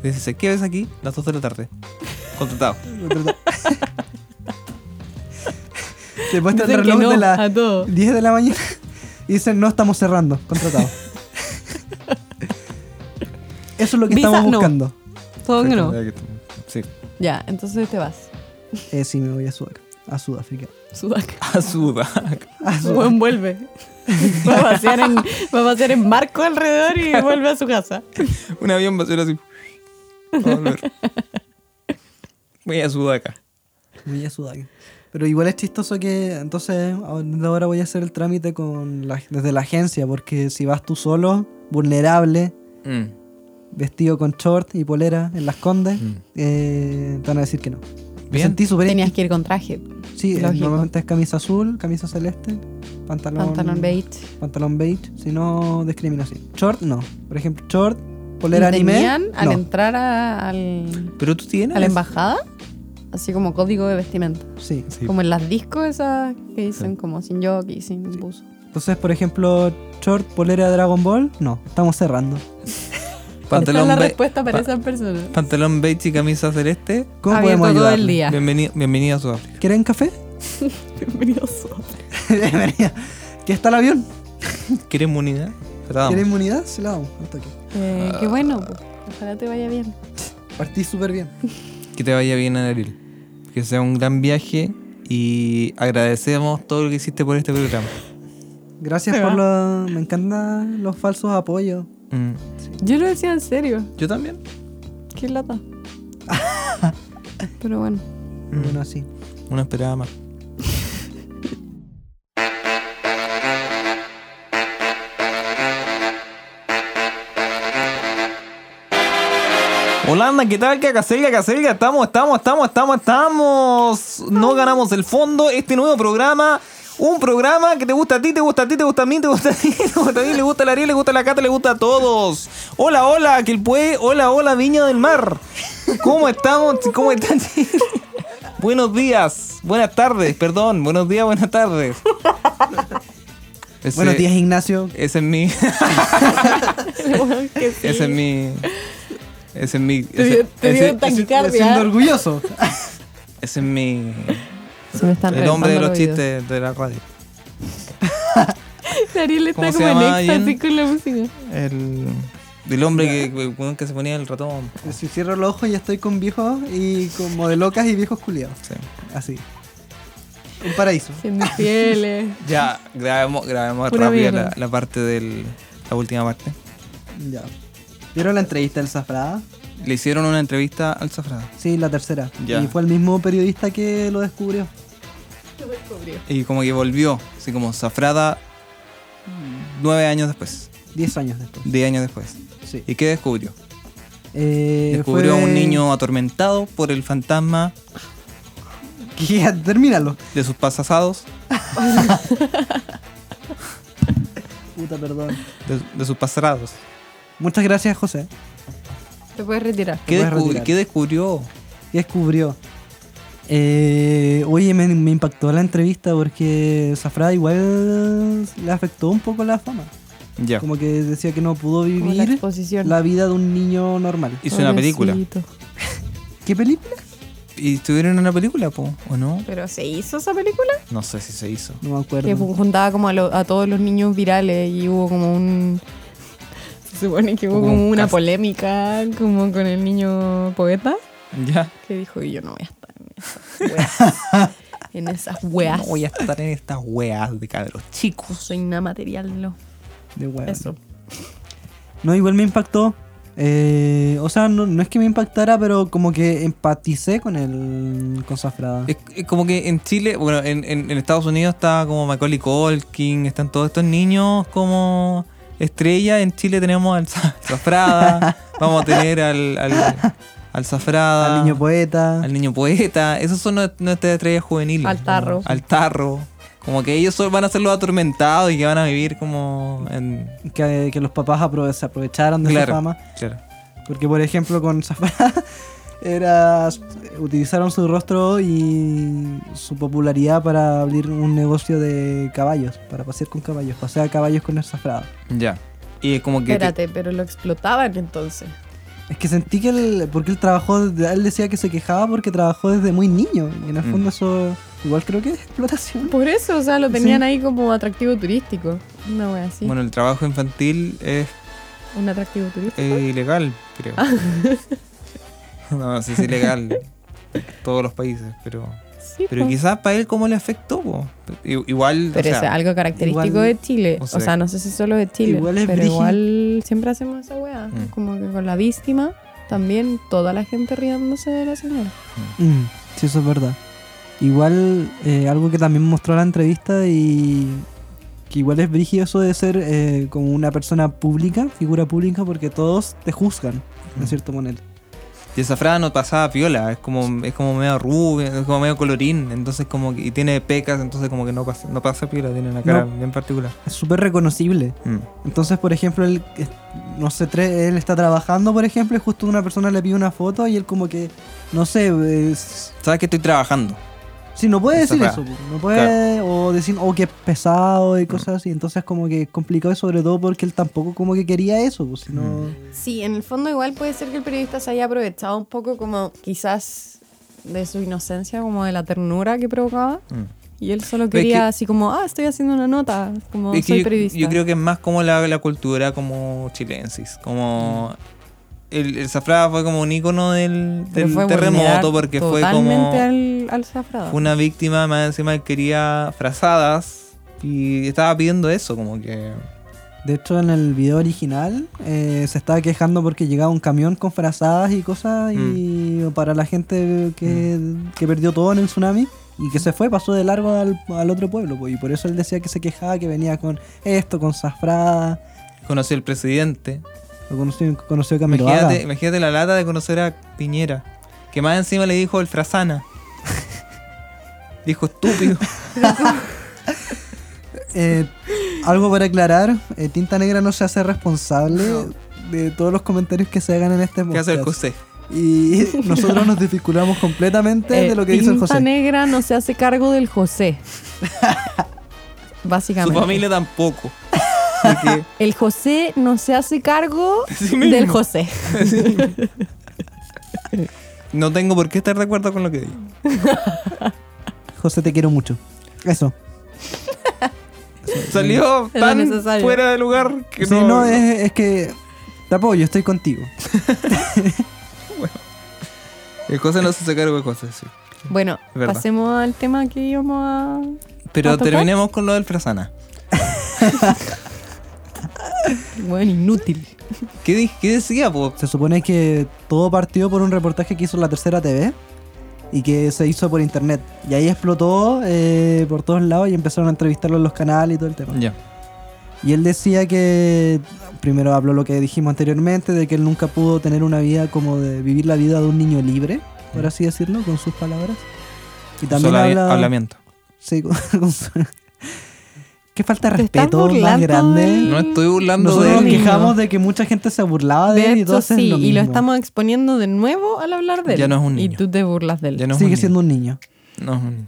Speaker 1: Dice, ¿qué ves aquí? Las 2 de la tarde. Contratado.
Speaker 3: Te muestran el
Speaker 2: Dicen que
Speaker 3: reloj
Speaker 2: no
Speaker 3: de
Speaker 2: a
Speaker 3: las
Speaker 2: todo.
Speaker 3: 10 de la mañana y dicen, no estamos cerrando, contratado. Eso es lo que
Speaker 2: Visa,
Speaker 3: estamos
Speaker 2: no.
Speaker 3: buscando.
Speaker 2: Todo que no.
Speaker 1: Sí.
Speaker 2: Ya, entonces te vas.
Speaker 3: Eh, sí, me voy a Sudáfrica. A Sudáfrica.
Speaker 2: Sudaca.
Speaker 1: A Suba.
Speaker 3: A Sudáfrica.
Speaker 2: Buen vuelve. Va a, pasear en, va a pasear en barco alrededor y vuelve a su casa.
Speaker 1: Un avión vacío así. Va a volver. Voy a Sudaca.
Speaker 3: Voy a Sudáfrica. Pero igual es chistoso que entonces ahora ahora voy a hacer el trámite con la- desde la agencia, porque si vas tú solo, vulnerable,
Speaker 1: Mm.
Speaker 3: vestido con short y polera en las condes, eh, te van a decir que no. Me
Speaker 1: Bien.
Speaker 3: sentí súper
Speaker 2: Tenías que ir con traje.
Speaker 3: Sí, eh,
Speaker 2: lógico.
Speaker 3: normalmente es camisa azul, camisa celeste, pantalón,
Speaker 2: Pantalón beige.
Speaker 3: Pantalón beige, si no discriminación. Short no. Por ejemplo, short, polera
Speaker 2: ¿Y
Speaker 3: anime.
Speaker 2: tenían al
Speaker 3: no.
Speaker 2: entrar a, al-
Speaker 1: Pero tú tienes.
Speaker 2: a la embajada, así como código de vestimenta.
Speaker 3: Sí.
Speaker 1: Sí.
Speaker 2: Como en las discos esas que dicen como sin jockey, sin buzo.
Speaker 3: Entonces, por ejemplo, short, polera de Dragon Ball, no. Estamos cerrando.
Speaker 2: Esta es
Speaker 1: Pantalón,
Speaker 2: la
Speaker 1: be-
Speaker 2: respuesta para
Speaker 1: pa-
Speaker 2: esas personas.
Speaker 1: pantalón beige y camisa celeste.
Speaker 3: ¿Cómo
Speaker 2: Abierto
Speaker 3: podemos
Speaker 2: todo el
Speaker 3: ayudarle?
Speaker 2: día.
Speaker 1: Bienvenido, bienvenido a Sudáfrica.
Speaker 3: ¿Quieren café?
Speaker 2: Bienvenidos.
Speaker 3: Bienvenida. ¿Qué está el avión?
Speaker 1: ¿Quieres inmunidad? Te la damos.
Speaker 3: ¿Quiere inmunidad? Se la damos. al toque.
Speaker 2: Eh, qué bueno. pues. Ojalá te vaya bien.
Speaker 3: Partí súper bien.
Speaker 1: Que te vaya bien en abril. Que que sea un gran viaje y agradecemos todo lo que hiciste por este programa.
Speaker 3: Gracias
Speaker 7: Se
Speaker 3: por los. Me encantan los falsos apoyos.
Speaker 1: Mm.
Speaker 7: Yo lo decía en serio.
Speaker 1: Yo también.
Speaker 7: Qué lata. Pero bueno.
Speaker 3: Bueno, así.
Speaker 1: Una esperaba más. Holanda, ¿qué tal? Cacaselga, Cacaselga, estamos, estamos, estamos, estamos, estamos. No ganamos el fondo. Este nuevo programa, un programa que te gusta a ti, te gusta a ti, te gusta a mí, te gusta a ti, te gusta a mí, le gusta a la Ariel, le gusta a la Cata, le gusta a todos. Hola, hola, que el puede, hola, hola, Viña del Mar. ¿Cómo estamos? ¿Cómo están? Buenos días, buenas tardes, perdón, buenos días, buenas tardes. Ese-
Speaker 3: Buenos días, Ignacio.
Speaker 1: Ese es mi.
Speaker 7: Que sí.
Speaker 1: Ese es mi. Ese es mi.
Speaker 7: Te dio-
Speaker 1: Ese,
Speaker 7: te dio
Speaker 1: ese-
Speaker 3: Me siento
Speaker 7: taquicardia.
Speaker 3: orgulloso.
Speaker 1: ese es mi.
Speaker 2: Se me están
Speaker 1: El hombre de
Speaker 2: reventando
Speaker 1: los chistes de la radio.
Speaker 7: Ariel está
Speaker 1: ¿Cómo se
Speaker 7: como en
Speaker 1: llamaba bien?
Speaker 7: éxtasis con la música.
Speaker 1: El. El hombre que, que- que se ponía el ratón.
Speaker 3: Si cierro los ojos, ya estoy con viejos y como de locas y viejos culiados.
Speaker 1: Sí.
Speaker 3: Así. Un paraíso.
Speaker 7: Siendo fieles.
Speaker 1: Ya, grabemos, grabemos
Speaker 7: Pura
Speaker 1: rápido
Speaker 7: mierda.
Speaker 1: la, la parte del. La última parte.
Speaker 3: Ya. ¿Vieron la entrevista del Zafrada?
Speaker 1: Le hicieron una entrevista al Zafrada.
Speaker 3: Sí, la tercera.
Speaker 1: Ya.
Speaker 3: Y fue el mismo periodista que lo descubrió.
Speaker 1: Y como que volvió, así como Zafrada. Nueve años después.
Speaker 3: Diez años después.
Speaker 1: Diez años después.
Speaker 3: Sí.
Speaker 1: ¿Y qué descubrió?
Speaker 3: Eh,
Speaker 1: Descubrió a
Speaker 3: fue-
Speaker 1: un niño atormentado por el fantasma
Speaker 3: Ya, Termínalo.
Speaker 1: de sus pasados,
Speaker 3: Puta, perdón.
Speaker 1: de, de sus pasados.
Speaker 3: Muchas gracias, José.
Speaker 2: Te puedes retirar.
Speaker 1: ¿Qué,
Speaker 3: puedes
Speaker 1: descubri-
Speaker 3: retirar.
Speaker 1: qué descubrió?
Speaker 3: ¿Qué descubrió? Eh, oye, me, me impactó la entrevista porque Zafra igual le afectó un poco la fama.
Speaker 1: Ya.
Speaker 3: Como que decía que no pudo
Speaker 2: Como la
Speaker 3: vivir
Speaker 2: exposición.
Speaker 3: la vida de un niño normal.
Speaker 1: Hizo una película.
Speaker 2: Pobrecito.
Speaker 3: ¿Qué película?
Speaker 1: ¿Y estuvieron en una película, po? ¿O no?
Speaker 2: ¿Pero se hizo esa película?
Speaker 1: No sé si se hizo.
Speaker 3: No me
Speaker 2: Que
Speaker 3: acuerdo.
Speaker 2: fu- juntaba como a, lo- a todos los niños virales y hubo como un... Se supone que hubo
Speaker 1: Como un
Speaker 2: como una
Speaker 1: cast.
Speaker 2: polémica como con el niño poeta
Speaker 1: Ya.
Speaker 2: que dijo yo no voy a estar en esas weas. en esas weas.
Speaker 1: No voy a estar en estas weas de cabros
Speaker 2: No
Speaker 1: chicos.
Speaker 2: soy nada material. No.
Speaker 3: De hueón.
Speaker 2: Eso.
Speaker 3: No, igual me impactó. Eh, o sea, no, no es que me impactara, pero como que empaticé con el con Zafrada.
Speaker 1: Es, es como que en Chile, bueno, en, en- en Estados Unidos está como Macaulay Culkin, están todos estos niños como estrella. En Chile tenemos al Za- Zafrada, vamos a tener al, al, al Zafrada.
Speaker 3: Al niño poeta.
Speaker 1: ah, al niño poeta, esos son nu- nuestras estrellas juveniles.
Speaker 2: Al tarro.
Speaker 1: Al tarro. Como que ellos son- van a ser los atormentados y que van a vivir como en...
Speaker 3: Que, que los papás aprove- se aprovecharon de
Speaker 1: Claro,
Speaker 3: esa fama.
Speaker 1: claro.
Speaker 3: Porque, por ejemplo, con Zafra era, utilizaron su rostro y su popularidad para abrir un negocio de caballos, para pasear con caballos, pasear caballos con el Zafrada.
Speaker 1: Ya. Y es como que...
Speaker 2: Espérate, pero lo explotaban entonces.
Speaker 3: Es que sentí que él, porque él trabajó, desde- él decía que se quejaba porque trabajó desde muy niño. Y en el
Speaker 1: Mm.
Speaker 3: fondo eso, igual creo que es explotación.
Speaker 2: Mm. Por eso, o sea, lo tenían
Speaker 3: Sí.
Speaker 2: ahí como atractivo turístico. Una wea así.
Speaker 1: Bueno, el trabajo infantil es
Speaker 2: Un atractivo turístico.
Speaker 1: eh, ilegal, creo. no, no sé si es ilegal en todos los países, pero...
Speaker 2: Sí, pues.
Speaker 1: Pero
Speaker 2: po.
Speaker 1: quizás para él cómo le afectó, po? I- Igual... o
Speaker 2: Pero
Speaker 1: sea,
Speaker 2: es algo característico
Speaker 3: igual-
Speaker 2: de Chile.
Speaker 1: o
Speaker 2: O
Speaker 1: sea,
Speaker 2: sea, no sé si solo de Chile.
Speaker 3: igual es
Speaker 2: pero
Speaker 3: brígido.
Speaker 2: igual siempre hacemos esa wea.
Speaker 1: Mm.
Speaker 2: Como que con la víctima, también toda la gente riéndose de la señora.
Speaker 3: Mm, sí, eso es verdad. Igual, eh, algo que también mostró la entrevista y que igual es brígido eso de ser eh, como una persona pública, figura pública, porque todos te juzgan, en cierto momento.
Speaker 1: Y esa frase no pasaba piola, es como, es como medio rubio, es como medio colorín, entonces como que, y tiene pecas, entonces como que no pasa, no pasa piola, tiene una cara
Speaker 3: No.
Speaker 1: bien particular. Mm.
Speaker 3: Es súper reconocible. Entonces, por ejemplo, él, eh, no sé, tre- él está trabajando, por ejemplo, y justo una persona le pide una foto y él como que, no sé, eh, es-
Speaker 1: Sabes que estoy trabajando.
Speaker 3: sí, no puede
Speaker 1: Esa
Speaker 3: decir
Speaker 1: weá.
Speaker 3: eso, pues, no puede, o decir, oh, que pesado y cosas así. Entonces, como que es complicado, y sobre todo porque él tampoco como que quería eso, pues, sino...
Speaker 2: Sí, en el fondo igual puede ser que el periodista se haya aprovechado un poco como quizás de su inocencia, como de la ternura que provocaba. Y él solo
Speaker 1: Mm. Pero es
Speaker 2: quería
Speaker 1: que-
Speaker 2: así como, ah, estoy haciendo una nota, como
Speaker 1: Es que
Speaker 2: soy
Speaker 1: yo,
Speaker 2: periodista.
Speaker 1: yo creo que es más como la, la cultura como chilensis, como el, el Zafrada fue como un ícono del,
Speaker 2: Pero
Speaker 1: del
Speaker 2: fue vulnerar
Speaker 1: terremoto porque fue como
Speaker 2: Totalmente al, al zafrado.
Speaker 1: fue una víctima, más encima que quería frazadas y estaba pidiendo eso, como que...
Speaker 3: De hecho, en el video original eh, se estaba quejando porque llegaba un camión con frazadas y cosas y para la gente que, que perdió todo en el tsunami y que se fue, pasó de largo al, al otro pueblo. pues, y por eso él decía que se quejaba, que venía con esto, con zafradas.
Speaker 1: Conoció al presidente.
Speaker 3: Lo conoció, conoció a Camiroaga.
Speaker 1: Imagínate, imagínate la lata de conocer a Piñera. Que más encima le dijo el frazana. dijo estúpido.
Speaker 3: Eh, algo para aclarar, eh, Tinta Negra no se hace responsable de todos los comentarios que se hagan en este
Speaker 1: ¿Qué
Speaker 3: podcast.
Speaker 1: hace el José?
Speaker 3: Y nosotros nos desvinculamos completamente
Speaker 2: Eh,
Speaker 3: de lo que dice el
Speaker 2: Tinta
Speaker 3: José.
Speaker 2: Negra no se hace cargo del José.
Speaker 1: Su
Speaker 2: Básicamente.
Speaker 1: familia tampoco. Porque
Speaker 2: El José no se hace cargo
Speaker 1: Sí mismo.
Speaker 2: del José.
Speaker 1: no tengo por qué estar de acuerdo con lo que digo.
Speaker 3: José, te quiero mucho. Eso.
Speaker 1: Salió
Speaker 7: Era
Speaker 1: tan
Speaker 7: necesario.
Speaker 1: fuera de lugar que
Speaker 3: sí,
Speaker 1: no...
Speaker 3: no, es, es que te apoyo, estoy contigo.
Speaker 1: El José no se hace cargo de cosas, sí.
Speaker 2: Bueno,
Speaker 1: verdad.
Speaker 2: pasemos al tema que íbamos a. ¿A
Speaker 1: Pero
Speaker 2: tocar?
Speaker 1: terminemos con lo del frazana.
Speaker 2: Bueno, inútil.
Speaker 1: ¿Qué, di- qué decía, po?
Speaker 3: Se supone que todo partió por un reportaje que hizo la tercera TV y que se hizo por internet. Y ahí explotó eh, por todos lados y empezaron a entrevistarlo en los canales y todo el tema.
Speaker 1: Ya.
Speaker 3: Y él decía que primero habló lo que dijimos anteriormente, de que él nunca pudo tener una vida como de vivir la vida de un niño libre, por así decirlo, con sus palabras. Y también
Speaker 1: Solo Mm. habla-
Speaker 3: habla,
Speaker 1: hablamiento.
Speaker 3: Sí, con, con su- Qué falta de
Speaker 2: Te estás
Speaker 3: respeto más
Speaker 2: burlando de él.
Speaker 3: grande.
Speaker 1: No estoy burlando
Speaker 3: Nosotros
Speaker 1: de
Speaker 3: nos
Speaker 1: él.
Speaker 2: mismo.
Speaker 3: quejamos de que mucha gente se burlaba de,
Speaker 2: De
Speaker 3: él y
Speaker 2: hecho,
Speaker 3: todos hacen
Speaker 2: sí, y lo
Speaker 3: mismo.
Speaker 2: estamos exponiendo de nuevo al hablar de él.
Speaker 1: Ya no es un niño.
Speaker 2: Y tú te burlas de él.
Speaker 1: Ya no es
Speaker 3: Sigue
Speaker 1: un
Speaker 3: siendo
Speaker 1: niño.
Speaker 3: un niño.
Speaker 1: No es un niño.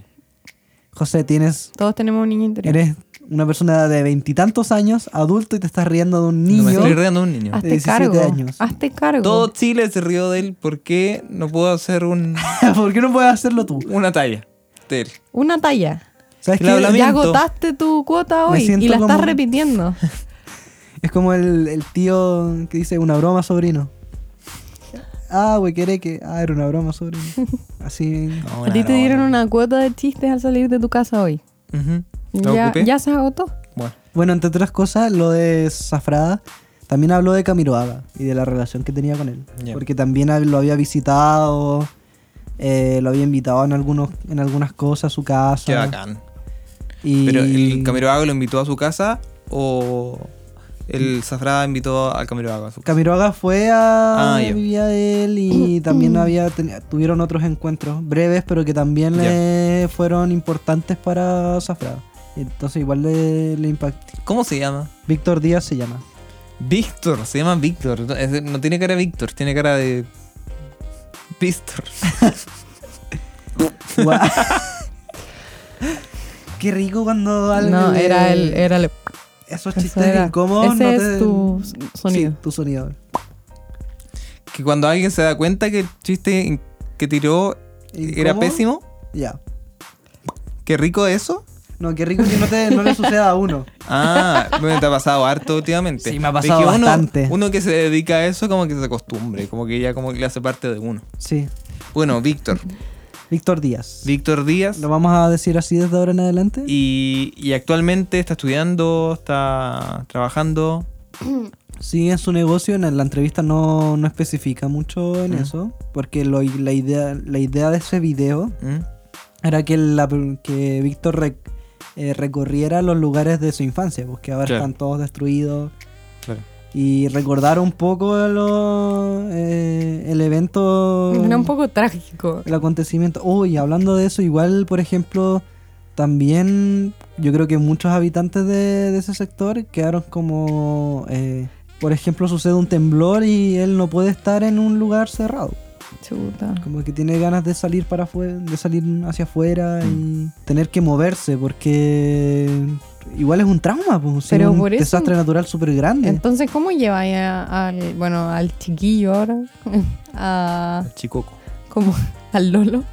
Speaker 3: José, tienes
Speaker 2: Todos tenemos un niño interior.
Speaker 3: eres una persona de veintitantos años, adulto, y te estás riendo de un
Speaker 1: No me
Speaker 3: niño.
Speaker 1: estoy riendo de un niño.
Speaker 2: Hazte
Speaker 3: 17
Speaker 2: cargo.
Speaker 3: años.
Speaker 2: Hazte cargo.
Speaker 1: Todo Chile se rió de él porque no puedo hacer un,
Speaker 3: ¿Por qué no puedes hacerlo tú?
Speaker 1: una talla de él.
Speaker 2: Una talla.
Speaker 3: ¿Sabes
Speaker 1: El
Speaker 3: qué?
Speaker 1: hablamiento.
Speaker 2: Ya agotaste tu cuota
Speaker 3: Me
Speaker 2: hoy
Speaker 3: siento
Speaker 2: y la estás
Speaker 3: como-
Speaker 2: repitiendo.
Speaker 3: Es como el, el tío que dice una broma, sobrino. Ah, güey, queré que. Ah, era una broma, sobrino. Así.
Speaker 1: No,
Speaker 2: A ti te dieron una cuota de chistes al salir de tu casa hoy.
Speaker 1: Ujú. ¿Lo
Speaker 2: Ya,
Speaker 1: ocupé?
Speaker 2: ya se agotó.
Speaker 1: Bueno,
Speaker 3: Bueno, entre otras cosas, lo de Zafrada también habló de Camiroaga y de la relación que tenía con él.
Speaker 1: Ya.
Speaker 3: Porque también hab- lo había visitado, eh, lo había invitado en, algunos, en algunas cosas a su casa.
Speaker 1: qué bacán.
Speaker 3: Y
Speaker 1: Pero el Camiroaga lo invitó a su casa o el Zafrada invitó al Camiroaga a su casa.
Speaker 3: Camiroaga fue a
Speaker 1: Ah,
Speaker 3: la
Speaker 1: ya.
Speaker 3: vivía de él y también había teni- tuvieron otros encuentros breves, pero que también
Speaker 1: Ya.
Speaker 3: le fueron importantes para Zafrada. Entonces igual le, le impactó.
Speaker 1: ¿Cómo se llama?
Speaker 3: Víctor Díaz se llama.
Speaker 1: Víctor, se llama Víctor. No- es- No tiene cara de Víctor, tiene cara de. Víctor.
Speaker 3: Guau. Qué rico cuando alguien
Speaker 2: No,
Speaker 3: le-
Speaker 2: era el. Era el
Speaker 3: Esos
Speaker 2: eso
Speaker 3: chistes
Speaker 2: era.
Speaker 3: incómodos.
Speaker 2: Ese
Speaker 3: no
Speaker 2: es
Speaker 3: te-
Speaker 2: tu sonido.
Speaker 3: Sí, tu sonido.
Speaker 1: Que cuando alguien se da cuenta que el chiste in- que tiró era
Speaker 3: ¿Incómodo?
Speaker 1: pésimo,
Speaker 3: Ya.
Speaker 1: qué rico eso.
Speaker 3: No, qué rico que no, te, no le suceda a uno.
Speaker 1: Ah, me te ha pasado harto últimamente.
Speaker 3: Sí, me ha
Speaker 1: Es
Speaker 3: pasado
Speaker 1: que uno-
Speaker 3: bastante.
Speaker 1: Uno que se dedica a eso, como que se acostumbre, como que ya como que le hace parte de uno.
Speaker 3: Sí.
Speaker 1: Bueno, Víctor.
Speaker 3: Víctor Díaz.
Speaker 1: Víctor Díaz.
Speaker 3: ¿Lo vamos a decir así desde ahora en adelante?
Speaker 1: Y, y actualmente está estudiando, está trabajando.
Speaker 3: Sí, en su negocio, en la entrevista no, no especifica mucho en
Speaker 1: Mm.
Speaker 3: eso, porque lo- la, idea, la idea de ese video
Speaker 1: ¿Mm?
Speaker 3: era que, la- que Víctor rec- eh, recorriera los lugares de su infancia, porque ahora
Speaker 1: Claro.
Speaker 3: están todos destruidos.
Speaker 1: Claro.
Speaker 3: Y recordar un poco lo- eh, el evento.
Speaker 2: Era un poco trágico.
Speaker 3: el acontecimiento. Uy, hablando de eso, igual, por ejemplo, también yo creo que muchos habitantes de, de ese sector quedaron como, eh, por ejemplo, sucede un temblor y él no puede estar en un lugar cerrado.
Speaker 2: Chuta.
Speaker 3: Como que tiene ganas de salir para afuera, de salir hacia afuera
Speaker 2: Mm.
Speaker 3: y tener que moverse porque igual es un trauma, pues, sí,
Speaker 2: Pero
Speaker 3: un
Speaker 2: por eso-
Speaker 3: desastre natural súper grande.
Speaker 2: Entonces, ¿cómo lleváis a- al, bueno, al chiquillo ahora? a,
Speaker 1: El chicoco.
Speaker 2: como al Lolo.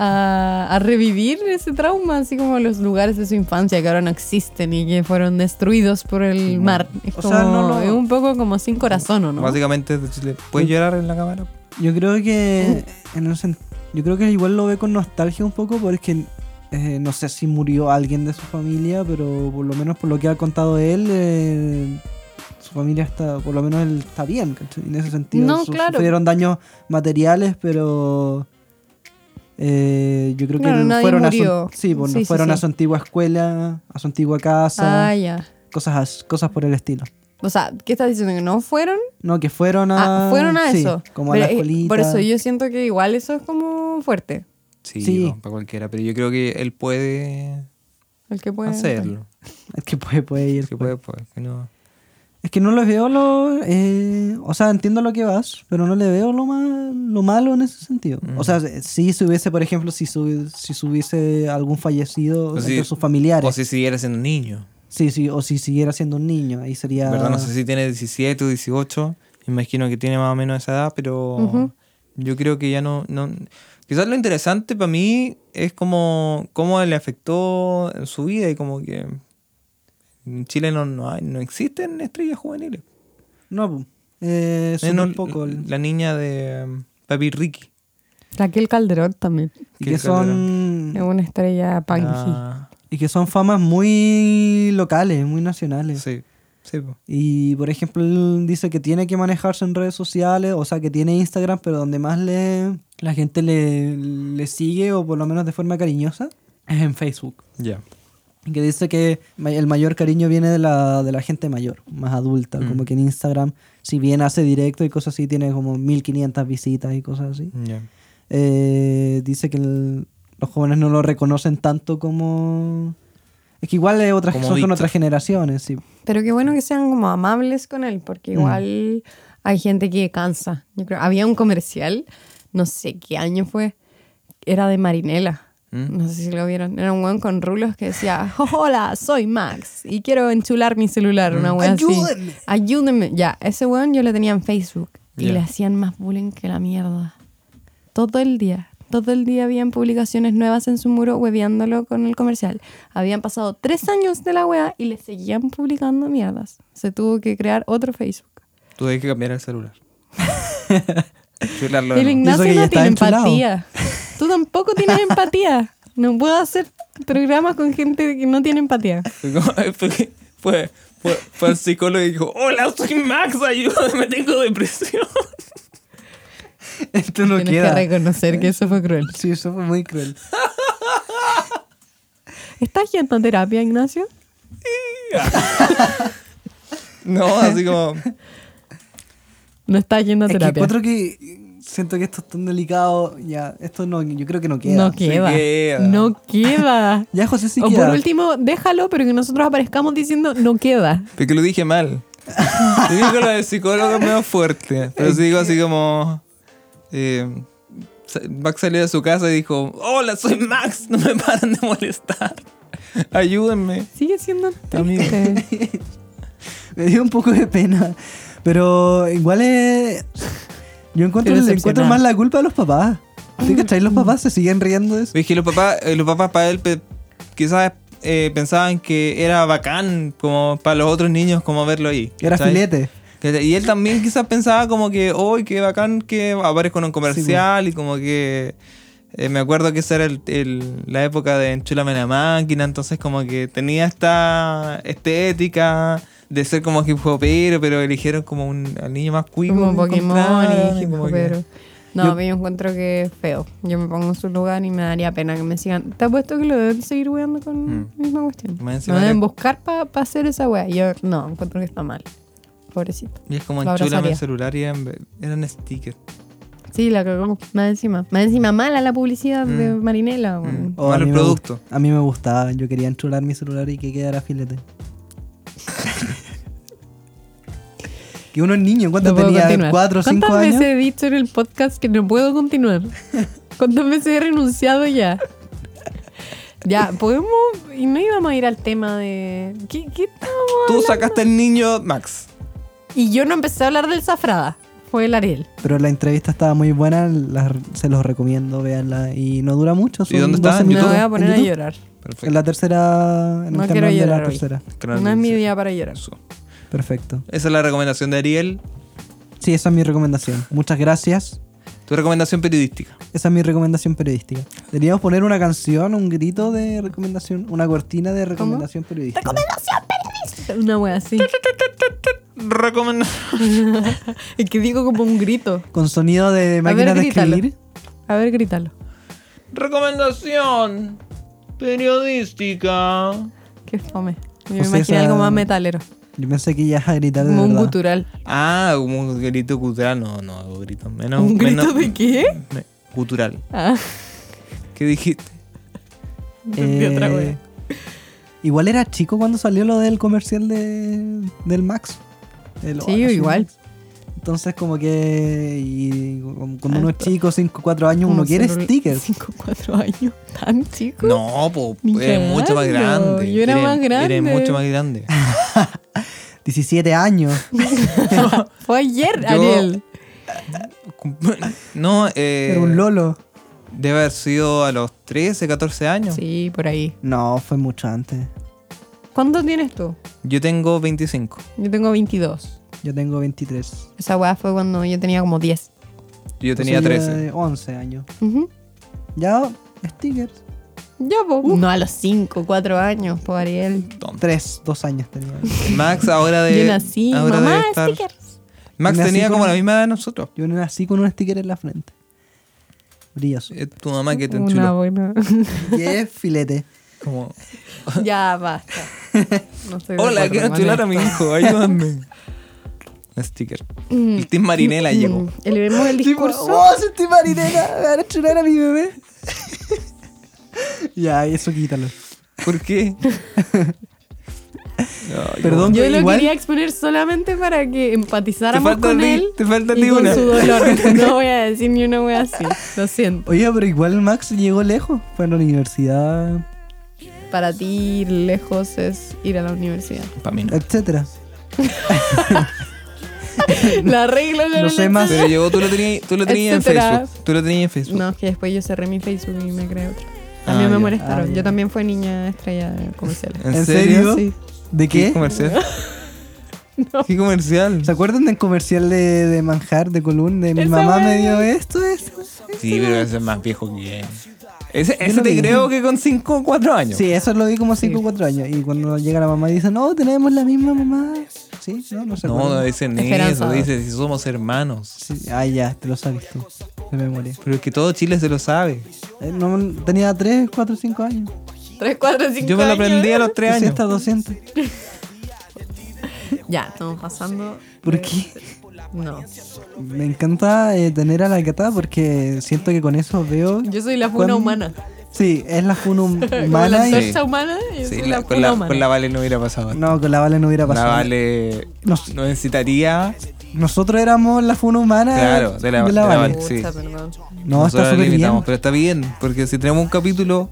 Speaker 2: a, a revivir ese trauma, así como los lugares de su infancia que ahora no existen y que fueron destruidos por el mar. Es,
Speaker 3: O sea,
Speaker 2: como-
Speaker 3: no lo-
Speaker 2: es un poco como sin corazón, ¿o no?
Speaker 1: Básicamente, le- ¿puedes llorar en la cámara?
Speaker 3: Yo creo que.
Speaker 2: Uh.
Speaker 3: En el sen- yo creo que igual lo ve con nostalgia un poco porque. eh, no sé si murió alguien de su familia, pero por lo menos por lo que ha contado él, eh, su familia está, por lo menos él está bien, ¿cachai? En ese sentido,
Speaker 2: No,
Speaker 3: su-
Speaker 2: claro.
Speaker 3: sufrieron daños materiales, pero eh, yo creo que
Speaker 2: Claro, nadie
Speaker 3: fueron,
Speaker 2: murió.
Speaker 3: A, su, sí, bueno,
Speaker 2: Sí, sí,
Speaker 3: fueron a
Speaker 2: sí.
Speaker 3: su antigua escuela, a su antigua casa,
Speaker 2: Ah, ya.
Speaker 3: cosas, as- cosas por el estilo.
Speaker 2: O sea, ¿qué estás diciendo? ¿Que no fueron?
Speaker 3: No, que fueron a...
Speaker 2: Ah, fueron a
Speaker 3: sí,
Speaker 2: eso.
Speaker 3: Como
Speaker 2: Pero,
Speaker 3: a la
Speaker 2: eh,
Speaker 3: escuelita.
Speaker 2: Por eso yo siento que igual eso es como fuerte.
Speaker 1: Sí,
Speaker 3: Sí.
Speaker 1: no, para cualquiera. Pero yo creo que él puede
Speaker 2: El que puede
Speaker 1: hacerlo.
Speaker 3: Es que puede, puede ir.
Speaker 1: Que puede, puede, que no.
Speaker 3: Es que no les veo lo... eh, o sea, entiendo lo que vas, pero no le veo lo, ma- lo malo en ese sentido. O sea,
Speaker 1: Mm.
Speaker 3: si se hubiese, por ejemplo, si, su- si se hubiese algún fallecido
Speaker 1: O
Speaker 3: entre
Speaker 1: si-
Speaker 3: sus familiares.
Speaker 1: O si siguiera siendo niño.
Speaker 3: Sí, sí, o si siguiera siendo un niño, ahí sería...
Speaker 1: ¿Verdad? No sé si tiene 17 o 18. Me imagino que tiene más o menos esa edad, pero yo creo que ya no, no. Quizás lo interesante para mí es como cómo le afectó en su vida y como que en Chile no, no, hay- no existen estrellas juveniles.
Speaker 3: No, pu. eh, súper
Speaker 1: Menos
Speaker 3: poco. el-
Speaker 1: la niña de um, Papi Ricky.
Speaker 2: Raquel Calderón también.
Speaker 3: Y
Speaker 1: que
Speaker 3: que
Speaker 2: Es
Speaker 3: son...
Speaker 2: una estrella punky.
Speaker 1: Ah,
Speaker 3: Y que son famas muy locales, muy nacionales.
Speaker 1: sí, sí, po.
Speaker 3: Y por ejemplo, él dice que tiene que manejarse en redes sociales, o sea, que tiene Instagram, pero donde más le la gente le, le sigue, o por lo menos de forma cariñosa, es en Facebook.
Speaker 1: ya.
Speaker 3: Y que dice que ma- el mayor cariño viene de la, de la gente mayor, más adulta,
Speaker 2: Mm.
Speaker 3: como que en Instagram, si bien hace directo y cosas así, tiene como 1500 visitas y cosas así.
Speaker 2: Mm.
Speaker 1: ya.
Speaker 3: Eh, dice que el- los jóvenes no lo reconocen tanto como... Es que igual es otra,
Speaker 1: Como
Speaker 3: son con
Speaker 1: Víctor.
Speaker 3: otras generaciones, sí.
Speaker 2: Pero qué bueno que sean como amables con él, porque
Speaker 3: Mm.
Speaker 2: igual hay gente que cansa. Yo creo, había un comercial, no sé qué año fue, era de Marinela.
Speaker 3: Mm.
Speaker 2: No sé si lo vieron. Era un weón con rulos que decía, hola, soy Max y quiero enchular mi celular, una weón así.
Speaker 3: Mm. Ayúdenme.
Speaker 2: Ayúdenme. Ya, ese weón yo lo tenía en Facebook y
Speaker 1: Ya.
Speaker 2: le hacían más bullying que la mierda. Todo el día. Todo el día habían publicaciones nuevas en su muro hueveándolo con el comercial. Habían pasado tres años de la wea y le seguían publicando mierdas. Se tuvo que crear otro Facebook.
Speaker 1: Tuve que cambiar el celular. Chularlo. de nuevo.
Speaker 2: El
Speaker 3: Y eso
Speaker 2: Ignacio
Speaker 3: que ya
Speaker 2: no
Speaker 3: está
Speaker 2: tiene
Speaker 3: enchulado.
Speaker 2: empatía. Tú tampoco tienes empatía. No puedo hacer programas con gente que no tiene empatía.
Speaker 1: fue, fue, fue, fue al psicólogo y dijo, hola, soy Max, ayúdame, tengo depresión.
Speaker 3: Esto no
Speaker 2: Tienes que
Speaker 3: queda.
Speaker 2: reconocer que eso fue cruel.
Speaker 3: Sí, eso fue muy cruel.
Speaker 2: ¿Estás yendo a terapia, Ignacio?
Speaker 1: No, así como,
Speaker 2: No estás yendo a
Speaker 3: Es que
Speaker 2: terapia.
Speaker 3: encuentro que siento que esto es tan delicado. Ya, esto no, yo creo que no queda.
Speaker 2: no queda.
Speaker 1: queda.
Speaker 2: No queda.
Speaker 3: Ya, José, sí
Speaker 2: o
Speaker 3: queda.
Speaker 2: por último, déjalo, pero que nosotros aparezcamos diciendo no queda.
Speaker 1: porque lo dije mal. Yo digo lo del psicólogo es medio fuerte, pero sí digo así como, eh, sa- Max salió de su casa y dijo, hola, soy Max, no me paran de molestar. Ayúdenme.
Speaker 2: Sigue siendo
Speaker 1: Amigo.
Speaker 2: triste.
Speaker 3: Me dio un poco de pena. Pero igual es.
Speaker 2: Estoy
Speaker 3: Yo encuentro, le encuentro
Speaker 2: decepcionada.
Speaker 3: más la culpa a los papás.
Speaker 2: Mm.
Speaker 3: ¿Sí cachai? Los papás se siguen riendo de eso.
Speaker 1: Es que los papás, eh, los papás para él pe- quizás eh, pensaban que era bacán como para los otros niños como verlo ahí.
Speaker 3: Era
Speaker 1: ¿cachai?
Speaker 3: filete.
Speaker 1: ¿Cachai? Y él también quizás pensaba como que, hoy qué bacán que aparezco en un comercial y como que... eh, me acuerdo que esa era el- el- la época de Enchúlame la máquina, entonces como que tenía esta estética de ser como hip hopero, pero eligieron como un, al niño más cuico. que
Speaker 2: Como Pokémon
Speaker 1: encontraron
Speaker 2: y
Speaker 1: y como que-
Speaker 2: pero No, yo encuentro que es feo. Yo me pongo en su lugar y me daría pena que me sigan. Te apuesto que lo deben seguir weando con la misma cuestión.
Speaker 1: Más encima
Speaker 2: Lo deben
Speaker 1: era-
Speaker 2: buscar para hacer esa wea. Yo no, encuentro que está mal. Pobrecito.
Speaker 1: Y es como
Speaker 2: Lo
Speaker 1: enchúlame
Speaker 2: abrazaría.
Speaker 1: el celular y eran, eran stickers.
Speaker 2: Sí, la cagó. Más encima. Más encima mala la publicidad de Marinela. weón.
Speaker 3: Oh,
Speaker 1: Mal
Speaker 3: a mí me
Speaker 1: producto.
Speaker 3: gust- a mí me gustaba. Yo quería enchular mi celular y que quedara filete. que uno es niño. ¿Cuánto
Speaker 2: No puedo
Speaker 3: tenía?
Speaker 2: continuar.
Speaker 3: ¿Cuatro o cinco
Speaker 2: ¿Cuántas
Speaker 3: años?
Speaker 2: veces he dicho en el podcast que no puedo continuar? ¿Cuántas veces he renunciado ya? Ya, podemos. Y no íbamos a ir al tema de. ¿Qué, qué estábamos
Speaker 1: Tú
Speaker 2: hablando?
Speaker 1: sacaste el niño Max.
Speaker 2: Y yo no empecé a hablar del Zafrada. Fue el Ariel.
Speaker 3: Pero la entrevista estaba muy buena, la- se los recomiendo, véanla. Y no dura mucho.
Speaker 1: ¿Y dónde está?
Speaker 3: 12
Speaker 1: En
Speaker 2: Me
Speaker 1: YouTube.
Speaker 2: voy a
Speaker 3: Ah, ¿En
Speaker 2: poner a
Speaker 3: YouTube?
Speaker 2: llorar.
Speaker 3: En
Speaker 1: Perfecto.
Speaker 3: la tercera. En
Speaker 2: No quiero
Speaker 3: el canal de la
Speaker 2: llorar hoy.
Speaker 3: tercera.
Speaker 1: Canal
Speaker 2: no es mi
Speaker 1: 16.
Speaker 2: día para llorar.
Speaker 1: Eso.
Speaker 3: Perfecto.
Speaker 1: Esa es la recomendación de Ariel.
Speaker 3: Sí, esa es mi recomendación. Muchas gracias.
Speaker 1: Tu recomendación periodística.
Speaker 3: Esa es mi recomendación periodística. Deberíamos poner una canción, un grito de recomendación, una cortina de recomendación periodística.
Speaker 2: Una wea así.
Speaker 1: Recomen-
Speaker 2: Es que digo como un grito.
Speaker 3: Con sonido de máquina de
Speaker 2: grítalo.
Speaker 3: escribir.
Speaker 2: A ver, grítalo.
Speaker 1: recomendación periodística.
Speaker 2: Qué fome. Yo
Speaker 3: Pues
Speaker 2: me imaginé
Speaker 3: esa-
Speaker 2: algo más metalero.
Speaker 3: Yo pensé que ya a gritar de
Speaker 2: Como un
Speaker 3: verdad.
Speaker 2: gutural.
Speaker 1: Ah, como un grito cultural. No, no, hago gritos menos.
Speaker 2: ¿Un grito
Speaker 1: menos-
Speaker 2: de qué?
Speaker 1: me- Cultural.
Speaker 2: Ah,
Speaker 1: ¿Qué dijiste?
Speaker 2: entendí
Speaker 3: Eh,
Speaker 2: otra wea.
Speaker 3: Igual era chico cuando salió lo del comercial de, del Max. El
Speaker 2: Sí,
Speaker 3: Oasis.
Speaker 2: igual.
Speaker 3: Entonces como que y como- cuando uno es
Speaker 2: Harto.
Speaker 3: chico, 5, 4 años, uno
Speaker 2: Ah, Como
Speaker 3: quiere
Speaker 2: celul-
Speaker 3: stickers.
Speaker 2: Cinco, cuatro años. ¿Tan chico?
Speaker 1: No, po,
Speaker 2: Ni
Speaker 1: es mucho más
Speaker 2: cagando.
Speaker 1: grande.
Speaker 2: Yo era
Speaker 1: Eres-
Speaker 2: más grande.
Speaker 1: Eres mucho más grande.
Speaker 3: 17 años.
Speaker 2: Fue ayer,
Speaker 1: Yo-
Speaker 2: Ariel.
Speaker 1: No, eh,
Speaker 3: Era un lolo.
Speaker 1: debe haber sido a los 13, 14 años.
Speaker 2: Sí, por ahí.
Speaker 3: No, fue mucho antes.
Speaker 2: ¿Cuánto tienes tú?
Speaker 1: Yo tengo 25.
Speaker 2: Yo tengo 22.
Speaker 3: Yo tengo 23.
Speaker 2: Esa weá fue cuando yo tenía como 10.
Speaker 1: Yo tenía
Speaker 3: Entonces,
Speaker 1: 13.
Speaker 3: yo de 11 años.
Speaker 2: Ujú.
Speaker 3: Ya, stickers.
Speaker 2: Ya, po.
Speaker 1: Uh.
Speaker 2: No a los 5, 4 años, po, Ariel.
Speaker 1: Tonto.
Speaker 3: 3, 2 años tenía.
Speaker 1: Max ahora de.
Speaker 2: yo nací,
Speaker 1: ahora
Speaker 2: mamá,
Speaker 1: debe estar-
Speaker 2: stickers.
Speaker 1: Max
Speaker 3: Nací
Speaker 1: tenía
Speaker 3: con-
Speaker 1: como la misma edad de nosotros.
Speaker 3: Yo nací con un sticker en la frente. Brilloso.
Speaker 1: Es tu mamá que te
Speaker 2: Una
Speaker 1: enchuló.
Speaker 2: buena.
Speaker 3: Qué filete.
Speaker 1: Como,
Speaker 2: ya, basta. No estoy de
Speaker 1: Hola,
Speaker 2: acuerdo
Speaker 1: quiero
Speaker 2: con
Speaker 1: enchular a mi
Speaker 2: esto.
Speaker 1: hijo, ayúdame. Un sticker. El Team Marinela llegó.
Speaker 2: Mm, Elevemos el discurso.
Speaker 3: ¡Oh, sentí marinera! ¡Me van a chular a mi bebé! ya, eso quítalo.
Speaker 1: ¿Por qué?
Speaker 3: Perdón,
Speaker 2: Yo
Speaker 3: pero
Speaker 2: lo
Speaker 3: igual,
Speaker 2: quería exponer solamente para que empatizáramos
Speaker 1: Te falta
Speaker 2: con
Speaker 1: a ti-
Speaker 2: él.
Speaker 1: te falta a
Speaker 2: y
Speaker 1: ti
Speaker 2: con
Speaker 1: una.
Speaker 2: su dolor. No voy a decir ni una wea así. Lo siento.
Speaker 3: Oye, pero igual Max llegó lejos. Fue a la universidad,
Speaker 2: Para ti, ir lejos es ir a la universidad.
Speaker 1: Para mí no.
Speaker 3: etcétera.
Speaker 2: La regla de la
Speaker 3: No sé más.
Speaker 1: Pero llegó, tú lo tenías, tú lo tenías en
Speaker 2: Etcétera.
Speaker 1: Facebook. Tú lo tenías en Facebook.
Speaker 2: No, es que después yo cerré mi Facebook y me creé otro.
Speaker 1: Ah,
Speaker 2: A mí me
Speaker 1: ya.
Speaker 2: molestaron.
Speaker 3: Ah, ya.
Speaker 2: Yo también fui niña estrella de comerciales.
Speaker 1: ¿En,
Speaker 3: ¿En
Speaker 1: serio?
Speaker 3: serio?
Speaker 2: Sí.
Speaker 3: ¿De
Speaker 1: ¿Qué
Speaker 3: qué?
Speaker 1: comercial? ¿Qué comercial?
Speaker 3: ¿Se acuerdan del comercial de, de manjar de Column? De mi
Speaker 2: Esa
Speaker 3: mamá me
Speaker 2: wea.
Speaker 3: dio esto, eso.
Speaker 1: Sí, pero ese es más viejo que él. Ese, ese
Speaker 3: lo
Speaker 1: te
Speaker 3: vi.
Speaker 1: creo que con 5 o 4 años.
Speaker 3: Sí, eso lo vi como 5 o 4 años. Y cuando llega la mamá y dice, no, tenemos la misma mamá. Sí, no, no se
Speaker 1: No,
Speaker 3: acuerdan.
Speaker 1: no dicen eso,
Speaker 2: Esperanzador.
Speaker 1: dicen si somos hermanos.
Speaker 3: Sí, ah, ya, te lo sabes tú. De memoria.
Speaker 1: Pero es que todo Chile se lo sabe.
Speaker 3: Eh, no, tenía 3, 4, 5 años.
Speaker 2: 3, 4, 5
Speaker 1: Yo me lo aprendí a los 3 años.
Speaker 3: 300, 200.
Speaker 2: Ya, estamos pasando.
Speaker 3: ¿Por qué?
Speaker 2: No.
Speaker 3: Me encanta eh, tener a la Cata porque siento que con eso veo.
Speaker 2: Yo soy la funa
Speaker 3: cuán-
Speaker 2: humana.
Speaker 3: Sí, es la funa
Speaker 2: Como la
Speaker 3: humana. y-
Speaker 1: antorcha.
Speaker 2: antorcha humana, yo
Speaker 1: Sí, la-
Speaker 2: soy la
Speaker 1: con, la,
Speaker 2: funa humana.
Speaker 1: con la Vale no hubiera pasado. esto.
Speaker 3: No, con la Vale no hubiera
Speaker 1: la
Speaker 3: pasado.
Speaker 1: Vale
Speaker 3: Nos-
Speaker 1: no necesitaría.
Speaker 3: Nosotros éramos la funa humana
Speaker 1: Claro, de la- de la Vale.
Speaker 3: Vale.
Speaker 2: Pucha,
Speaker 1: sí.
Speaker 2: perdón.
Speaker 3: No, está
Speaker 1: Nosotros la
Speaker 3: súper bien.
Speaker 1: limitamos, pero está bien, porque si tenemos un capítulo,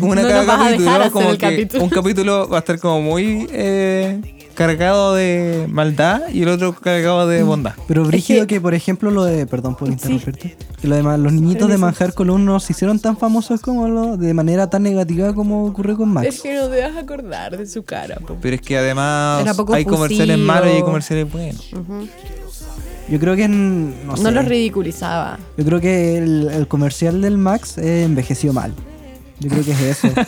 Speaker 1: una
Speaker 2: No
Speaker 1: cada
Speaker 2: nos vas a
Speaker 1: capítulo,
Speaker 2: dejar hacer
Speaker 1: como
Speaker 2: el
Speaker 1: que
Speaker 2: capítulo.
Speaker 1: un capítulo va a estar como muy eh, cargado de maldad y el otro cargado de bondad.
Speaker 3: Pero brígido
Speaker 2: Es
Speaker 3: que, por ejemplo, lo de. Perdón por interrumpirte. Que lo de ma- los niñitos de Manjar Column no se hicieron tan famosos como lo. De manera tan negativa como ocurrió con
Speaker 7: Es
Speaker 3: Max.
Speaker 7: que no te vas a acordar de su cara. po.
Speaker 1: Pero es que además
Speaker 2: Era poco
Speaker 1: hay comerciales
Speaker 2: efusivo.
Speaker 1: malos y hay comerciales buenos.
Speaker 3: Yo creo que. en-
Speaker 2: No
Speaker 3: No, sé,
Speaker 2: los ridiculizaba.
Speaker 3: Yo creo que el, el comercial del Max eh, envejeció mal. Yo creo que es eso.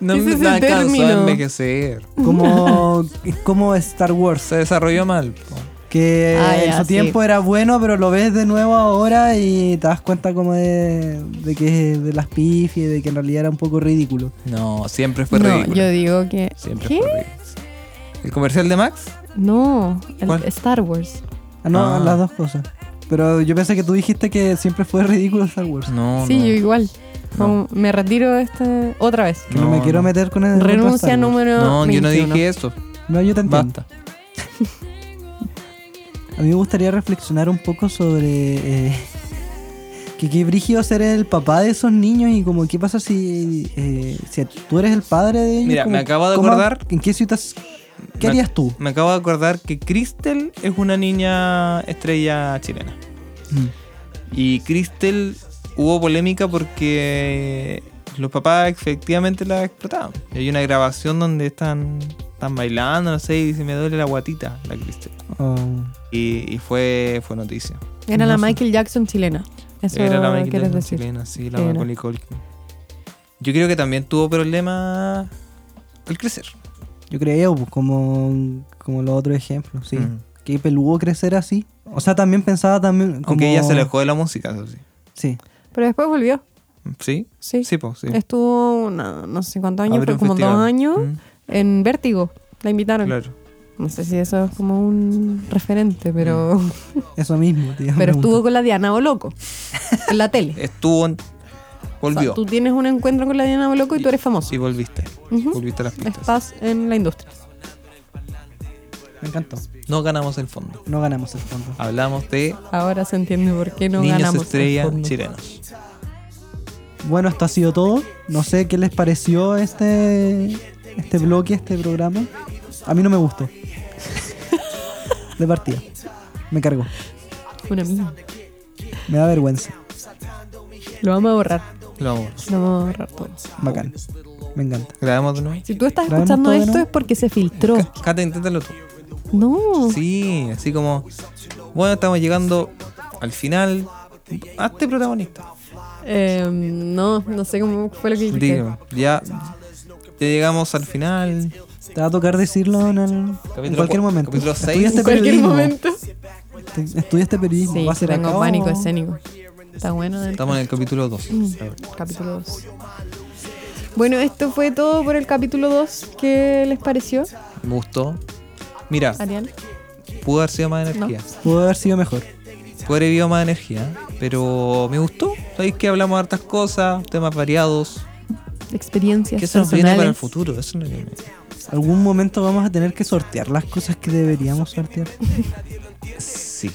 Speaker 1: No
Speaker 2: Ese
Speaker 1: me
Speaker 2: es el
Speaker 1: alcanzó a
Speaker 2: término.
Speaker 1: envejecer.
Speaker 3: Como, como Star Wars,
Speaker 1: Se desarrolló mal. po.
Speaker 3: que
Speaker 2: Ah,
Speaker 3: en
Speaker 2: ya,
Speaker 3: su
Speaker 2: sí.
Speaker 3: tiempo era bueno, pero lo ves de nuevo ahora y te das cuenta como de, de que es de las pifias, de que en realidad era un poco ridículo.
Speaker 1: No, siempre fue
Speaker 2: no,
Speaker 1: ridículo.
Speaker 2: yo digo que.
Speaker 1: Siempre
Speaker 2: ¿Qué?
Speaker 1: fue ridículo. ¿El comercial de Max?
Speaker 2: No, el
Speaker 1: ¿Cuál?
Speaker 2: Star Wars.
Speaker 3: Ah, no,
Speaker 1: Ah.
Speaker 3: las dos cosas. Pero yo pensé que tú dijiste que siempre fue ridículo Star Wars.
Speaker 1: pues, No,
Speaker 2: sí,
Speaker 1: no.
Speaker 2: yo igual. Como, Me retiro este otra vez.
Speaker 3: Que no, me
Speaker 1: No,
Speaker 3: quiero
Speaker 1: no.
Speaker 3: meter con el contra
Speaker 2: Renuncia
Speaker 3: Star Wars.
Speaker 2: número.
Speaker 1: No, yo no
Speaker 2: 21.
Speaker 1: dije eso.
Speaker 3: No, yo te entiendo.
Speaker 1: Basta.
Speaker 3: A mí me gustaría reflexionar un poco sobre eh, que qué brígido ser el papá de esos niños y como qué pasa si, eh, si tú eres el padre de ellos.
Speaker 1: Mira,
Speaker 3: como,
Speaker 1: me acabo de
Speaker 3: ¿cómo-
Speaker 1: acordar.
Speaker 3: ¿En qué situa- ¿Qué
Speaker 1: me-
Speaker 3: harías tú?
Speaker 1: Me acabo de acordar que Cristel es una niña estrella chilena.
Speaker 3: Mm.
Speaker 1: Y Cristel hubo polémica porque los papás efectivamente la explotaban. Y hay una grabación donde están, están bailando, no sé, y dice, me duele la guatita, la Cristel.
Speaker 3: Oh,
Speaker 1: Y, y fue, fue noticia.
Speaker 2: Era la Michael Jackson chilena. Eso
Speaker 1: Era la Michael
Speaker 2: quieres
Speaker 1: Jackson
Speaker 2: decir.
Speaker 1: chilena, sí, la
Speaker 2: Era.
Speaker 1: Macaulay Culkin. Yo creo que también tuvo problemas al crecer.
Speaker 3: yo creía pues, como, como los otros ejemplos, sí.
Speaker 1: Mm.
Speaker 3: Qué peludo crecer así. O sea, también pensaba también como...
Speaker 1: Aunque ella se alejó de la música, eso sí.
Speaker 3: Sí.
Speaker 2: Pero después volvió.
Speaker 1: ¿Sí?
Speaker 2: Sí.
Speaker 1: Sí, pues, sí.
Speaker 2: Estuvo una- no sé cuántos años,
Speaker 1: Abrió
Speaker 2: pero
Speaker 1: un
Speaker 2: como
Speaker 1: festival.
Speaker 2: dos años
Speaker 1: Mm.
Speaker 2: en Vértigo. La invitaron.
Speaker 1: Claro.
Speaker 2: No sé si eso es como un referente, pero,
Speaker 1: Mm.
Speaker 3: Eso mismo, te iba a
Speaker 2: pero
Speaker 3: preguntar.
Speaker 2: estuvo con la Diana Boloco en la tele.
Speaker 1: Estuvo en-
Speaker 2: O sea,
Speaker 1: Volvió.
Speaker 2: tú tienes un encuentro con la Diana Boloco y tú eres famoso.
Speaker 1: Y volviste.
Speaker 2: Ujú.
Speaker 1: Volviste a las pistas.
Speaker 2: Estás en la industria.
Speaker 3: Me encantó.
Speaker 1: No ganamos el fondo.
Speaker 3: No ganamos el fondo.
Speaker 1: Hablamos de
Speaker 2: Ahora se entiende por qué no
Speaker 1: niños
Speaker 2: ganamos.
Speaker 1: estrella
Speaker 2: el fondo.
Speaker 1: chilenos.
Speaker 3: Bueno, esto ha sido todo. No sé qué les pareció este, este bloque, este programa. A mí no me gustó. De partida. Me cargo.
Speaker 2: Una mía.
Speaker 3: Me da vergüenza.
Speaker 2: Lo vamos a borrar.
Speaker 1: Lo vamos.
Speaker 2: Lo vamos a borrar todo.
Speaker 3: Bacán. Me encanta.
Speaker 1: Grabamos de nuevo.
Speaker 2: Si tú estás
Speaker 3: Grabemos
Speaker 2: escuchando
Speaker 3: todo de
Speaker 2: esto
Speaker 3: nuevo.
Speaker 2: es porque se filtró.
Speaker 1: Ca- Cata, inténtalo tú.
Speaker 2: No.
Speaker 1: Sí, así como. Bueno, estamos llegando al final. Hazte protagonista.
Speaker 2: Eh, no, no sé cómo fue lo que dije.
Speaker 1: Dígame. Ya. Ya llegamos al final.
Speaker 3: Te va a tocar decirlo en, el- en
Speaker 1: Capítulo
Speaker 3: cualquier
Speaker 1: cu-
Speaker 3: momento.
Speaker 1: capítulo seis.
Speaker 3: Estudiaste
Speaker 2: En cualquier
Speaker 3: periodismo.
Speaker 2: momento.
Speaker 3: Te- Estudiaste periodismo.
Speaker 2: Sí,
Speaker 3: ¿Va a ser
Speaker 2: tengo
Speaker 3: acá o-
Speaker 2: pánico escénico. Está bueno. ¿eh?
Speaker 1: Estamos en el capítulo 2.
Speaker 2: Capítulo 2. Bueno, esto fue todo por el capítulo 2. ¿Qué les pareció,
Speaker 1: Me gustó. Mira,
Speaker 2: Ariel?
Speaker 1: pudo haber sido más energía.
Speaker 3: Pudo haber sido mejor.
Speaker 1: Pudo haber habido más energía. Pero me gustó. Sabéis que hablamos de hartas cosas, temas variados.
Speaker 2: Experiencias
Speaker 1: ¿Qué se nos viene para el
Speaker 2: personales.
Speaker 1: futuro? Eso es lo que me-
Speaker 3: Algún momento vamos a tener que sortear las cosas que deberíamos sortear.
Speaker 1: Sí,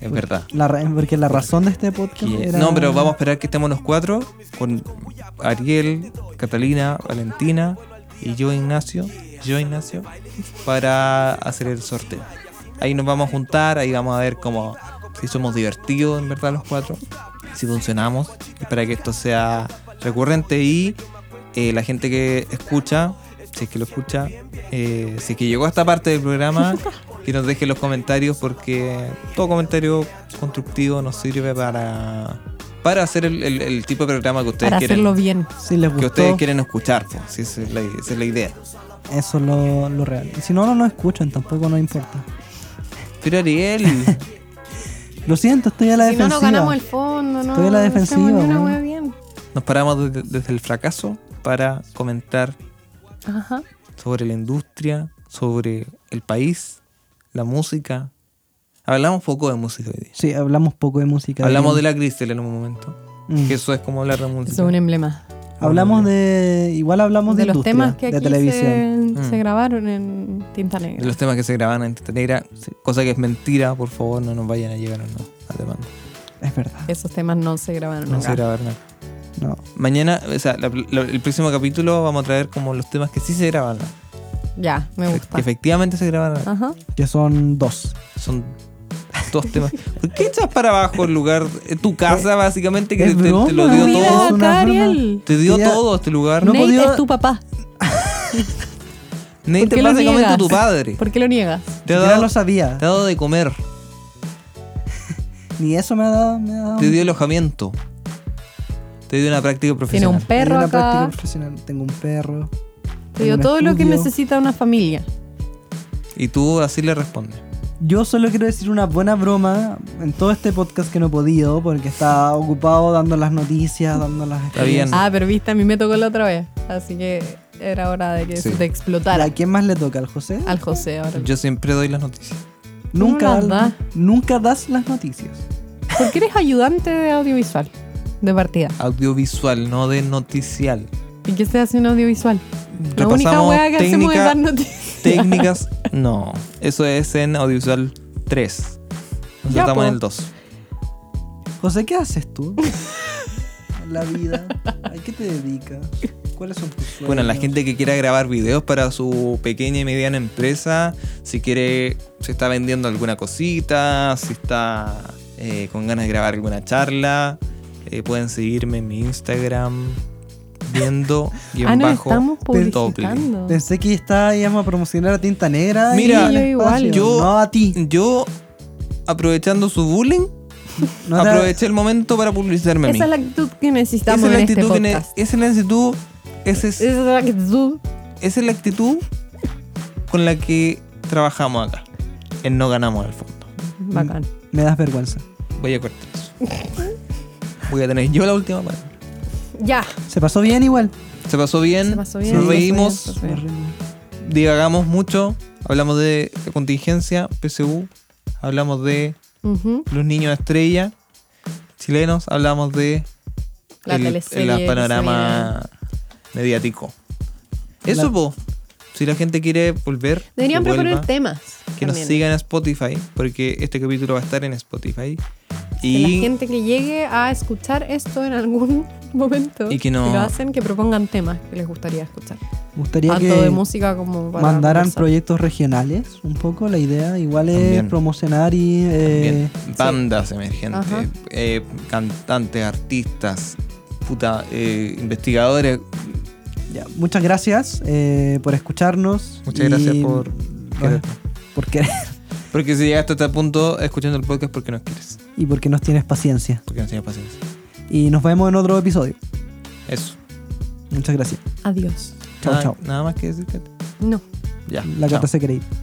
Speaker 1: es verdad.
Speaker 3: La ra- porque la razón de este podcast
Speaker 1: Que-
Speaker 3: era-
Speaker 1: No, pero vamos a esperar que estemos los cuatro con Ariel, Catalina, Valentina y yo, Ignacio. Yo, Ignacio, para hacer el sorteo. Ahí nos vamos a juntar, ahí vamos a ver cómo si somos divertidos en verdad los cuatro, si funcionamos, para que esto sea recurrente y eh, la gente que escucha, si es que lo escucha, eh, si es que llegó a esta parte del programa, que nos deje los comentarios porque todo comentario constructivo nos sirve para, para hacer el, el- el tipo de programa que ustedes
Speaker 2: Para
Speaker 1: quieren.
Speaker 2: hacerlo bien.
Speaker 3: Si les
Speaker 1: Que
Speaker 3: gustó,
Speaker 1: ustedes quieren escuchar, pues, si esa es la, esa es la idea.
Speaker 3: eso es lo, lo real. Y si no, no lo escuchan, tampoco nos importa.
Speaker 1: Pero Ariel,
Speaker 3: Lo siento, estoy a la
Speaker 2: Si no, no
Speaker 3: defensiva.
Speaker 2: ganamos el fondo. No,
Speaker 3: Estoy en la
Speaker 2: no
Speaker 3: defensiva,
Speaker 2: hacemos ni una
Speaker 3: ¿no?
Speaker 2: wea bien.
Speaker 1: nos paramos desde, desde el fracaso para comentar
Speaker 2: Ajá.
Speaker 1: sobre la industria, sobre el país, la música. Hablamos poco de música hoy día.
Speaker 3: Sí, hablamos poco de música.
Speaker 1: Hablamos de
Speaker 3: Bien.
Speaker 1: la Cristel en un momento.
Speaker 3: Mm.
Speaker 1: Que eso es como hablar de
Speaker 2: Eso es
Speaker 1: música.
Speaker 2: un emblema.
Speaker 3: Hablamos de. Igual hablamos de,
Speaker 2: de los
Speaker 3: industria,
Speaker 2: temas que aquí
Speaker 3: de televisión.
Speaker 2: Se, se
Speaker 1: Mm.
Speaker 2: grabaron en Tinta
Speaker 1: De
Speaker 2: Negra.
Speaker 1: los temas que se grababan en Tinta Negra, cosa que es mentira, por favor, no nos vayan a llegar a, no, a demanda.
Speaker 3: Es verdad.
Speaker 2: Esos temas no se grabaron
Speaker 1: No se
Speaker 2: acá.
Speaker 1: grabaron acá.
Speaker 3: No.
Speaker 1: Mañana, o sea, la- la- el próximo capítulo vamos a traer como los temas que sí se graban, ¿no?
Speaker 2: Ya, me gusta. Ah.
Speaker 1: que efectivamente se graban. acá.
Speaker 2: Ajá.
Speaker 3: Que son dos.
Speaker 1: Son dos temas. ¿Por qué echas para abajo el lugar? Es tu casa, básicamente, que
Speaker 3: es
Speaker 1: te, te- te lo
Speaker 3: broma.
Speaker 1: dio
Speaker 3: Mira.
Speaker 1: todo.
Speaker 2: Cuidado
Speaker 3: Es una
Speaker 2: acá,
Speaker 3: broma.
Speaker 2: Ariel.
Speaker 1: Te dio
Speaker 3: Mira.
Speaker 1: todo este lugar.
Speaker 3: No
Speaker 2: Nate
Speaker 3: podía-
Speaker 2: es tu papá.
Speaker 1: Nate
Speaker 2: ¿Por
Speaker 1: es
Speaker 2: qué lo
Speaker 1: básicamente
Speaker 2: niegas?
Speaker 1: tu padre.
Speaker 2: ¿Por qué lo niegas?
Speaker 1: Te ha,
Speaker 3: Ya lo
Speaker 1: dado,
Speaker 3: sabía.
Speaker 1: te ha dado de comer,
Speaker 3: Ni eso me ha dado. Me ha dado
Speaker 1: te
Speaker 3: me
Speaker 1: dio alojamiento, te dio una práctica
Speaker 2: Tiene un
Speaker 1: profesional.
Speaker 3: dio
Speaker 2: perro
Speaker 3: una práctica
Speaker 2: acá.
Speaker 3: profesional. Tengo un perro.
Speaker 2: Te dio
Speaker 3: un
Speaker 2: todo lo que
Speaker 3: estudio.
Speaker 2: necesita una familia.
Speaker 1: Y tú así le respondes.
Speaker 3: Yo solo quiero decir una buena broma en todo este podcast que no he podido porque estaba ocupado dando las noticias, dando las.
Speaker 1: Está bien.
Speaker 2: Ah, pero viste, a mí me tocó la otra vez. Así que era hora de que
Speaker 1: Sí.
Speaker 2: se te
Speaker 3: ¿A
Speaker 2: explotara
Speaker 3: quién más le toca? ¿Al José?
Speaker 2: al José ahora.
Speaker 1: Yo siempre doy las noticias.
Speaker 3: Nunca,
Speaker 2: las das.
Speaker 3: nunca das las noticias.
Speaker 2: ¿Por qué eres ayudante de audiovisual? De partida.
Speaker 1: Audiovisual, no de noticial.
Speaker 2: ¿Y qué se hace en audiovisual? La única
Speaker 1: Repasamos
Speaker 2: weá que hacemos es
Speaker 1: técnica-
Speaker 2: dar noticias.
Speaker 1: Técnicas, no. Eso es en audiovisual 3. Nosotros
Speaker 2: Ya,
Speaker 1: estamos
Speaker 2: po.
Speaker 1: en el 2.
Speaker 3: José, ¿qué haces tú? en La vida. ¿A qué te dedicas? ¿Cuáles son tus sueños?
Speaker 1: Bueno, la gente que quiera grabar videos para su pequeña y mediana empresa, si quiere, si está vendiendo alguna cosita, si está eh, con ganas de grabar alguna charla, eh, pueden seguirme en mi Instagram viendo guión
Speaker 2: Ah, no,
Speaker 1: bajo
Speaker 2: estamos
Speaker 1: doble.
Speaker 2: publicitando.
Speaker 3: Pensé que está, íbamos a promocionar a Tinta Negra. y
Speaker 1: Mira,
Speaker 3: al
Speaker 1: yo
Speaker 2: igual.
Speaker 3: espacio,
Speaker 1: Yo-
Speaker 3: No a ti.
Speaker 1: Yo, aprovechando su bullying,
Speaker 3: No te-
Speaker 1: aproveché el momento para publicitarme a mí.
Speaker 2: Esa es la actitud que necesitamos
Speaker 1: Esa
Speaker 2: en
Speaker 1: es
Speaker 2: este
Speaker 1: actitud que ne-
Speaker 2: podcast.
Speaker 1: esa es la actitud- ese es-
Speaker 2: Esa es la actitud.
Speaker 1: esa es la actitud con la que trabajamos acá. En No Ganamos al Fondo.
Speaker 2: Bacán.
Speaker 3: Me das vergüenza.
Speaker 1: Voy a cortar eso. Voy a tener yo la última palabra.
Speaker 2: Ya.
Speaker 3: Se pasó bien igual.
Speaker 1: Se pasó bien,
Speaker 2: Se pasó bien.
Speaker 1: nos
Speaker 2: Sí,
Speaker 1: reímos,
Speaker 2: se pasó bien, se pasó
Speaker 1: divagamos mucho, hablamos de contingencia, PSU, hablamos de
Speaker 2: Ujú.
Speaker 1: los niños estrella, chilenos, hablamos de
Speaker 2: La
Speaker 1: el,
Speaker 2: teleserie
Speaker 1: el
Speaker 2: que
Speaker 1: panorama mediático. Eso,
Speaker 3: La-
Speaker 1: po. Si la gente quiere volver,
Speaker 2: Deberían
Speaker 1: que vuelva,
Speaker 2: proponer temas.
Speaker 1: que nos
Speaker 2: también.
Speaker 1: sigan en Spotify, porque este capítulo va a estar en Spotify.
Speaker 2: Que la
Speaker 1: Y
Speaker 2: gente que llegue a escuchar esto en algún momento
Speaker 1: Y que no-
Speaker 2: si lo hacen, que propongan temas que les gustaría escuchar.
Speaker 3: Me gustaría
Speaker 2: Tanto de
Speaker 3: que
Speaker 2: música como para
Speaker 3: mandaran
Speaker 2: conversar.
Speaker 3: proyectos regionales. Un poco la idea igual es
Speaker 1: También.
Speaker 3: promocionar y... eh,
Speaker 1: Bien, bandas emergentes,
Speaker 2: Ajá.
Speaker 1: eh, cantantes, artistas, puta, eh, investigadores.
Speaker 3: ya. Muchas gracias eh, por escucharnos.
Speaker 1: Muchas
Speaker 3: y-
Speaker 1: gracias por
Speaker 3: Bueno,
Speaker 1: querernos.
Speaker 3: por querer.
Speaker 1: Porque si llegaste hasta este punto escuchando el podcast, porque nos quieres?
Speaker 3: y porque nos tienes paciencia.
Speaker 1: Porque no tienes paciencia.
Speaker 3: Y nos vemos en otro episodio.
Speaker 1: Eso.
Speaker 3: Muchas gracias.
Speaker 2: Adiós.
Speaker 3: Chao,
Speaker 1: nada,
Speaker 3: chao.
Speaker 1: Nada más que decir, Cata.
Speaker 2: No.
Speaker 1: Ya.
Speaker 3: La
Speaker 1: chao.
Speaker 3: gata se cree.